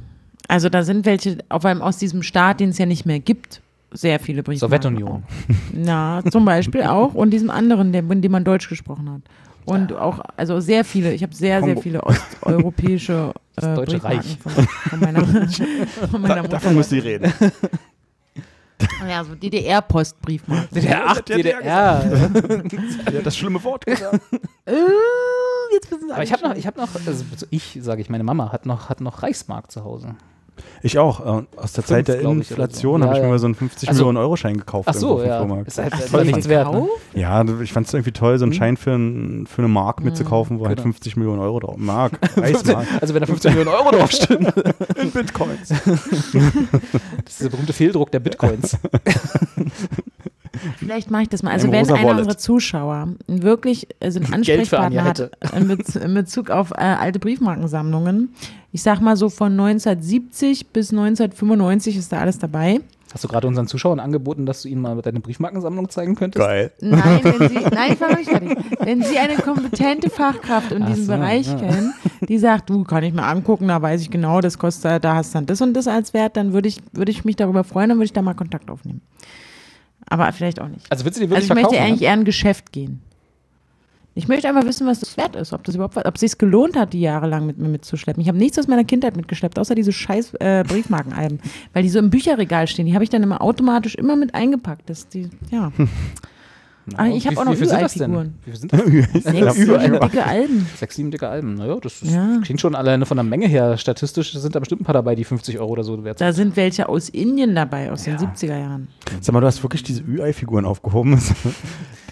Also da sind welche, auf allem aus diesem Staat, den es ja nicht mehr gibt, sehr viele Briefmarken. Sowjetunion. Na, zum Beispiel auch und diesem anderen, der, in dem man Deutsch gesprochen hat. Und auch, also sehr viele, ich habe sehr, sehr Kongo. viele osteuropäische äh, Das Deutsche Briefmarken Reich. Von, von meiner, von meiner Mutter. Da, davon musst du reden. Ja, so DDR-Postbriefmarken. DDR 8, Der hat ja DDR. Die hat das schlimme Wort gesagt. Äh, jetzt wissen sie Aber ich habe noch, ich habe noch, also ich sage ich, meine Mama hat noch, hat noch Reichsmark zu Hause. Ich auch. äh, Aus der Zeit der glaub ich, oder so. Inflation Ja, habe ich ja. mir mal so einen 50 Also- Millionen Euro Schein gekauft. Ach so, irgendwo vom ja. Flohmarkt. Ist halt, Das ist war halt nicht- nichts wert. Ne? Ja, ich fand es irgendwie toll, so einen Schein für, ein, für eine Mark mitzukaufen, wo halt Genau. 50 Millionen Euro drauf. Mark, Reichsmark, Also wenn da 15 Millionen Euro drauf stehen, in Bitcoins. das ist der berühmte Fehldruck der Bitcoins. Vielleicht mache ich das mal. Also Im wenn rosa einer Wallet. unserer Zuschauer wirklich also einen Geld für Anja Ansprechpartner hat in, Bez in Bezug auf äh, alte Briefmarkensammlungen, ich sag mal so von 1970 bis 1995 ist da alles dabei. Hast du gerade unseren Zuschauern angeboten, dass du ihnen mal deine Briefmarkensammlung zeigen könntest? Geil. Nein, wenn Sie, nein, ich war noch nicht fertig. Wenn Sie eine kompetente Fachkraft in Ach diesem so, Bereich ja. kennen, die sagt, du kann ich mir angucken, da weiß ich genau, das kostet, da hast du dann das und das als Wert, dann würde ich, würde ich mich darüber freuen, dann würde ich da mal Kontakt aufnehmen. Aber vielleicht auch nicht. Also willst du die Also ich wirklich möchte verkaufen? eigentlich eher in ein Geschäft gehen. Ich möchte einfach wissen, was das wert ist, ob das überhaupt, ob es sich gelohnt hat, die Jahre lang mit mir mitzuschleppen. Ich habe nichts aus meiner Kindheit mitgeschleppt, außer diese scheiß äh, Briefmarkenalben, weil die so im Bücherregal stehen. Die habe ich dann immer automatisch immer mit eingepackt. Das, die, ja. Ah, Ja, ich habe Hm. wie- auch noch wie viel sind das denn? Ü-Ei-Figuren. Wie viel sind das? Sechs so Überall. dicke Alben. Sechs, sieben dicke Alben. Naja, das ist, Ja. klingt schon alleine von der Menge her. Statistisch sind da bestimmt ein paar dabei, die 50 Euro oder so wert sind. Da sind welche aus Indien dabei, aus den 70er Jahren. Sag mal, du hast wirklich diese Ü-Ei-Figuren aufgehoben.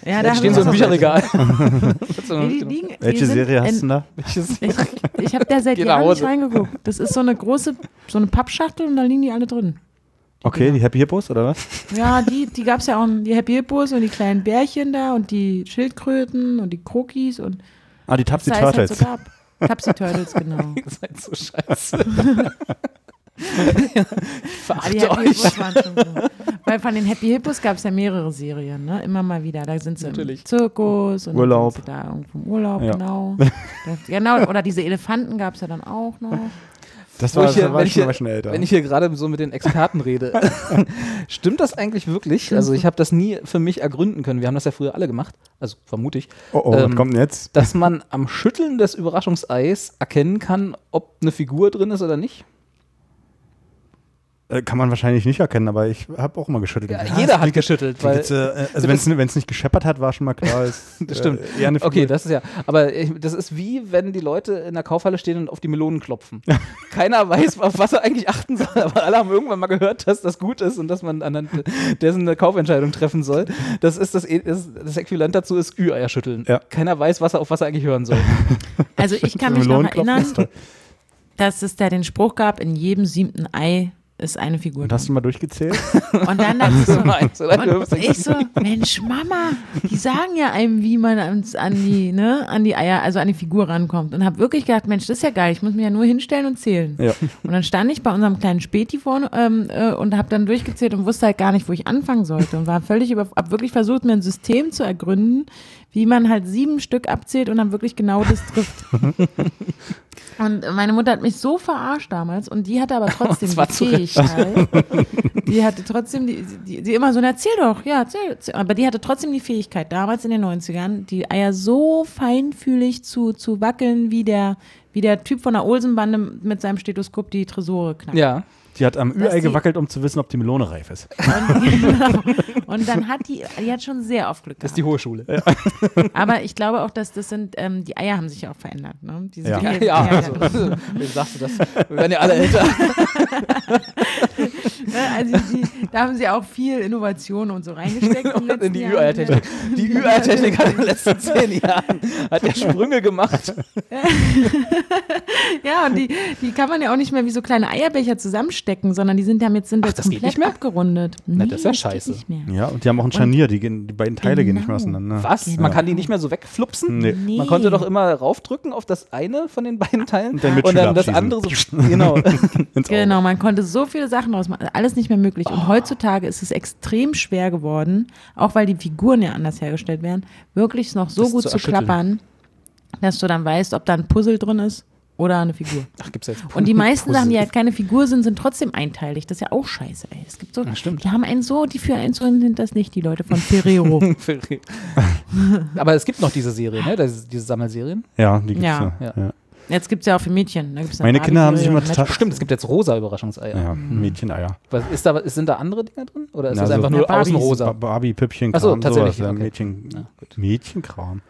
Ja, Die haben stehen wir so was im aus- Bücherregal. Nee, die liegen, die Welche sind Serie in- hast du denn da? Ich, ich habe da seit Geh nach Jahren nicht Hause. reingeguckt. Das ist so eine große, so eine Pappschachtel und da liegen die alle drin. Okay, die Happy Hippos, oder was? Ja, die, die gab es ja auch, die Happy Hippos und die kleinen Bärchen da und die Schildkröten und die Krokis und Ah, die Tapsi was da alles halt Turtles. so gab. Tapsi Turtles, genau. Ihr seid so scheiße. Aber die Verachte Happy euch. Hippos waren schon so. Weil von den Happy Hippos gab es ja mehrere Serien, ne? Immer mal wieder. Da sind sie Natürlich. im Zirkus und dann Urlaub. sind sie da irgendwo im Urlaub, Ja. genau. Das, genau. Oder diese Elefanten gab es ja dann auch noch. Das Wo war, ich hier- da war wenn ich ich hier- schon mal schnell älter. Wenn ich hier gerade so mit den Experten rede, stimmt das eigentlich wirklich? Also ich habe das nie für mich ergründen können. Wir haben das ja früher alle gemacht, also vermute ich, oh, oh, was ähm, kommt denn jetzt? dass man am Schütteln des Überraschungseis erkennen kann, ob eine Figur drin ist oder nicht. Äh, Kann man wahrscheinlich nicht erkennen, aber ich habe auch immer geschüttelt. Ja, jeder hat geschüttelt, weil Witze, äh, also wenn es nicht gescheppert hat, war schon mal klar. Es, Das stimmt. Äh, eher eine okay, Figur. das ist ja. Aber ich, das ist wie, wenn die Leute in der Kaufhalle stehen und auf die Melonen klopfen. Keiner weiß, auf was er eigentlich achten soll, aber alle haben irgendwann mal gehört, dass das gut ist und dass man anhand dessen eine Kaufentscheidung treffen soll. Das ist das, E- das, das Äquivalent dazu ist Ü-Eier schütteln. Ja. Keiner weiß, was er, auf was er eigentlich hören soll. Also ich kann mich noch Melonenklopfen erinnern, ist toll. dass es da den Spruch gab, in jedem siebten Ei ist eine Figur Und hast drin. du mal durchgezählt? Und dann dachte ich so, Eins, oder? Du Und hörst- ich so, Mensch, Mama, die sagen ja einem, wie man ans, an die, ne, an die Eier, also an die Figur rankommt. Und habe wirklich gedacht, Mensch, das ist ja geil, ich muss mich ja nur hinstellen und zählen. Ja. Und dann stand ich bei unserem kleinen Späti vorne ähm, äh, und habe dann durchgezählt und wusste halt gar nicht, wo ich anfangen sollte. Und war völlig über, hab wirklich versucht, mir ein System zu ergründen, wie man halt sieben Stück abzählt und dann wirklich genau das trifft. Und meine Mutter hat mich so verarscht damals und die hatte aber trotzdem Das war die zu Recht. Fähigkeit. Die hatte trotzdem, die, die, die immer so, na erzähl doch, ja, erzähl, erzähl. Aber die hatte trotzdem die Fähigkeit, damals in den 90ern, die Eier so feinfühlig zu, zu wackeln, wie der, wie der Typ von der Olsenbande mit seinem Stethoskop die Tresore knackt. Ja. Die hat am Dass Ü-Ei die- gewackelt, um zu wissen, ob die Melone reif ist. Und dann hat die, die hat schon sehr oft Glück Das ist gehabt. die hohe Schule. Aber ich glaube auch, dass das sind, ähm, die Eier haben sich ja auch verändert. Ne? Die sind Ja. die- Ja, also, wem sagst du das? Wir werden ja alle älter. Ne, Also die, da haben sie auch viel Innovation und so reingesteckt. im letzten in die Jahr. Ü-Eier-Technik. Die Ü-Eier-Technik hat in den letzten zehn Jahren hat ja Sprünge gemacht. Ja, und die, die kann man ja auch nicht mehr wie so kleine Eierbecher zusammenstecken, sondern die sind ja jetzt, sind Ach, jetzt das geht komplett nicht mehr? abgerundet. Na, das ist ja Nee, geht scheiße. nicht mehr. Ja, und die haben auch ein Scharnier, die, gehen, die beiden Teile gehen nicht mehr auseinander. Genau. Was? Man kann die nicht mehr so wegflupsen? Nee. Genau. Nee. Man konnte doch immer raufdrücken auf das eine von den beiden Teilen dann mit Schüler das abschießen. andere so. Genau. Ins Auge. Genau, man konnte so viele Sachen draus machen, alles nicht mehr möglich. Und Oh. heutzutage ist es extrem schwer geworden, auch weil die Figuren ja anders hergestellt werden, wirklich noch so Das gut zu zu, erschütteln. klappern, dass du dann weißt, ob da ein Puzzle drin ist oder eine Figur. Ach, gibt's jetzt. Und die meisten Sachen, die Puzzle. halt keine Figur sind, sind trotzdem einteilig. Das ist ja auch scheiße, ey. Es gibt so, die haben einen so, die für einen so sind das nicht, die Leute von Ferrero. Aber es gibt noch diese Serie, ne? Das, diese Sammelserien. Ja, die gibt's ja. Ja. ja. Jetzt gibt es ja auch für Mädchen. Da gibt's dann Meine Kinder haben sich immer Barbie-Ferrero total. Stimmt, es gibt jetzt rosa Überraschungseier. Ja, Mädcheneier. Was, ist da, ist- sind da andere Dinger drin? Oder ist Na, also das so- einfach nur Ja, Barbies. außen rosa? Ba- Barbie, Püppchen, Ach so, Kram, tatsächlich, sowas, ja, okay. Mädchen, Ja, Mädchenkram.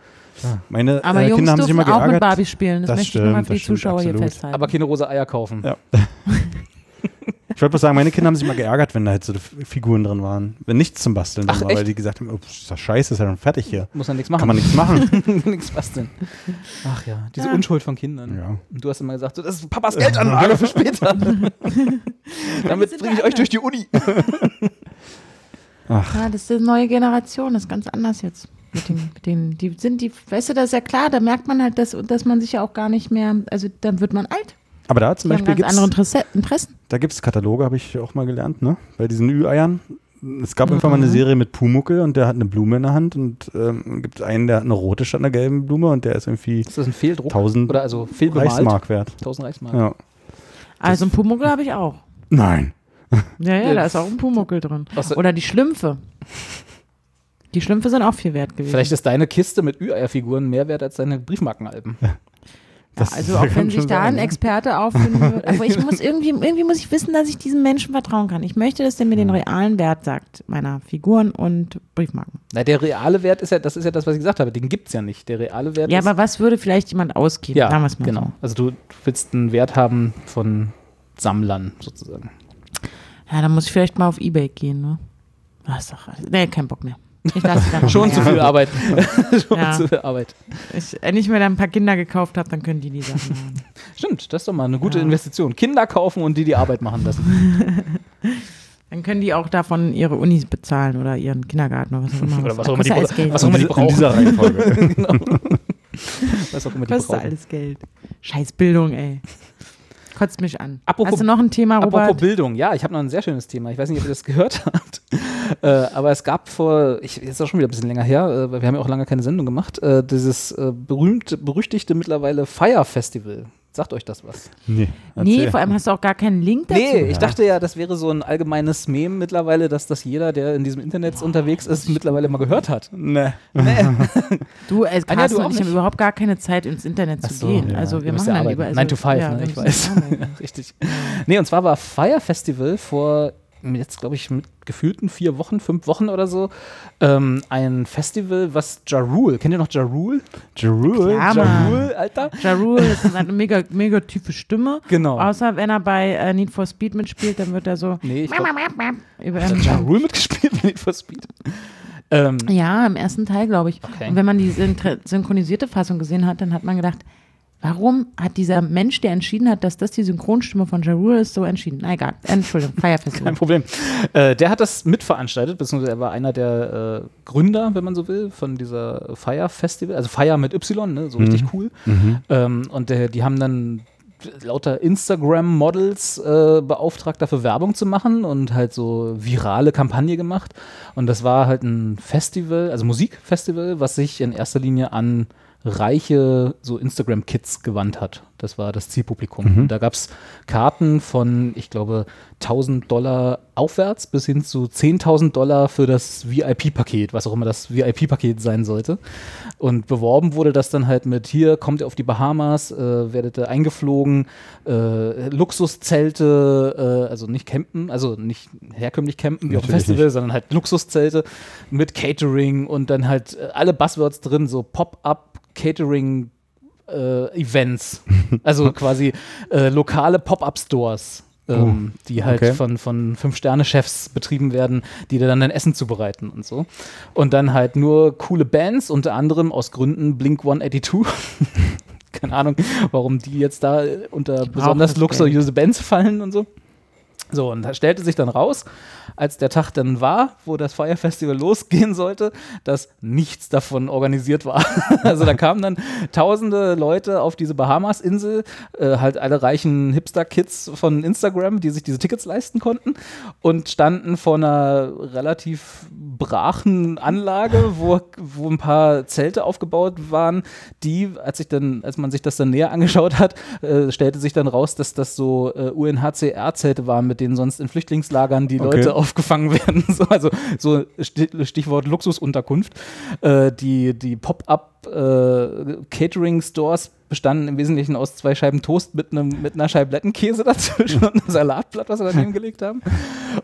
Meine Aber äh, Jungs Kinder haben sich dürfen immer auch mit geärgert. Barbie spielen. Das, Das möchte ich nochmal stimmt, für die das stimmt, Zuschauer hier absolut. festhalten. Aber keine rosa Eier kaufen. Ja. ich wollte bloß sagen, meine Kinder haben sich immer geärgert, wenn da halt so F- Figuren drin waren. Wenn nichts zum Basteln drin Ach, war, weil echt? die gesagt haben, oh, pff, ist das scheiße, ist ja schon fertig hier. Muss man nichts Kann machen. man nichts machen. nichts basteln. Ach ja, Ah. diese Unschuld von Kindern. Ja. Und du hast immer gesagt, so, das ist Papas Geldanlage für später. Damit sind bringe ich wir euch durch die Uni. Ja, das ist eine neue Generation, das ist ganz anders jetzt. Mit den, mit den, die sind die, weißt du, das ist ja klar, da merkt man halt, dass, dass man sich ja auch gar nicht mehr, also dann wird man alt. Aber da zum Die haben Beispiel ganz gibt andere Interesse, Interessen. Da gibt es Kataloge, habe ich auch mal gelernt, ne? Bei diesen Ü-Eiern. Es gab einfach mal Mhm. eine Serie mit Pumuckel und der hat eine Blume in der Hand und ähm, gibt einen, der hat eine rote statt einer gelben Blume und der ist irgendwie Ist das ein Fehldruck? 1000 Oder also fehlbemalt? Reichsmark wert. 1000 Reichsmark. Ja. Also ein Pumuckel habe ich auch. Nein. Ja, ja, Äh, da ist auch ein Pumuckel drin. Außer- Oder die Schlümpfe. Die Schlümpfe sind auch viel wert gewesen. Vielleicht ist deine Kiste mit Ü-Eier-Figuren mehr wert als deine Briefmarkenalben. ja, das also auch kann wenn sich schon da sein, ein ne? Experte auffinden würde. Aber ich muss irgendwie, irgendwie muss ich wissen, dass ich diesem Menschen vertrauen kann. Ich möchte, dass der mir den realen Wert sagt, meiner Figuren und Briefmarken. Na, der reale Wert ist ja, das ist ja das, was ich gesagt habe, den gibt es ja nicht. Der reale Wert Ja, ist. aber was würde vielleicht jemand ausgeben? ja, Sagen wir's mal genau. Also du willst einen Wert haben von Sammlern sozusagen. So. Ja, dann muss ich vielleicht mal auf Ebay gehen, ne? Ach, ist doch, nee, kein Bock mehr. Ich lasse dann Schon ja. zu viel Arbeit. Schon Ja. zu viel Arbeit. Ich, wenn ich mir dann ein paar Kinder gekauft habe, dann können die die Sachen haben. Stimmt, das ist doch mal eine gute Ja. Investition. Kinder kaufen und die die Arbeit machen lassen. Dann können die auch davon ihre Unis bezahlen oder ihren Kindergarten oder was auch immer. Oder was auch immer die Kostet alles Geld. was auch immer die In dieser- in dieser brauchen. Reihenfolge. genau. Was auch immer die Kostet brauchen. alles Geld. Scheiß Bildung, ey. Kotzt mich an. Apropos- Hast du noch ein Thema, Apropos Robert? Bildung, ja, ich habe noch ein sehr schönes Thema. Ich weiß nicht, ob ihr das gehört habt, äh, aber es gab vor, ich, jetzt ist auch schon wieder ein bisschen länger her, äh, weil wir haben ja auch lange keine Sendung gemacht, äh, dieses äh, berühmte, berüchtigte mittlerweile Fire Festival. Sagt euch das was? Nee, Nee, erzähl. vor allem hast du auch gar keinen Link dazu. Nee, ich dachte ja, das wäre so ein allgemeines Meme mittlerweile, dass das jeder, der in diesem Internet unterwegs ist, mittlerweile mal gehört hat. Nee. Du, äh, du Carsten auch und ich haben nicht? überhaupt gar keine Zeit, ins Internet zu Ach so, gehen. ja. Also wir Ihr müsst machen ja dann arbeiten. lieber... Also, 9 to 5, ja, ne? wir ich müssen weiß. arbeiten. Richtig. Nee, und zwar war Fire Festival vor jetzt, glaube ich, mit gefühlten vier Wochen, fünf Wochen oder so, ähm, ein Festival, was Ja Rule, kennt ihr noch Ja Rule? Jerul? Klar, Ja Mann. Rule, Alter? Ja Rule ist hat eine mega, mega tiefe Stimme. Genau. Außer wenn er bei äh, Need for Speed mitspielt, dann wird er so... Nee, ich glaub, Über hat Ja Rule mitgespielt bei Need for Speed. Ähm, Ja, im ersten Teil, glaube ich. Okay. Und wenn man die synchro- synchronisierte Fassung gesehen hat, dann hat man gedacht, warum hat dieser Mensch, der entschieden hat, dass das die Synchronstimme von Ja Rule ist, so entschieden? Na egal, Entschuldigung, Firefestival. Kein Problem. Äh, der hat das mitveranstaltet, beziehungsweise er war einer der äh, Gründer, wenn man so will, von dieser Fire Festival, also Fire mit Y, ne? so richtig cool. Ähm, und der, die haben dann lauter Instagram-Models äh, beauftragt, dafür Werbung zu machen und halt so virale Kampagne gemacht. Und das war halt ein Festival, also Musikfestival, was sich in erster Linie an reiche so Instagram-Kids gewandt hat. Das war das Zielpublikum. Da gab es Karten von, ich glaube, 1000 Dollar aufwärts bis hin zu 10.000 Dollar für das VIP-Paket, was auch immer das VIP-Paket sein sollte. Und beworben wurde das dann halt mit, hier kommt ihr auf die Bahamas, äh, werdet ihr eingeflogen, äh, Luxuszelte, äh, also nicht campen, also nicht herkömmlich campen wie auf dem Natürlich Festival, sondern halt Luxuszelte mit Catering und dann halt äh, alle Buzzwords drin, so Pop-up, Catering, äh, Events. Also quasi äh, lokale Pop-Up-Stores, ähm, die halt okay. von, von Fünf-Sterne-Chefs betrieben werden, die dir dann dein Essen zubereiten und so. Und dann halt nur coole Bands, unter anderem aus Gründen Blink 182. Keine Ahnung, warum die jetzt da äh, unter brauchen besonders das luxuriöse Bands fallen und so. So, und da stellte sich dann raus, als der Tag dann war, wo das Fire Festival losgehen sollte, dass nichts davon organisiert war. Also da kamen dann tausende Leute auf diese Bahamas-Insel, äh, halt alle reichen Hipster-Kids von Instagram, die sich diese Tickets leisten konnten und standen vor einer relativ brachen Anlage, wo, wo ein paar Zelte aufgebaut waren, die, als ich dann, als man sich das dann näher angeschaut hat, äh, stellte sich dann raus, dass das so äh, UNHCR-Zelte waren, mit denen sonst in Flüchtlingslagern die Okay. Leute aufgefangen werden. So, also so Sti- Stichwort Luxusunterkunft. Äh, die die Pop-up äh, Catering-Stores bestanden im Wesentlichen aus zwei Scheiben Toast mit, einem, mit einer Scheiblettenkäse dazwischen und einem Salatblatt, was sie daneben gelegt haben.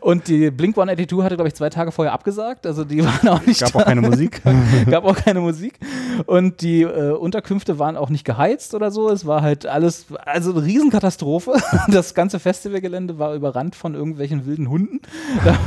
Und die Blink 182 hatte, glaube ich, zwei Tage vorher abgesagt. Also die waren auch nicht Gab da auch keine Musik. gab auch keine Musik. Und die äh, Unterkünfte waren auch nicht geheizt oder so. Es war halt alles, also eine Riesenkatastrophe. Das ganze Festivalgelände war überrannt von irgendwelchen wilden Hunden. Da-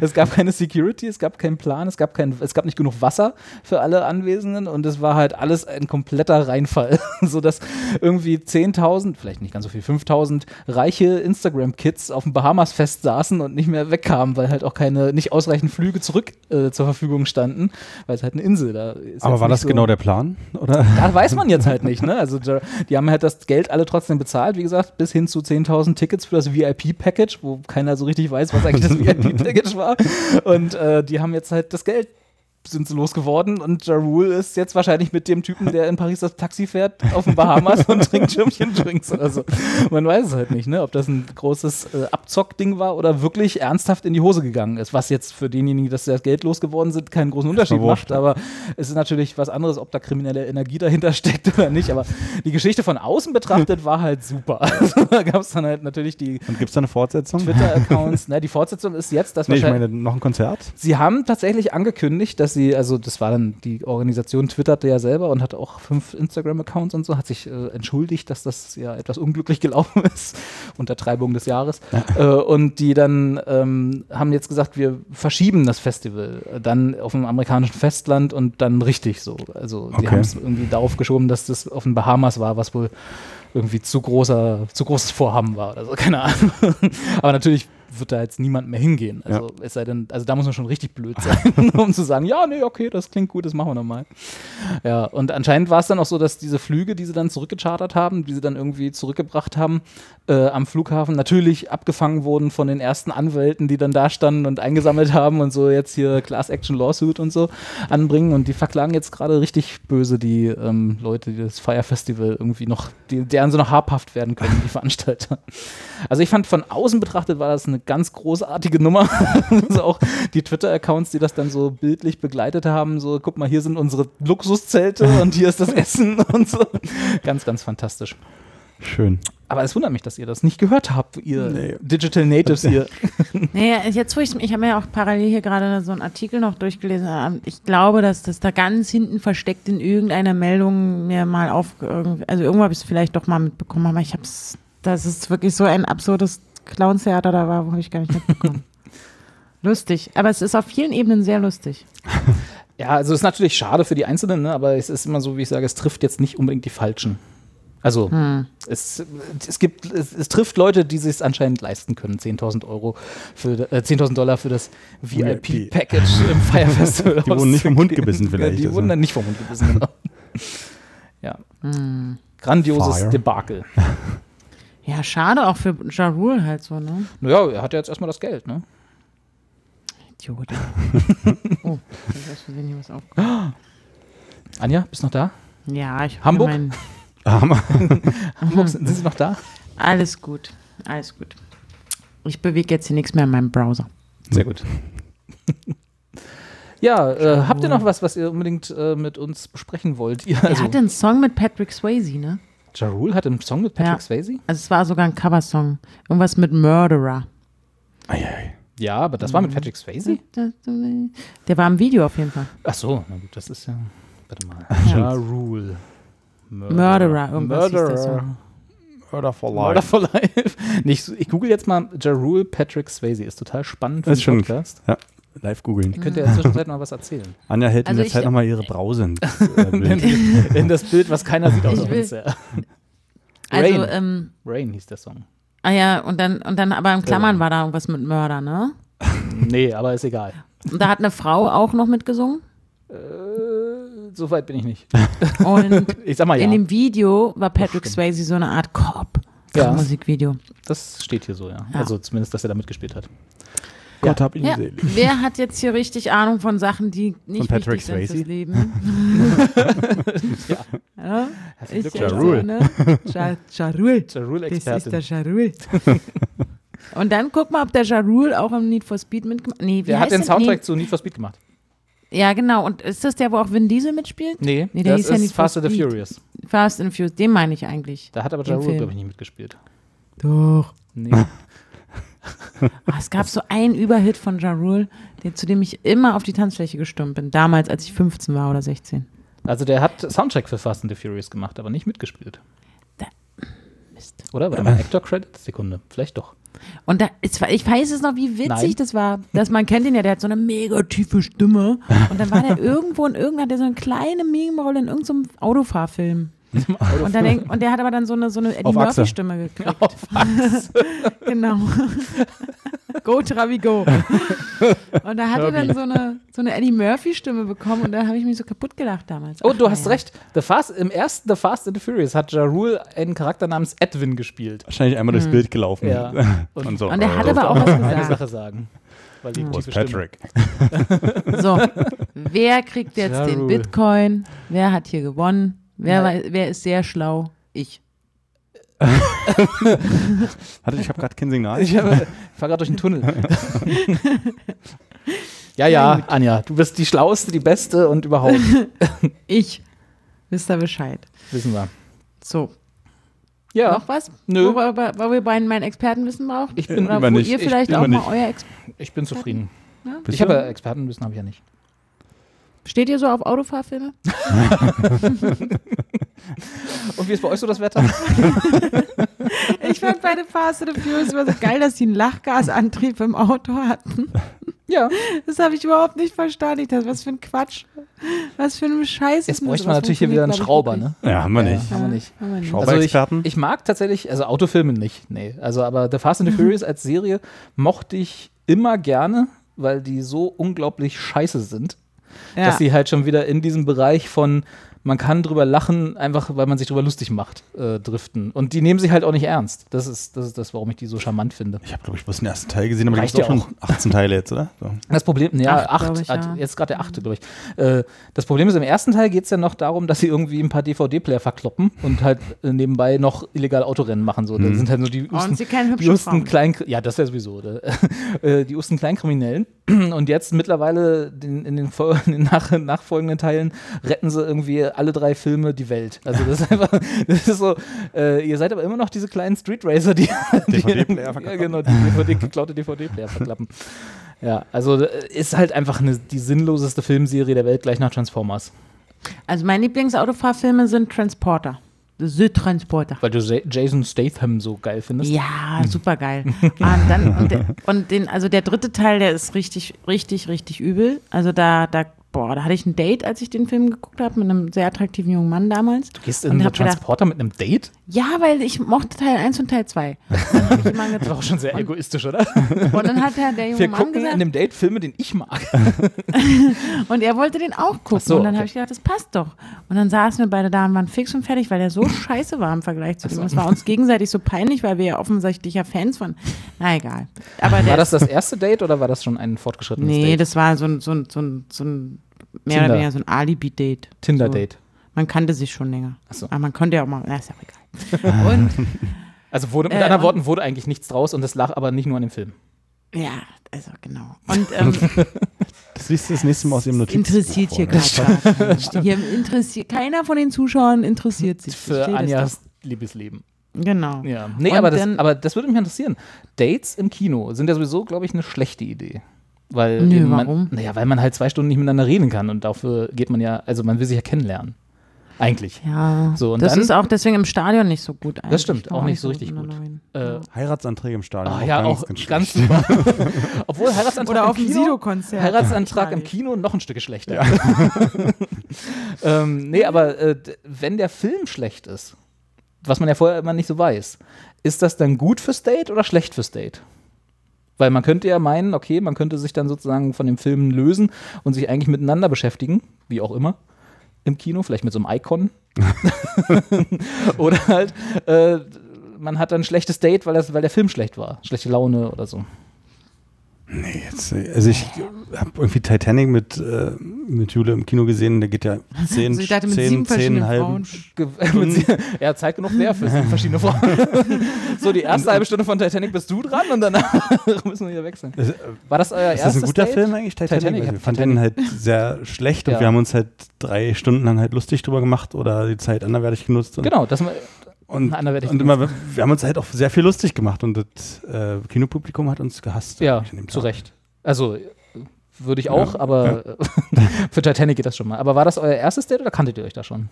es gab keine Security, es gab keinen Plan, es gab, kein, es gab nicht genug Wasser für alle Anwesenden und es war halt alles ein kompletter Reinfall. Sodass irgendwie 10.000, vielleicht nicht ganz so viel, 5.000 reiche Instagram-Kids auf dem Bahamas-Fest saßen und nicht mehr wegkamen, weil halt auch keine, nicht ausreichend Flüge zurück äh, zur Verfügung standen, weil es halt eine Insel da ist. Aber jetzt war nicht das so- genau der Plan? Oder? da weiß man jetzt halt nicht, ne? Also da, die haben halt das Geld alle trotzdem bezahlt, wie gesagt, bis hin zu 10.000 Tickets für das VIP-Package, wo keiner so richtig weiß, was eigentlich das VIP-Package war. Und äh, die haben jetzt halt das Geld sind sie losgeworden und Ja Rule ist jetzt wahrscheinlich mit dem Typen, der in Paris das Taxi fährt, auf den Bahamas und trinkt Schirmchen Drinks oder so. Man weiß es halt nicht, ne? ob das ein großes äh, Abzockding war oder wirklich ernsthaft in die Hose gegangen ist, was jetzt für denjenigen, dass sie das Geld losgeworden sind, keinen großen Unterschied wurscht. macht, aber es ist natürlich was anderes, ob da kriminelle Energie dahinter steckt oder nicht, aber die Geschichte von außen betrachtet war halt super. Also, da gab es dann halt natürlich die Und gibt es da eine Fortsetzung? Twitter-Accounts, ne? die Fortsetzung ist jetzt, dass Nee, ich wahrscheinlich meine, noch ein Konzert? Sie haben tatsächlich angekündigt, dass sie, also das war dann, die Organisation twitterte ja selber und hat auch fünf Instagram-Accounts und so, hat sich äh, entschuldigt, dass das ja etwas unglücklich gelaufen ist, Untertreibung des Jahres. Äh, und die dann ähm, haben jetzt gesagt, wir verschieben das Festival äh, dann auf dem amerikanischen Festland und dann richtig so. Also die Okay. haben es irgendwie darauf geschoben, dass das auf den Bahamas war, was wohl irgendwie zu großer, zu großes Vorhaben war oder so, keine Ahnung. Aber natürlich wird da jetzt niemand mehr hingehen. Also es sei denn, also da muss man schon richtig blöd sein, um zu sagen, ja, nee, okay, das klingt gut, das machen wir nochmal. Ja, und anscheinend war es dann auch so, dass diese Flüge, die sie dann zurückgechartert haben, die sie dann irgendwie zurückgebracht haben äh, am Flughafen, natürlich abgefangen wurden von den ersten Anwälten, die dann da standen und eingesammelt haben und so jetzt hier Class Action Lawsuit und so anbringen. Und die verklagen jetzt gerade richtig böse die ähm, Leute, die das Fire Festival irgendwie noch, die, deren sie noch habhaft werden können, die Veranstalter. Also ich fand von außen betrachtet war das eine ganz großartige Nummer. also auch die Twitter-Accounts, die das dann so bildlich begleitet haben, so guck mal, hier sind unsere Luxuszelte und hier ist das Essen und so. Ganz, ganz fantastisch. Schön. Aber es wundert mich, dass ihr das nicht gehört habt, ihr Digital Natives hier. Naja, jetzt wo ich, ich habe mir ja auch parallel hier gerade so einen Artikel noch durchgelesen. ähm, Ich glaube, dass das da ganz hinten versteckt in irgendeiner Meldung mir mal auf, irgend- also irgendwo habe ich es vielleicht doch mal mitbekommen, aber ich habe es, das ist wirklich so ein absurdes Clownstheater da war, wo habe ich gar nicht mitbekommen. lustig, aber es ist auf vielen Ebenen sehr lustig. Ja, also ist natürlich schade für die Einzelnen, ne? aber es ist immer so, wie ich sage, es trifft jetzt nicht unbedingt die Falschen. Also es, es gibt, es, es trifft Leute, die sich anscheinend leisten können, 10.000 Euro für äh, 10.000 Dollar für das VIP. VIP-Package im Fire Festival. Die wurden nicht vom Hund gebissen auszugeben. vielleicht, Die also. wurden dann nicht vom Hund gebissen, genau. ja. Grandioses Fire. Debakel. Ja, schade auch für Ja Rule halt so, ne? Naja, er hat ja jetzt erstmal das Geld, ne? Idiot. oh, ich hab aus Versehen hier was auf. Anja, bist noch da? Ja, ich hab hier Hamburg? mein- Hammer. Hamburg, sind sind Sie noch da? Alles gut, alles gut. Ich bewege jetzt hier nichts mehr in meinem Browser. Sehr gut. ja, äh, habt ihr noch was, was ihr unbedingt äh, mit uns besprechen wollt? Ihr, Er hatte einen Song mit Patrick Swayze, ne? Ja Rule hat einen Song mit Patrick Ja. Swayze? Also es war sogar ein Coversong. Irgendwas mit Murderer. Ja, aber das Mhm. war mit Patrick Swayze? Der war im Video auf jeden Fall. Ach so, na gut, das ist ja. Warte mal. Ja Rule. Murderer, irgendwas hieß der Murderer. Song. Murder for Murder for Life. Nicht, so- ich google jetzt mal Ja Rule Patrick Swayze. Ist total spannend für Das ist den schon- Podcast. Ja, live googeln. Könnt ihr in der Zwischenzeit mal was erzählen? Anja hält Also in der ich- Zeit nochmal ihre Brausen. Äh, Bild. In das Bild, was keiner sieht außer Ich will- uns. Ja. Also, Rain. ähm, Rain hieß der Song. ah ja, und dann, und dann, aber im Klammern war da irgendwas mit Mörder, ne? Nee, aber ist egal. Und da hat eine Frau auch noch mitgesungen. Äh, So weit bin ich nicht. Und Ich sag mal Ah, ja. in dem Video war Patrick Swayze so eine Art Cop. Ja. Musikvideo. Das steht hier so, ja. Ja. Also zumindest, dass er da mitgespielt hat. Gott hab ihn Ja, selig. wer hat jetzt hier richtig Ahnung von Sachen, die nicht Patrick wichtig sind Swayze? fürs Leben? ja. Ich Glückwunsch. ja Ja Rule. so, ne? Ja, ja Rule. Der Das ist Rule-Experte. der Jarul. Und dann guck mal, ob der Jarul auch am Need for Speed mitgemacht nee, wie Der heißt hat den der? Soundtrack zu Need for Speed gemacht. Nee. Ja, genau. Und ist das der, wo auch Vin Diesel mitspielt? Nee, Nee, der das hieß ja ist Need for Fast and the Speed. Furious. Fast and Furious, den meine ich eigentlich. Da hat aber Den Ja Rule, Film. glaube ich, nicht mitgespielt. Doch. Nee. Ah, es gab so einen Überhit von Jarul, der, zu dem ich immer auf die Tanzfläche gestürmt bin. Damals, als ich 15 war oder 16. Also der hat Soundtrack für Fast and the Furious gemacht, aber nicht mitgespielt. Mist. Oder? Warte mal, Äh. Actor Credit? Sekunde. Vielleicht doch. Und da, es war, ich weiß es noch, wie witzig Nein. das war. Dass man kennt ihn ja, der hat so eine mega tiefe Stimme. Und dann war der irgendwo in irgendeiner, der so eine kleine Meme-Rolle in irgendeinem Autofahrfilm. Und, dann denk, und der hat aber dann so eine, so eine Eddie Auf Achse. Murphy-Stimme gekriegt. Genau. go, Travi, go. Und da hat er dann so eine, so eine Eddie Murphy-Stimme bekommen und da habe ich mich so kaputt gelacht damals. Oh, Ach, du hast naja. recht. The Fast, Im ersten The Fast and the Furious hat Ja Rule einen Charakter namens Edwin gespielt. Wahrscheinlich einmal durchs Bild gelaufen. Ja. Und- so, Und der hat äh, aber auch was Eine gesagt. Sache sagen. Weil die wo ist tiefe Stimme. Patrick? So, wer kriegt jetzt Ja, den Rule. Bitcoin? Wer hat hier gewonnen? Wer, Nein. wei- wer ist sehr schlau? Ich. Hatte, ich habe gerade kein Signal. Ich habe- ich fahre gerade durch den Tunnel. ja, ja, Anja, du bist die Schlauste, die Beste und überhaupt. Ich. Wisst ihr Bescheid? Wissen wir. So, Ja, noch was? Nö. Wo, wir- wo, wo wir beiden mein Expertenwissen braucht? Ich bin- Oder Immer wo nicht. ihr Ich vielleicht bin auch immer mal euer Experten. ich bin zufrieden. Bist ich du? habe ja Expertenwissen, habe ich ja nicht. Steht ihr so auf Autofahrfilme? Und wie ist bei euch so das Wetter? Ich fand bei The Fast and the Furious immer so geil, dass die einen Lachgasantrieb im Auto hatten. ja. Das habe ich überhaupt nicht verstanden. Ich dachte, was für ein Quatsch. Was für ein Scheiß. ist Jetzt denn bräuchte sowas? man natürlich hier wieder einen Schrauber, Funktioniert, ne? Ja, haben wir nicht. Ja, haben wir nicht. glaub ich, wirklich. Schrauber- Aber nicht. Also ich, Experten? ich mag tatsächlich, also Autofilme nicht, nee. Also aber The Fast and the Furious als Serie mochte ich immer gerne, weil die so unglaublich scheiße sind, Ja. dass sie halt schon wieder in diesem Bereich von man kann drüber lachen, einfach weil man sich drüber lustig macht, äh, driften. Und die nehmen sich halt auch nicht ernst. Das ist, das ist das, warum ich die so charmant finde. Ich habe, glaube ich, bloß den ersten Teil gesehen, aber Reicht Reicht auch ja schon 18 Teile jetzt, oder? So. Das Problem, ja, Acht, glaub acht, ich, hat- ja. jetzt gerade der achte, glaube ich. Äh, das Problem ist, im ersten Teil geht es ja noch darum, dass sie irgendwie ein paar DVD-Player verkloppen und halt äh, nebenbei noch illegal Autorennen machen. So. Mhm. Das sind halt so die Und sie kennen die hübsche Usten Frauen. Klein, ja, das ist ja sowieso, oder? Äh, die Usten Kleinkriminellen. Und jetzt mittlerweile den, in den, Fol- in den nach, nachfolgenden Teilen retten sie irgendwie alle drei Filme die Welt. Also das ist einfach, das ist so, äh, ihr seid aber immer noch diese kleinen Street Racer, die DVD-Player die, ja, verklappen. genau, die DVD, geklaute DVD-Player verklappen. Ja, also äh, ist halt einfach eine, die sinnloseste Filmserie der Welt, gleich nach Transformers. Also meine Lieblingsautofahrfilme sind Transporter. The Transporter. Weil du Ja- Jason Statham so geil findest. Ja, super geil. und dann, und, der, und den, also der dritte Teil, der ist richtig, richtig, richtig übel. Also da, da, boah, da hatte ich ein Date, als ich den Film geguckt habe, mit einem sehr attraktiven jungen Mann damals. Du gehst Und in hab einen gedacht, Transporter mit einem Date? Ja, weil ich mochte Teil 1 und Teil 2. Das war auch schon sehr egoistisch, oder? Und dann hat der, der junge Wir Mann gucken in gesagt, dem Date Filme, den ich mag. und er wollte den auch gucken. Ach so, und dann okay. habe ich gedacht, das passt doch. Und dann saßen wir beide da und waren fix und fertig, weil der so scheiße war im Vergleich zu dem. Es war uns gegenseitig so peinlich, weil wir ja offensichtlich ja Fans waren. Na egal. Aber der War das das erste Date oder war das schon ein fortgeschrittenes Nee, Date? das war so ein, so ein, so ein, so ein mehr Tinder. oder weniger so ein Alibi-Date. Tinder-Date. So. Man kannte sich schon länger. Ach so. Aber man konnte ja auch mal, na, ist ja auch egal. Und Also wurde, mit Äh, anderen und- Worten wurde eigentlich nichts draus und das lag aber nicht nur an dem Film. ja, also genau. Und ähm, Das liest du das nächste Mal aus ihrem Notiz. interessiert hier ne? gerade. Hier interessiert, keiner von den Zuschauern interessiert sich. Für Versteht das Anjas Liebesleben. doch. Genau. Ja. Nee, Und aber das, dann- aber das würde mich interessieren. Dates im Kino sind ja sowieso, glaube ich, eine schlechte Idee. Weil Nö, eben man, warum? Naja, weil man halt zwei Stunden nicht miteinander reden kann und dafür geht man ja, also man will sich ja kennenlernen. Eigentlich. Ja, So, und das dann- ist auch deswegen im Stadion nicht so gut. Eigentlich. stimmt, War auch nicht so richtig gut. nein. Äh, Heiratsanträge im Stadion. ah, ja, auch ganz, super. Obwohl Heiratsantrag Oder im auf dem Kino- Sido-Konzert. Heiratsantrag Ich im weiß. Kino noch ein Stück schlechter. ähm, nee, aber äh, d- wenn der Film schlecht ist, was man ja vorher immer nicht so weiß, ist das dann gut fürs Date oder schlecht fürs Date? Weil man könnte ja meinen, okay, man könnte sich dann sozusagen von dem Film lösen und sich eigentlich miteinander beschäftigen, wie auch immer, im Kino, vielleicht mit so einem Icon. oder halt, äh, man hat dann ein schlechtes Date, weil, das, weil der Film schlecht war. Schlechte Laune oder so. Nee, jetzt, also ich habe irgendwie Titanic mit, äh, mit Jule im Kino gesehen, der geht ja zehn, Also ich dachte, mit zehn, sieben verschiedenen zehn halben. Frauen. Ge mit sie ja, Zeit genug mehr für sie- verschiedene Frauen. so, die erste halbe Stunde von Titanic bist du dran und danach müssen wir hier wechseln. äh, Ist, War das euer ist das erstes ein guter Date? Film eigentlich, Titanic? Titanic, Weil ja, wir fanden den halt sehr schlecht Ja. und wir haben uns halt drei Stunden lang halt lustig drüber gemacht oder die Zeit anderweitig genutzt. Und Genau, das, Und, Anderweitig und immer, wir haben uns halt auch sehr viel lustig gemacht und das äh, Kinopublikum hat uns gehasst. ja, eigentlich an dem zu Tag. Recht. Also, Würde ich auch, aber für Titanic geht das schon mal. Aber war das euer erstes Date oder kanntet ihr euch da schon?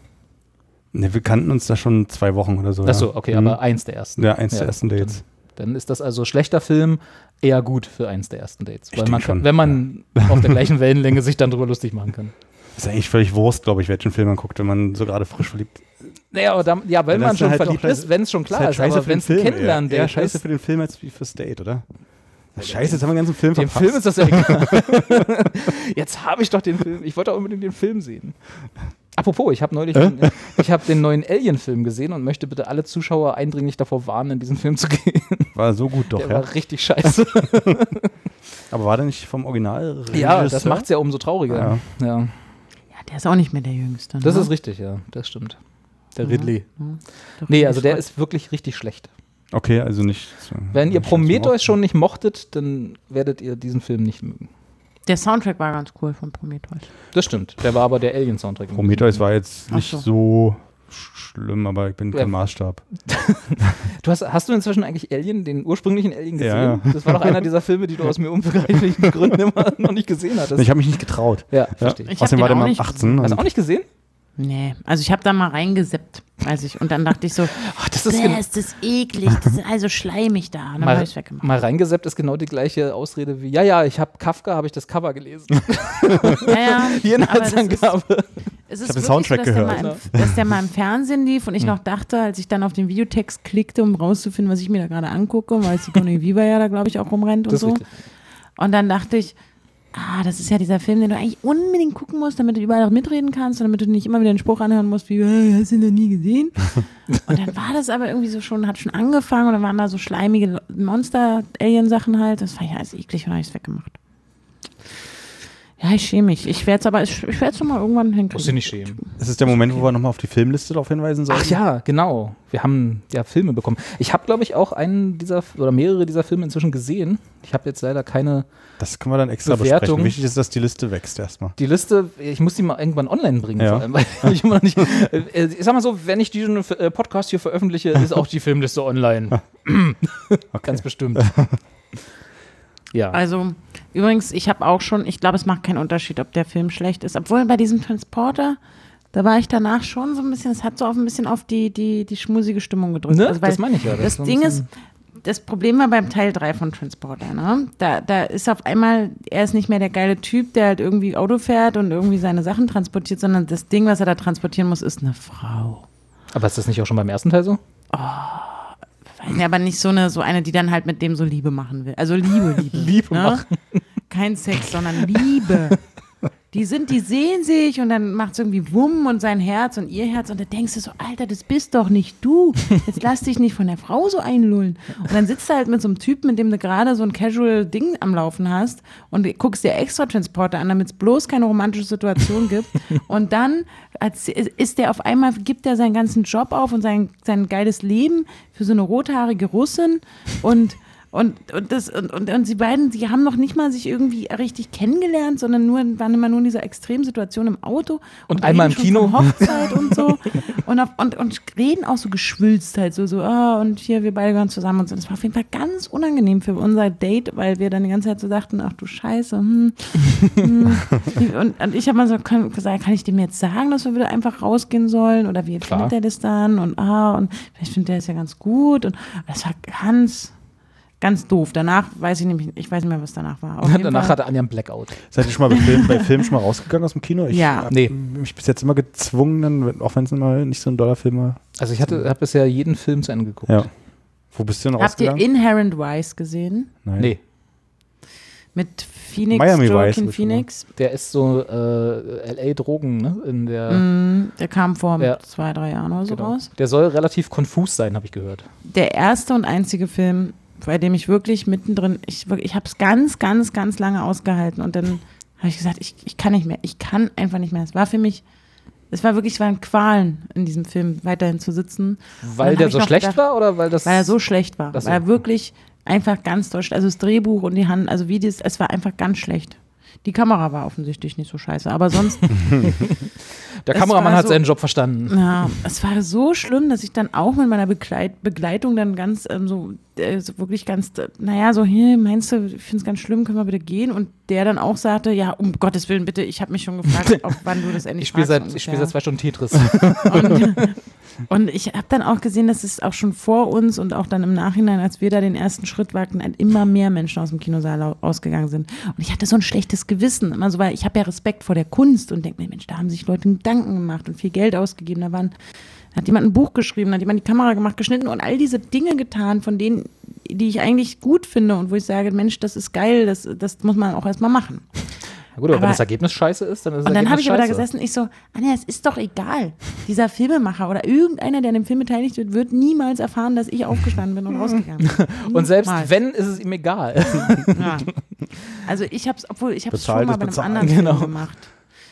Ne, wir kannten uns da schon zwei Wochen oder so. Ach so, ja. okay, Mhm. aber eins der ersten. Ja, eins der Ja, ersten Dates. Dann ist das also schlechter Film eher gut für eins der ersten Dates. Weil denk man kann, schon, wenn man auf der gleichen Wellenlänge sich dann drüber lustig machen kann. Ist eigentlich völlig Wurst, glaube ich, welchen Film man guckt, wenn man so gerade frisch verliebt Naja, aber dann, ja, wenn Ja, das man ist schon halt verliebt doch- ist, wenn es schon klar halt ist, aber wenn es ein eher. eher Kennenlernen-Date scheiße ist, für den Film als wie fürs Date, oder? Ja, scheiße, jetzt haben wir den ganzen Film dem verpasst. Film ist das ja egal. Jetzt habe ich doch den Film. Ich wollte auch unbedingt den Film sehen. Apropos, ich habe neulich Äh? den, ich habe den neuen Alien-Film gesehen und möchte bitte alle Zuschauer eindringlich davor warnen, in diesen Film zu gehen. war so gut doch, Der ja. war richtig scheiße. Aber war der nicht vom Original? ja, das ne? macht's ja umso trauriger. Ja. Ja, der ist auch nicht mehr der Jüngste. Das Mhm. ne? ist richtig, ja, das stimmt. Der Mhm. Ridley. Doch, Nee, also der Schrott. ist wirklich richtig schlecht. Okay, also nicht. Wenn ihr nicht schlecht Prometheus gemacht. schon nicht mochtet, dann werdet ihr diesen Film nicht mögen. Der Soundtrack war ganz cool von Prometheus. Das stimmt. Der war aber der Alien-Soundtrack. Prometheus war jetzt Ach nicht so. so schlimm, aber ich bin kein Ja. Maßstab. Du hast, hast du inzwischen eigentlich Alien, den ursprünglichen Alien gesehen? Ja, ja. Das war doch einer dieser Filme, die du aus mir unbegreiflichen Gründen immer noch nicht gesehen hattest. Ich habe mich nicht getraut. ja, Ja. verstehe ich. Also, Ich hab Außerdem den war der auch mal nicht 18. Hast du und- auch nicht gesehen? Nee, also ich habe da mal reingesippt, weiß ich. Und dann dachte ich so, Ach, das bäh, genau- ist das eklig, das ist also schleimig da. Und dann habe mal, ich weggemacht. mal reingeseppt ist genau die gleiche Ausrede wie, ja, ja, ich habe Kafka, habe ich das Cover gelesen. Ja, ja, Die aber das ist- Inhaltsangabe. Es ist Ich hab den wirklich Soundtrack so, dass Der mal gehört. Mhm. im, dass der mal im Fernsehen lief und ich noch dachte, als ich dann auf den Videotext klickte, um rauszufinden, was ich mir da gerade angucke, weil Sigourney Viva ja da, glaube ich, auch rumrennt und Das ist so. richtig. Und dann dachte ich, ah, das ist ja dieser Film, den du eigentlich unbedingt gucken musst, damit du überall auch mitreden kannst und damit du nicht immer wieder den Spruch anhören musst, wie, "Äh, hast du ihn noch nie gesehen? und dann war das aber irgendwie so schon, hat schon angefangen und dann waren da so schleimige Monster-Alien-Sachen halt. Das war ja alles eklig und habe ich es weggemacht. Ja, ich schäme mich. Ich werde es aber, ich, ich werde es mal irgendwann hinkriegen. Musst du nicht schämen. Es ist der Moment, wo wir nochmal auf die Filmliste darauf hinweisen sollen. Ach ja, genau. Wir haben ja Filme bekommen. Ich habe, glaube ich, auch einen dieser oder mehrere dieser Filme inzwischen gesehen. Ich habe jetzt leider keine Das können wir dann extra Bewertung. besprechen. Wichtig ist, dass die Liste wächst erstmal. Die Liste, ich muss die mal irgendwann online bringen, Ja. vor allem, weil ich immer noch nicht. Äh, Ich sag mal so, wenn ich diesen äh, Podcast hier veröffentliche, ist auch die Filmliste online. Ganz bestimmt. Ja. Also, übrigens, ich habe auch schon, ich glaube, es macht keinen Unterschied, ob der Film schlecht ist. Obwohl bei diesem Transporter, da war ich danach schon so ein bisschen, es hat so auf ein bisschen auf die, die, die schmusige Stimmung gedrückt. Ne? Also, weil Das meine ich ja, das Das, so ein Ding ist, das Problem war beim Teil 3 von Transporter, ne? Da, da ist auf einmal, er ist nicht mehr der geile Typ, der halt irgendwie Auto fährt und irgendwie seine Sachen transportiert, sondern das Ding, was er da transportieren muss, ist eine Frau. Aber ist das nicht auch schon beim ersten Teil so? Weiß nicht, aber nicht so eine, so eine, die dann halt mit dem so Liebe machen will. Also Liebe, Liebe. Liebe machen. Kein Sex, sondern Liebe. Die sind, die sehen sich und dann macht es irgendwie Wumm und sein Herz und ihr Herz und da denkst du so, Alter, das bist doch nicht du. Jetzt lass dich nicht von der Frau so einlullen. Und dann sitzt du halt mit so einem Typen, mit dem du gerade so ein casual Ding am Laufen hast und guckst dir extra Transporter an, damit es bloß keine romantische Situation gibt. Und dann als, ist der auf einmal, gibt er seinen ganzen Job auf und sein, sein geiles Leben für so eine rothaarige Russin und und, und, das, und, und, und sie beiden, die haben noch nicht mal sich irgendwie richtig kennengelernt, sondern nur, waren immer nur in dieser Extremsituation im Auto. Und einmal reden im schon Kino. von Hochzeit und so. Und, auf, und, und reden auch so geschwülzt halt, so, so, ah, und hier, wir beide gehören zusammen und so. Das war auf jeden Fall ganz unangenehm für unser Date, weil wir dann die ganze Zeit so dachten, ach du Scheiße, hm. hm. Und, und ich habe mal so kann, gesagt, kann ich dem jetzt sagen, dass wir wieder einfach rausgehen sollen? Oder wie Klar. findet er das dann? Und ah, und vielleicht findet er es ja ganz gut. Und das war ganz ganz doof. Danach weiß ich nämlich, ich weiß nicht mehr, was danach war. Auf jeden Danach Fall- hatte Anja einen Blackout. Seid ihr schon mal bei Film, bei Film schon mal rausgegangen aus dem Kino? Ich Ja. hab Nee. mich bis jetzt immer gezwungen, dann, auch wenn es mal nicht so ein doller Film war. Also ich hatte, habe bisher jeden Film zu Ende geguckt. Ja. Wo bist du denn Habt ihr rausgegangen? Inherent Wise gesehen? Nein. eh- Nee, Mit Phoenix, Miami Vice, Joaquin hab ich schon Phoenix. der ist so äh, LA-Drogen, ne? In der, Mm, Der kam vor Ja. zwei, drei Jahren oder so genau. raus. Der soll relativ konfus sein, habe ich gehört. Der erste und einzige Film, bei dem ich wirklich mittendrin, ich, wirklich- ich habe es ganz, ganz, ganz lange ausgehalten und dann habe ich gesagt, ich, ich kann nicht mehr, ich kann einfach nicht mehr. Es war für mich, es war wirklich, es waren Qualen in diesem Film, weiterhin zu sitzen. Weil hab der ich so noch schlecht gedacht- war oder weil das. weil er so schlecht war. Ach so. Weil er wirklich einfach ganz deutsch, also das Drehbuch und die Hand, also wie das, es war einfach ganz schlecht. Die Kamera war offensichtlich nicht so scheiße, aber sonst, Der Es Kameramann war hat so- Mhm. seinen Job verstanden. ja, es war so schlimm, dass ich dann auch mit meiner Begleit Begleitung dann ganz ähm, so, äh, so wirklich ganz, äh, naja, so, hey, meinst du, ich finde es ganz schlimm, können wir bitte gehen? Und der dann auch sagte, ja, um Gottes Willen, bitte, ich habe mich schon gefragt, ob wann du das endlich Ich spiele fragst, seit, ich ungefähr. spiel seit zwei Stunden Tetris. Und, und ich habe dann auch gesehen, dass es auch schon vor uns und auch dann im Nachhinein, als wir da den ersten Schritt wagten, halt immer mehr Menschen aus dem Kinosaal au- ausgegangen sind. Und ich hatte so ein schlechtes Gewissen, immer so, weil ich habe ja Respekt vor der Kunst und denke mir, Mensch, da haben sich Leute Gedanken gemacht und viel Geld ausgegeben. Da waren, da hat jemand ein Buch geschrieben, da hat jemand die Kamera gemacht, geschnitten und all diese Dinge getan, von denen, die ich eigentlich gut finde und wo ich sage, Mensch, das ist geil, das, das muss man auch erstmal machen. Na gut, aber, wenn Aber- das Ergebnis scheiße ist, dann ist das Und dann habe Ergebnis ich aber da scheiße. gesessen, ich so, Anja, es ist doch egal. Dieser Filmemacher oder irgendeiner, der an dem Film beteiligt wird, wird niemals erfahren, dass ich aufgestanden bin und rausgegangen bin. Und selbst Niemals. wenn, ist es ihm egal. Ja. Also ich habe es, obwohl ich habe es schon Bezahlt mal ist bei einem bezahlt, anderen genau. Film gemacht.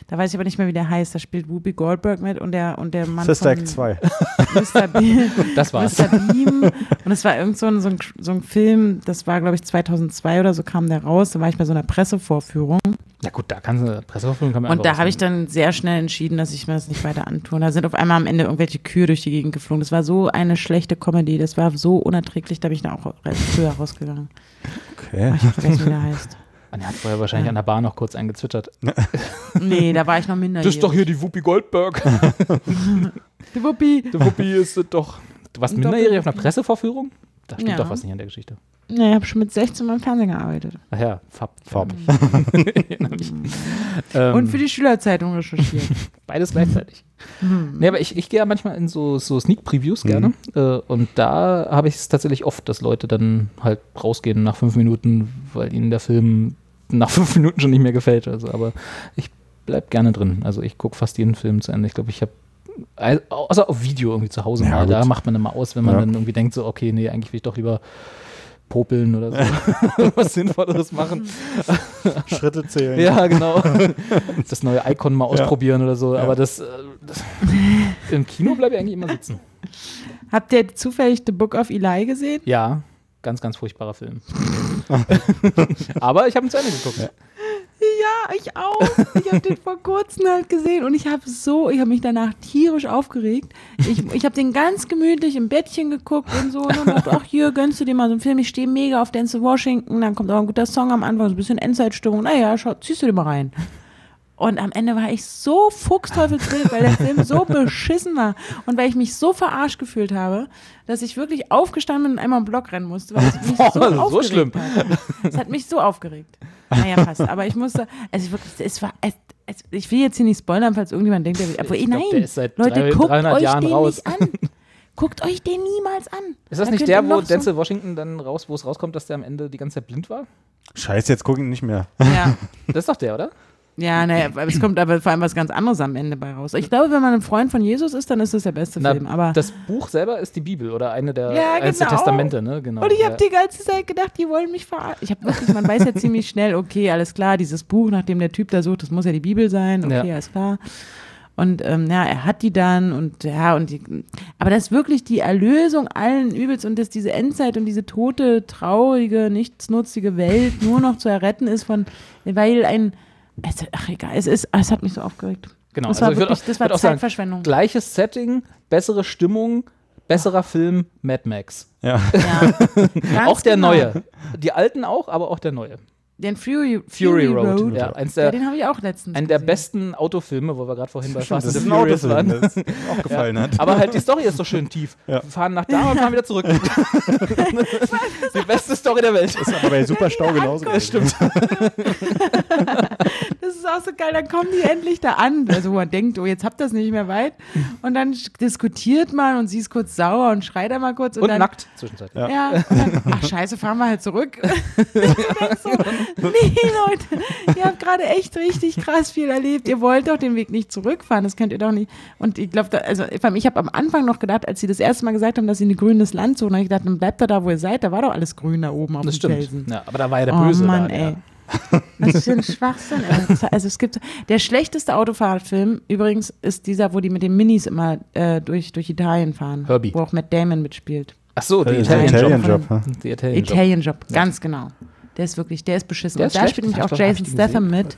Da weiß ich aber nicht mehr, wie der heißt. Da spielt Whoopi Goldberg mit und der, und der Mann Sister von Act 2. Mr. Bean. Das war's. Mr. Beam. Und es war irgend so ein, so, ein, so ein Film, das war, glaube ich, 2002 oder so kam der raus. Da war ich bei so einer Pressevorführung. Na gut, da kann eine Presseverfügung kann man Und einfach da habe ich rausnehmen. dann sehr schnell entschieden, dass ich mir das nicht weiter antun. Da sind auf einmal am Ende irgendwelche Kühe durch die Gegend geflogen. Das war so eine schlechte Comedy. Das war so unerträglich, da bin ich dann auch re- früher rausgegangen. Okay. Ich weiß nicht, wie der heißt. Anja hat vorher wahrscheinlich an der Bar noch kurz eingezwittert. Nee, da war ich noch minderjährig. hier die Wuppi Goldberg. Die Wuppi. Die Wuppi ist doch. Du warst Ein minderjährig auf einer Presseverführung? Da stimmt Ja. doch was nicht an der Geschichte. Nee, ich habe schon mit 16 beim Fernsehen gearbeitet. Ach ja, Fab. Fab. Ähm, Und für die Schülerzeitung recherchiert. Beides gleichzeitig. Nee, aber ich, ich gehe ja manchmal in so, so Sneak-Previews Mhm. gerne. Äh, und da habe ich es tatsächlich oft, dass Leute dann halt rausgehen nach fünf Minuten, weil ihnen der Film nach fünf Minuten schon nicht mehr gefällt. Also, aber ich bleib gerne drin. Also ich gucke fast jeden Film zu Ende. Ich glaube, ich habe außer auf Video irgendwie zu Hause Ja, mal. Da gut. macht man immer aus, wenn man Ja. dann irgendwie denkt, so, okay, nee, eigentlich will ich doch lieber popeln oder so. was Sinnvolleres machen. Schritte zählen. Ja, genau. Das neue Icon mal ausprobieren oder so. Aber das, äh, das im Kino bleibe ich eigentlich immer sitzen. Habt ihr zufällig The Book of Eli gesehen? Ja, ganz, ganz furchtbarer Film. aber ich habe ihn zu Ende geguckt. Ja, ich auch. Ich habe den vor kurzem halt gesehen und ich habe so, ich habe mich danach tierisch aufgeregt. Ich, ich habe den ganz gemütlich im Bettchen geguckt und so und dachte, ach hier, gönnst du dir mal so einen Film. Ich stehe mega auf Dance in Washington, dann kommt auch ein guter Song am Anfang, so ein bisschen Endzeitstimmung. Naja, schau, ziehst du dir mal rein. Und am Ende war ich so fuchsteufelswild, weil der Film so beschissen war und weil ich mich so verarscht gefühlt habe, dass ich wirklich aufgestanden bin und einmal im Block rennen musste, weil es mich Boah, so, das ist so aufgeregt schlimm. Hat. Es hat mich so aufgeregt. Naja, fast. Aber ich musste, also wirklich, es war, es, es, ich will jetzt hier nicht spoilern, falls irgendjemand denkt, der will, aber Ich glaub, nein, der ist seit drei- Leute, guckt 300 euch Jahren den raus. nicht an. Guckt euch den niemals an. Ist das Da nicht könnt der, ihr wo noch Denzel Washington dann raus, wo es rauskommt, dass der am Ende die ganze Zeit blind war? Scheiße, jetzt guck ich nicht mehr. So, ja. Das ist doch der, oder? Ja, naja, aber es kommt aber vor allem was ganz anderes am Ende bei raus. Ich glaube, wenn man ein Freund von Jesus ist, dann ist das der beste Na, Film. Aber das Buch selber ist die Bibel oder eine der, Ja, eines der genau. Testamente, ne? Genau. und ich habe die ja. ganze Zeit gedacht, die wollen mich verarschen. Ich habe wirklich, man weiß ja ziemlich schnell, okay, alles klar, dieses Buch, nach dem der Typ da sucht, das muss ja die Bibel sein, okay, Ja. alles klar. Und ähm, ja, er hat die dann und ja, und die, aber das ist wirklich die Erlösung allen Übels und dass diese Endzeit und diese tote, traurige, nichtsnutzige Welt nur noch zu erretten ist von, weil ein, es, ach egal, es ist, es hat mich so aufgeregt. Genau, das also war ich würd wirklich, auch- das war würd auch sagen, Zeitverschwendung. Gleiches Setting, bessere Stimmung, besserer Film, Mad Max. Ja. Ja. Ah. Ganz auch der genau. neue. Die alten auch, aber auch der neue. Den Fury, Fury Fury, Road. Road. Ja, eins Ja, der, den habe ich auch letztens. einen der gesehen. besten Autofilme, wo wir gerade vorhin bei Stimmt, Fast das and ist the ein Furious Autofilm, waren. das mir auch gefallen hat. Aber halt die Story ist so schön tief. Ja. Wir fahren nach da und fahren wieder zurück. die beste Story der Welt. Also Ist aber bei Superstau genauso. Das stimmt. Das ist auch so geil, dann kommen die endlich da an. Also wo man denkt, oh, jetzt habt ihr das nicht mehr weit. Und dann sch- diskutiert man und sie ist kurz sauer und schreit einmal kurz. Und, Und dann, nackt zwischenzeitlich. Ja. Ja, und dann, ach scheiße, fahren wir halt zurück. Ich denk so, nee, Leute, ihr habt gerade echt richtig krass viel erlebt. Ihr wollt doch den Weg nicht zurückfahren, das könnt ihr doch nicht. Und ich glaube, also vor allem, ich habe am Anfang noch gedacht, als sie das erste Mal gesagt haben, dass sie in ein grünes Land suchen, habe ich gedacht, dann bleibt ihr da, wo ihr seid. Da war doch alles grün da oben auf Das dem Felsen. stimmt. Ja, aber da war ja der Böse. Oh Mann, da, ey. Ja. Was für ein Schwachsinn. ey. Das- Also es gibt der schlechteste Autofahrtfilm übrigens ist dieser, wo die mit den Minis immer äh, durch, durch Italien fahren. Herbie. Wo auch Matt Damon mitspielt. Ach so, die Äh, Italian, Italian ne? Job. Job, Die Italian Job. Italian Job, ganz genau. Der ist wirklich, der ist beschissen. Der Und ist da schlecht. spielt nämlich Hab ich auch doch- hab ich Jason den gesehen? Statham mit.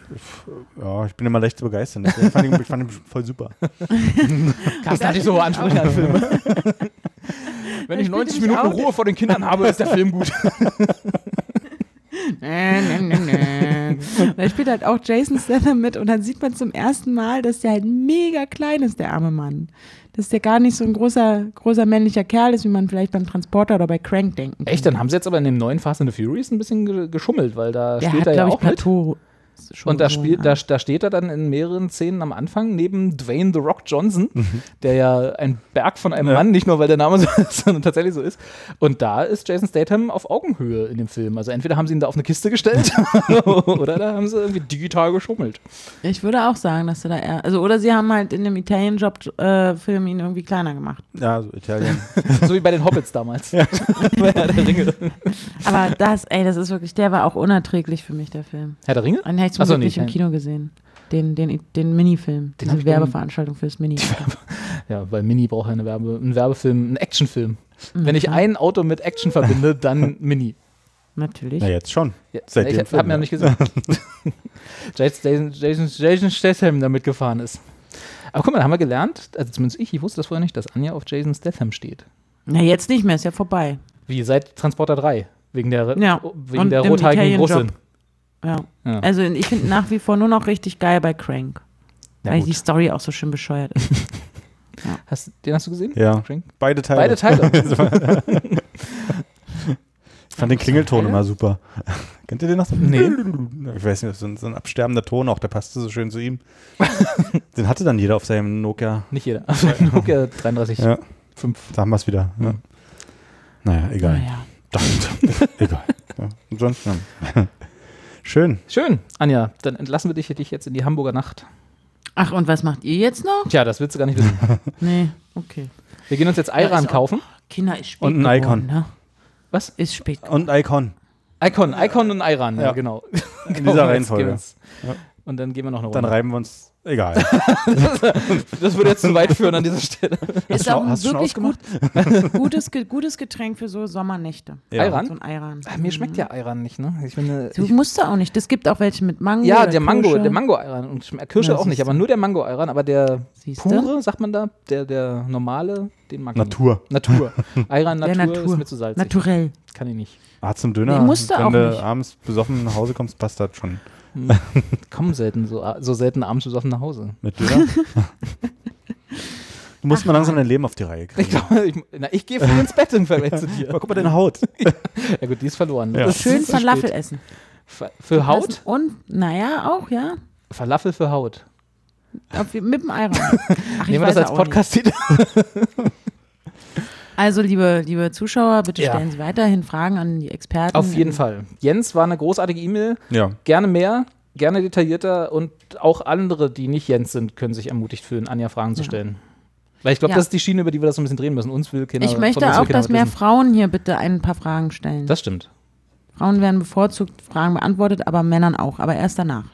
Ja, ich bin immer leicht zu begeistern. Ich fand ihn, ich fand ihn voll super. Carsten hatte ich so hohe Ansprüche an Filme. Wenn ich 90 nämlich Minuten auch- Ruhe vor den Kindern habe, ist der Film gut. Nä, nä, nä, nä. da spielt halt auch Jason Statham mit und dann sieht man zum ersten Mal, dass der halt mega klein ist, der arme Mann. Dass der gar nicht so ein großer, großer männlicher Kerl ist, wie man vielleicht beim Transporter oder bei Crank denken Echt, dann haben sie jetzt aber in dem neuen Fast and the Furious ein bisschen ge- geschummelt, weil da Der steht hat, er ja glaube ich, auch mit. Plateau. schon Und da, so spielt, an. da, da steht er dann in mehreren Szenen am Anfang neben Dwayne The Rock Johnson, der ja ein Berg von einem Mann, nicht nur weil der Name so ist, sondern tatsächlich so ist. Und da ist Jason Statham auf Augenhöhe in dem Film. Also entweder haben sie ihn da auf eine Kiste gestellt oder da haben sie irgendwie digital geschummelt. Ich würde auch sagen, dass er da eher. Also, oder sie haben halt in dem Italian-Job-Film ihn irgendwie kleiner gemacht. Ja, so Italien. So wie bei den Hobbits damals. Ja. Herr der Ringe. Aber das, ey, das ist wirklich, der war auch unerträglich für mich, der Film. Herr der Ringe? Den hätte ich zum Ach so, Glück nicht nee, im nein. Kino gesehen. Den, den, den Minifilm. Den Den hab ich Diese Werbeveranstaltung fürs Mini. Ja, weil Mini braucht ja eine Werbe, einen Werbefilm, einen Actionfilm. Mhm, Wenn ich ein Auto mit Action verbinde, dann Mini. Natürlich. Na, jetzt schon. Ja, Seit ich dem habe Film, hab mir ja. noch nicht gesagt. Jason, Jason, Jason Statham damit gefahren ist. Aber guck mal, da haben wir gelernt, also zumindest ich, ich wusste das vorher nicht, dass Anja auf Jason Statham steht. Na, jetzt nicht mehr, ist ja vorbei. Wie seit Transporter 3. Wegen der, oh, Ja, wegen und der dem rothaarigen Italian-Job. Russin. Ja. Ja. Also, ich finde nach wie vor nur noch richtig geil bei Crank. Na weil gut. die Story auch so schön bescheuert ist. Hast, den hast du gesehen? Ja, Crank? beide Teile. Beide Teile. Ich fand den Klingelton immer super. Kennt ihr den noch? so? Nee. Ich weiß nicht, so ein, so ein absterbender Ton auch, der passte so schön zu ihm. den hatte dann jeder auf seinem Nokia. nicht jeder. Nokia 33. Ja. Fünf. Da haben wir es wieder. Ja. Hm. Naja, egal. Naja. egal. Ja. Und sonst, ja. Schön. Schön, Anja, dann entlassen wir dich, dich jetzt in die Hamburger Nacht. Ach, und was macht ihr jetzt noch? Tja, das willst du gar nicht wissen. Nee, okay. Wir gehen uns jetzt Ja, Ayran ist auch- kaufen. Kinder ist spät. Und ein Icon. geworden, Ne? Was? Ist spät. Und Icon. Icon, Icon und Ayran, ja, Ja. genau. In dieser Reihenfolge. Und dann gehen wir noch eine Runde. Dann reiben wir uns. Egal. Das würde jetzt zu weit führen an dieser Stelle. Ist du auch schon- ein hast du schon wirklich gut, gutes, Ge- gutes Getränk für so Sommernächte. Ja. Ayran? So ein Ayran. Ah, Mir schmeckt ja Ayran nicht, ne? Ich finde, Mhm. Du musst da auch nicht. Es gibt auch welche mit Mango. ja, oder der Mango, Kirsche. der Mango Ayran und Schm- Kirsche Ja, auch nicht, siehste. aber nur der Mango Ayran, aber der Siehste? pure, sagt man da, der der normale, den mag ich nicht. Natur. Natur. Ayran Der Natur, Natur. ist mir zu salzig. Naturell. Kann ich nicht. Arzt Ah, zum Döner. Nee, musste Wenn auch du nicht. abends besoffen nach Hause kommst, passt das schon. Kommen selten so so selten abends besoffen nach Hause. Mit Döner. du musst mal langsam dein Leben auf die Reihe Ich kriegen. glaube, ich, na, ich gehe früh ins Bett im Vergleich zu dir. Aber guck mal deine Haut. Ja gut, die ist verloren. Ja. Das ist Schön zu spät. Falafel essen. Fa- Für Haut? Essen Und, naja, auch, ja. Falafel für Haut. Auf, mit dem Ayran. Ach, ich Nehmen wir weiß das als auch Podcast-Titel. nicht. Also, liebe, liebe Zuschauer, bitte Ja. stellen Sie weiterhin Fragen an die Experten. Auf jeden Fall. Jens war eine großartige E-Mail. Ja. Gerne mehr, gerne detaillierter und auch andere, die nicht Jens sind, können sich ermutigt fühlen, Anja Fragen zu Ja. stellen. Weil ich glaube, Ja. das ist die Schiene, über die wir das so ein bisschen drehen müssen. Uns will keiner. Ich möchte genau. von uns will auch, keiner dass was mehr wissen. Frauen hier bitte ein paar Fragen stellen. Das stimmt. Frauen werden bevorzugt Fragen beantwortet, aber Männern auch, aber erst danach.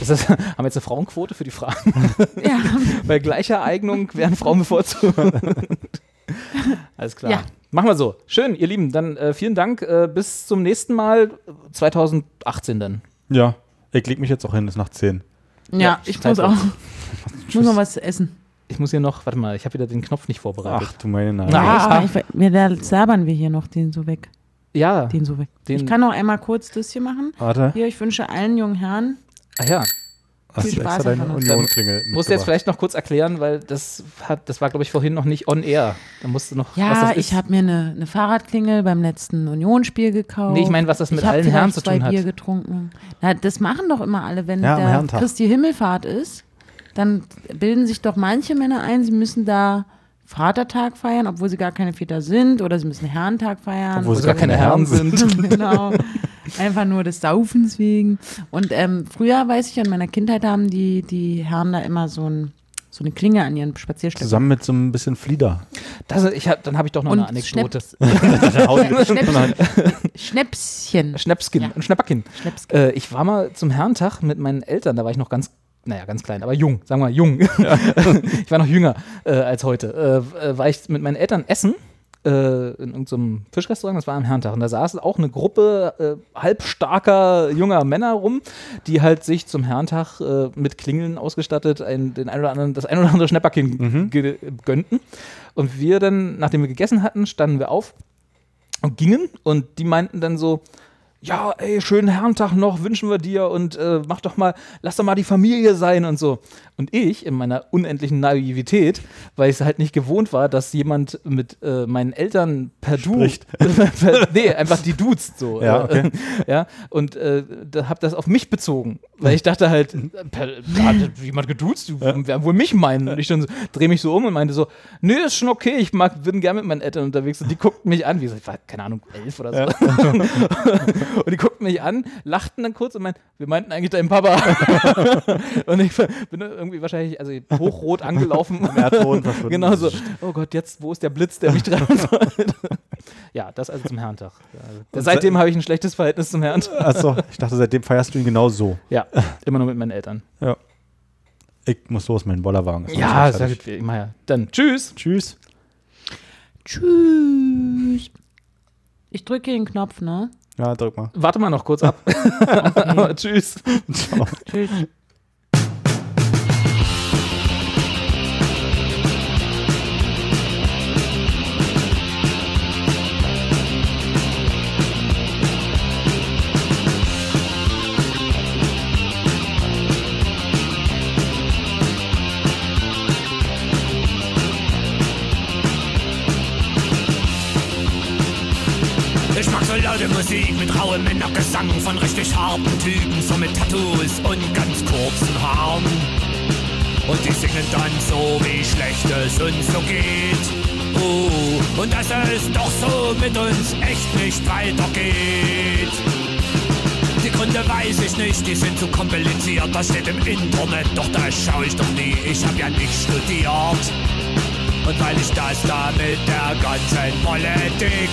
Ist das, haben wir jetzt eine Frauenquote für die Fragen? Ja, Bei gleicher Eignung werden Frauen bevorzugt. Alles klar. Ja. Machen wir so. Schön, ihr Lieben. Dann äh, vielen Dank. Äh, bis zum nächsten Mal. 2018 dann. Ja. Ich leg mich jetzt auch hin, es ist nach 10. Ja, ja ich Zeit muss auch. wird's. Ich muss noch was essen. Ich muss hier noch, warte mal, ich habe wieder den Knopf nicht vorbereitet. Ach du meine Nase. Na. Ah. Ja, Ich, weiß gar nicht, wir da sabbern wir hier noch den so weg. Ja, Den so weg. Den- ich kann noch einmal kurz das hier machen. Warte. Hier, ich wünsche allen jungen Herren. ah, ja. Hast Viel du Spaß extra deine einfach noch. Union-Klingel Musst du jetzt mitgebracht. vielleicht noch kurz erklären, weil das hat, das war, glaube ich, vorhin noch nicht on air. Da musst du noch was Ja, das ich habe mir eine, eine Fahrradklingel beim letzten Unionsspiel gekauft. Nee, ich meine, was das mit hab allen Herren vielleicht zu tun zwei hat. Bier getrunken. Na, das machen doch immer alle, wenn Ja, am da Herrentag. Christi Himmelfahrt ist, dann bilden sich doch manche Männer ein, sie müssen da Vatertag feiern, obwohl sie gar keine Väter sind, oder sie müssen Herrentag feiern. Obwohl Wo sie gar keine Herren sind. genau. Einfach nur des Saufens wegen. Und ähm, früher, weiß ich, in meiner Kindheit haben die, die Herren da immer so, ein, so eine Klinge an ihren Spazierstöcken. Zusammen mit so ein bisschen Flieder. Das, ich hab, dann habe ich doch noch eine Und Anekdote. Schnaps, Nein. Schnäpschen. Schnäpskin, Ja. Äh, ein Schnäpperkin. Schnäpschen. Äh, ich war mal zum Herrentag mit meinen Eltern, da war ich noch ganz, naja, ganz klein, aber jung, sagen wir mal jung. ich war noch jünger äh, als heute. Äh, äh, war ich mit meinen Eltern essen äh, in irgendeinem Fischrestaurant, das war am Herrentag, und da saßen auch eine Gruppe äh, halbstarker junger Männer rum, die halt sich zum Herrentag äh, mit Klingeln ausgestattet ein, den ein oder anderen, das ein oder andere Schnäpperkind ge- gönnten. Und wir dann, nachdem wir gegessen hatten, standen wir auf und gingen und die meinten dann so, ja, ey, schönen Herrentag noch, wünschen wir dir und äh, mach doch mal, lass doch mal die Familie sein und so. Und ich, in meiner unendlichen Naivität, weil ich es halt nicht gewohnt war, dass jemand mit äh, meinen Eltern per Du, Spricht. per, nee, einfach die duzt so. Ja, okay. ja und äh, da hab das auf mich bezogen, weil ich dachte halt, per, da hat jemand geduzt, die werden wohl mich meinen. Und ich dann so, drehe mich so um und meinte so, nö, ist schon okay, ich mag, bin gern mit meinen Eltern unterwegs. Und die guckten mich an, wie gesagt, ich war, halt, keine Ahnung, elf oder so. Und die guckten mich an, lachten dann kurz und meinten, wir meinten eigentlich deinen Papa. und ich bin irgendwie wahrscheinlich also hochrot angelaufen. Erdboden verschwunden. genau so. Oh Gott, jetzt, wo ist der Blitz, der mich treffen soll? ja, das also zum Herrentag. Also, seitdem habe ich ein schlechtes Verhältnis zum Herrentag. Achso, ich dachte, seitdem feierst du ihn genau so. Ja, immer nur mit meinen Eltern. Ich muss los, mein Bollerwagen. ist noch Ja, nicht sehr fertig. gut. Immer ja. Dann tschüss. Tschüss. Tschüss. Ich drücke den Knopf, ne? Ja, drück mal. Warte mal noch kurz ab. tschüss. Tschüss. Ich mag so laute Musik mit rauem Männergesang von richtig harten Typen, so mit Tattoos und ganz kurzen Haaren. Und die singen dann so, wie schlecht es uns so geht. Oh, und dass es doch so mit uns echt nicht weitergeht. Die Gründe weiß ich nicht, die sind zu kompliziert, das steht im Internet, doch da schau ich doch nie, ich hab ja nicht studiert. Und weil ich das da mit der ganzen Politik,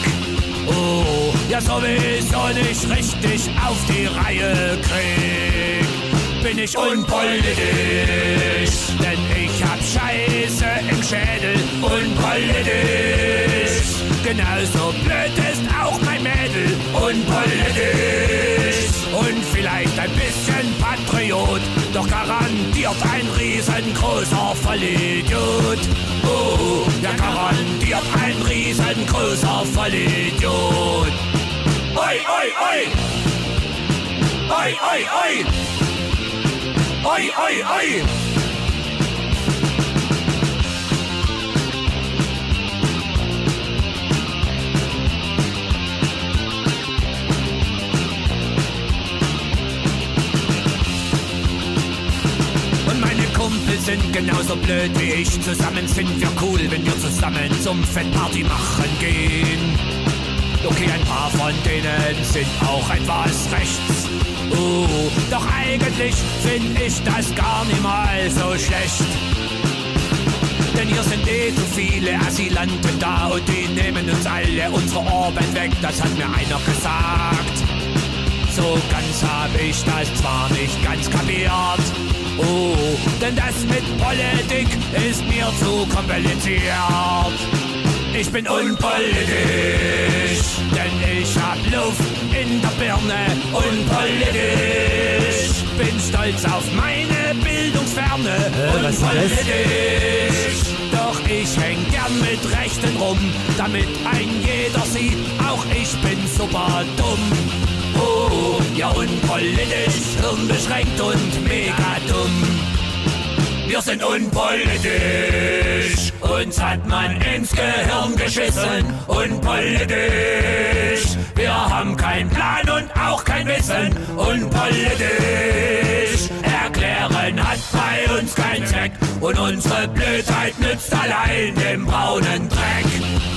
oh, ja sowieso nicht richtig auf die Reihe krieg, bin ich unpolitisch. Denn ich hab Scheiße im Schädel, unpolitisch. Genauso blöd ist auch mein Mädel, unpolitisch. Und vielleicht ein bisschen Patriot, doch garantiert ein riesengroßer Vollidiot. Oh, ja garantiert ein riesengroßer Vollidiot. Oi, oi, oi! Oi, oi, oi! Oi, oi, oi! Und meine Kumpels sind genauso blöd wie ich. Zusammen sind wir cool, wenn wir zusammen zum Fettparty machen gehen. Okay, ein paar von denen sind auch etwas rechts. Uh, doch eigentlich finde ich das gar nicht mal so schlecht. Denn hier sind eh zu viele Asylanten da und die nehmen uns alle unsere Arbeit weg, das hat mir einer gesagt. So ganz hab ich das zwar nicht ganz kapiert. Oh, denn das mit Politik ist mir zu kompliziert. Ich bin unpolitisch, denn ich hab Luft in der Birne. Unpolitisch, bin stolz auf meine Bildungsferne. Unpolitisch, doch ich häng gern mit Rechten rum, damit ein jeder sieht, auch ich bin super dumm. Oh, ja unpolitisch, hirnbeschränkt und mega dumm. Wir sind unpolitisch, uns hat man ins Gehirn geschissen. Unpolitisch, wir haben keinen Plan und auch kein Wissen. Unpolitisch, erklären hat bei uns keinen Zweck. Und unsere Blödheit nützt allein dem braunen Dreck.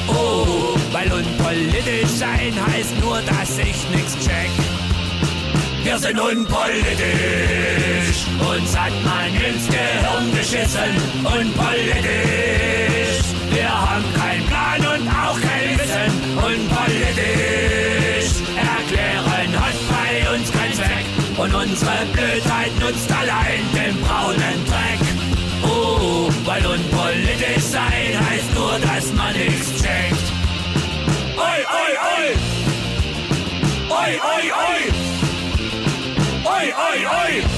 Oh, weil unpolitisch sein heißt nur, dass ich nichts check. Wir sind unpolitisch, uns hat man ins Gehirn geschissen. Unpolitisch, wir haben keinen Plan und auch kein Wissen. Unpolitisch, erklären hat bei uns keinen Zweck. Und unsere Blödheit nutzt allein den braunen Dreck. Oh, weil unpolitisch sein heißt nur, dass man nichts checkt. oi, oi, oi. Oi, oi, oi.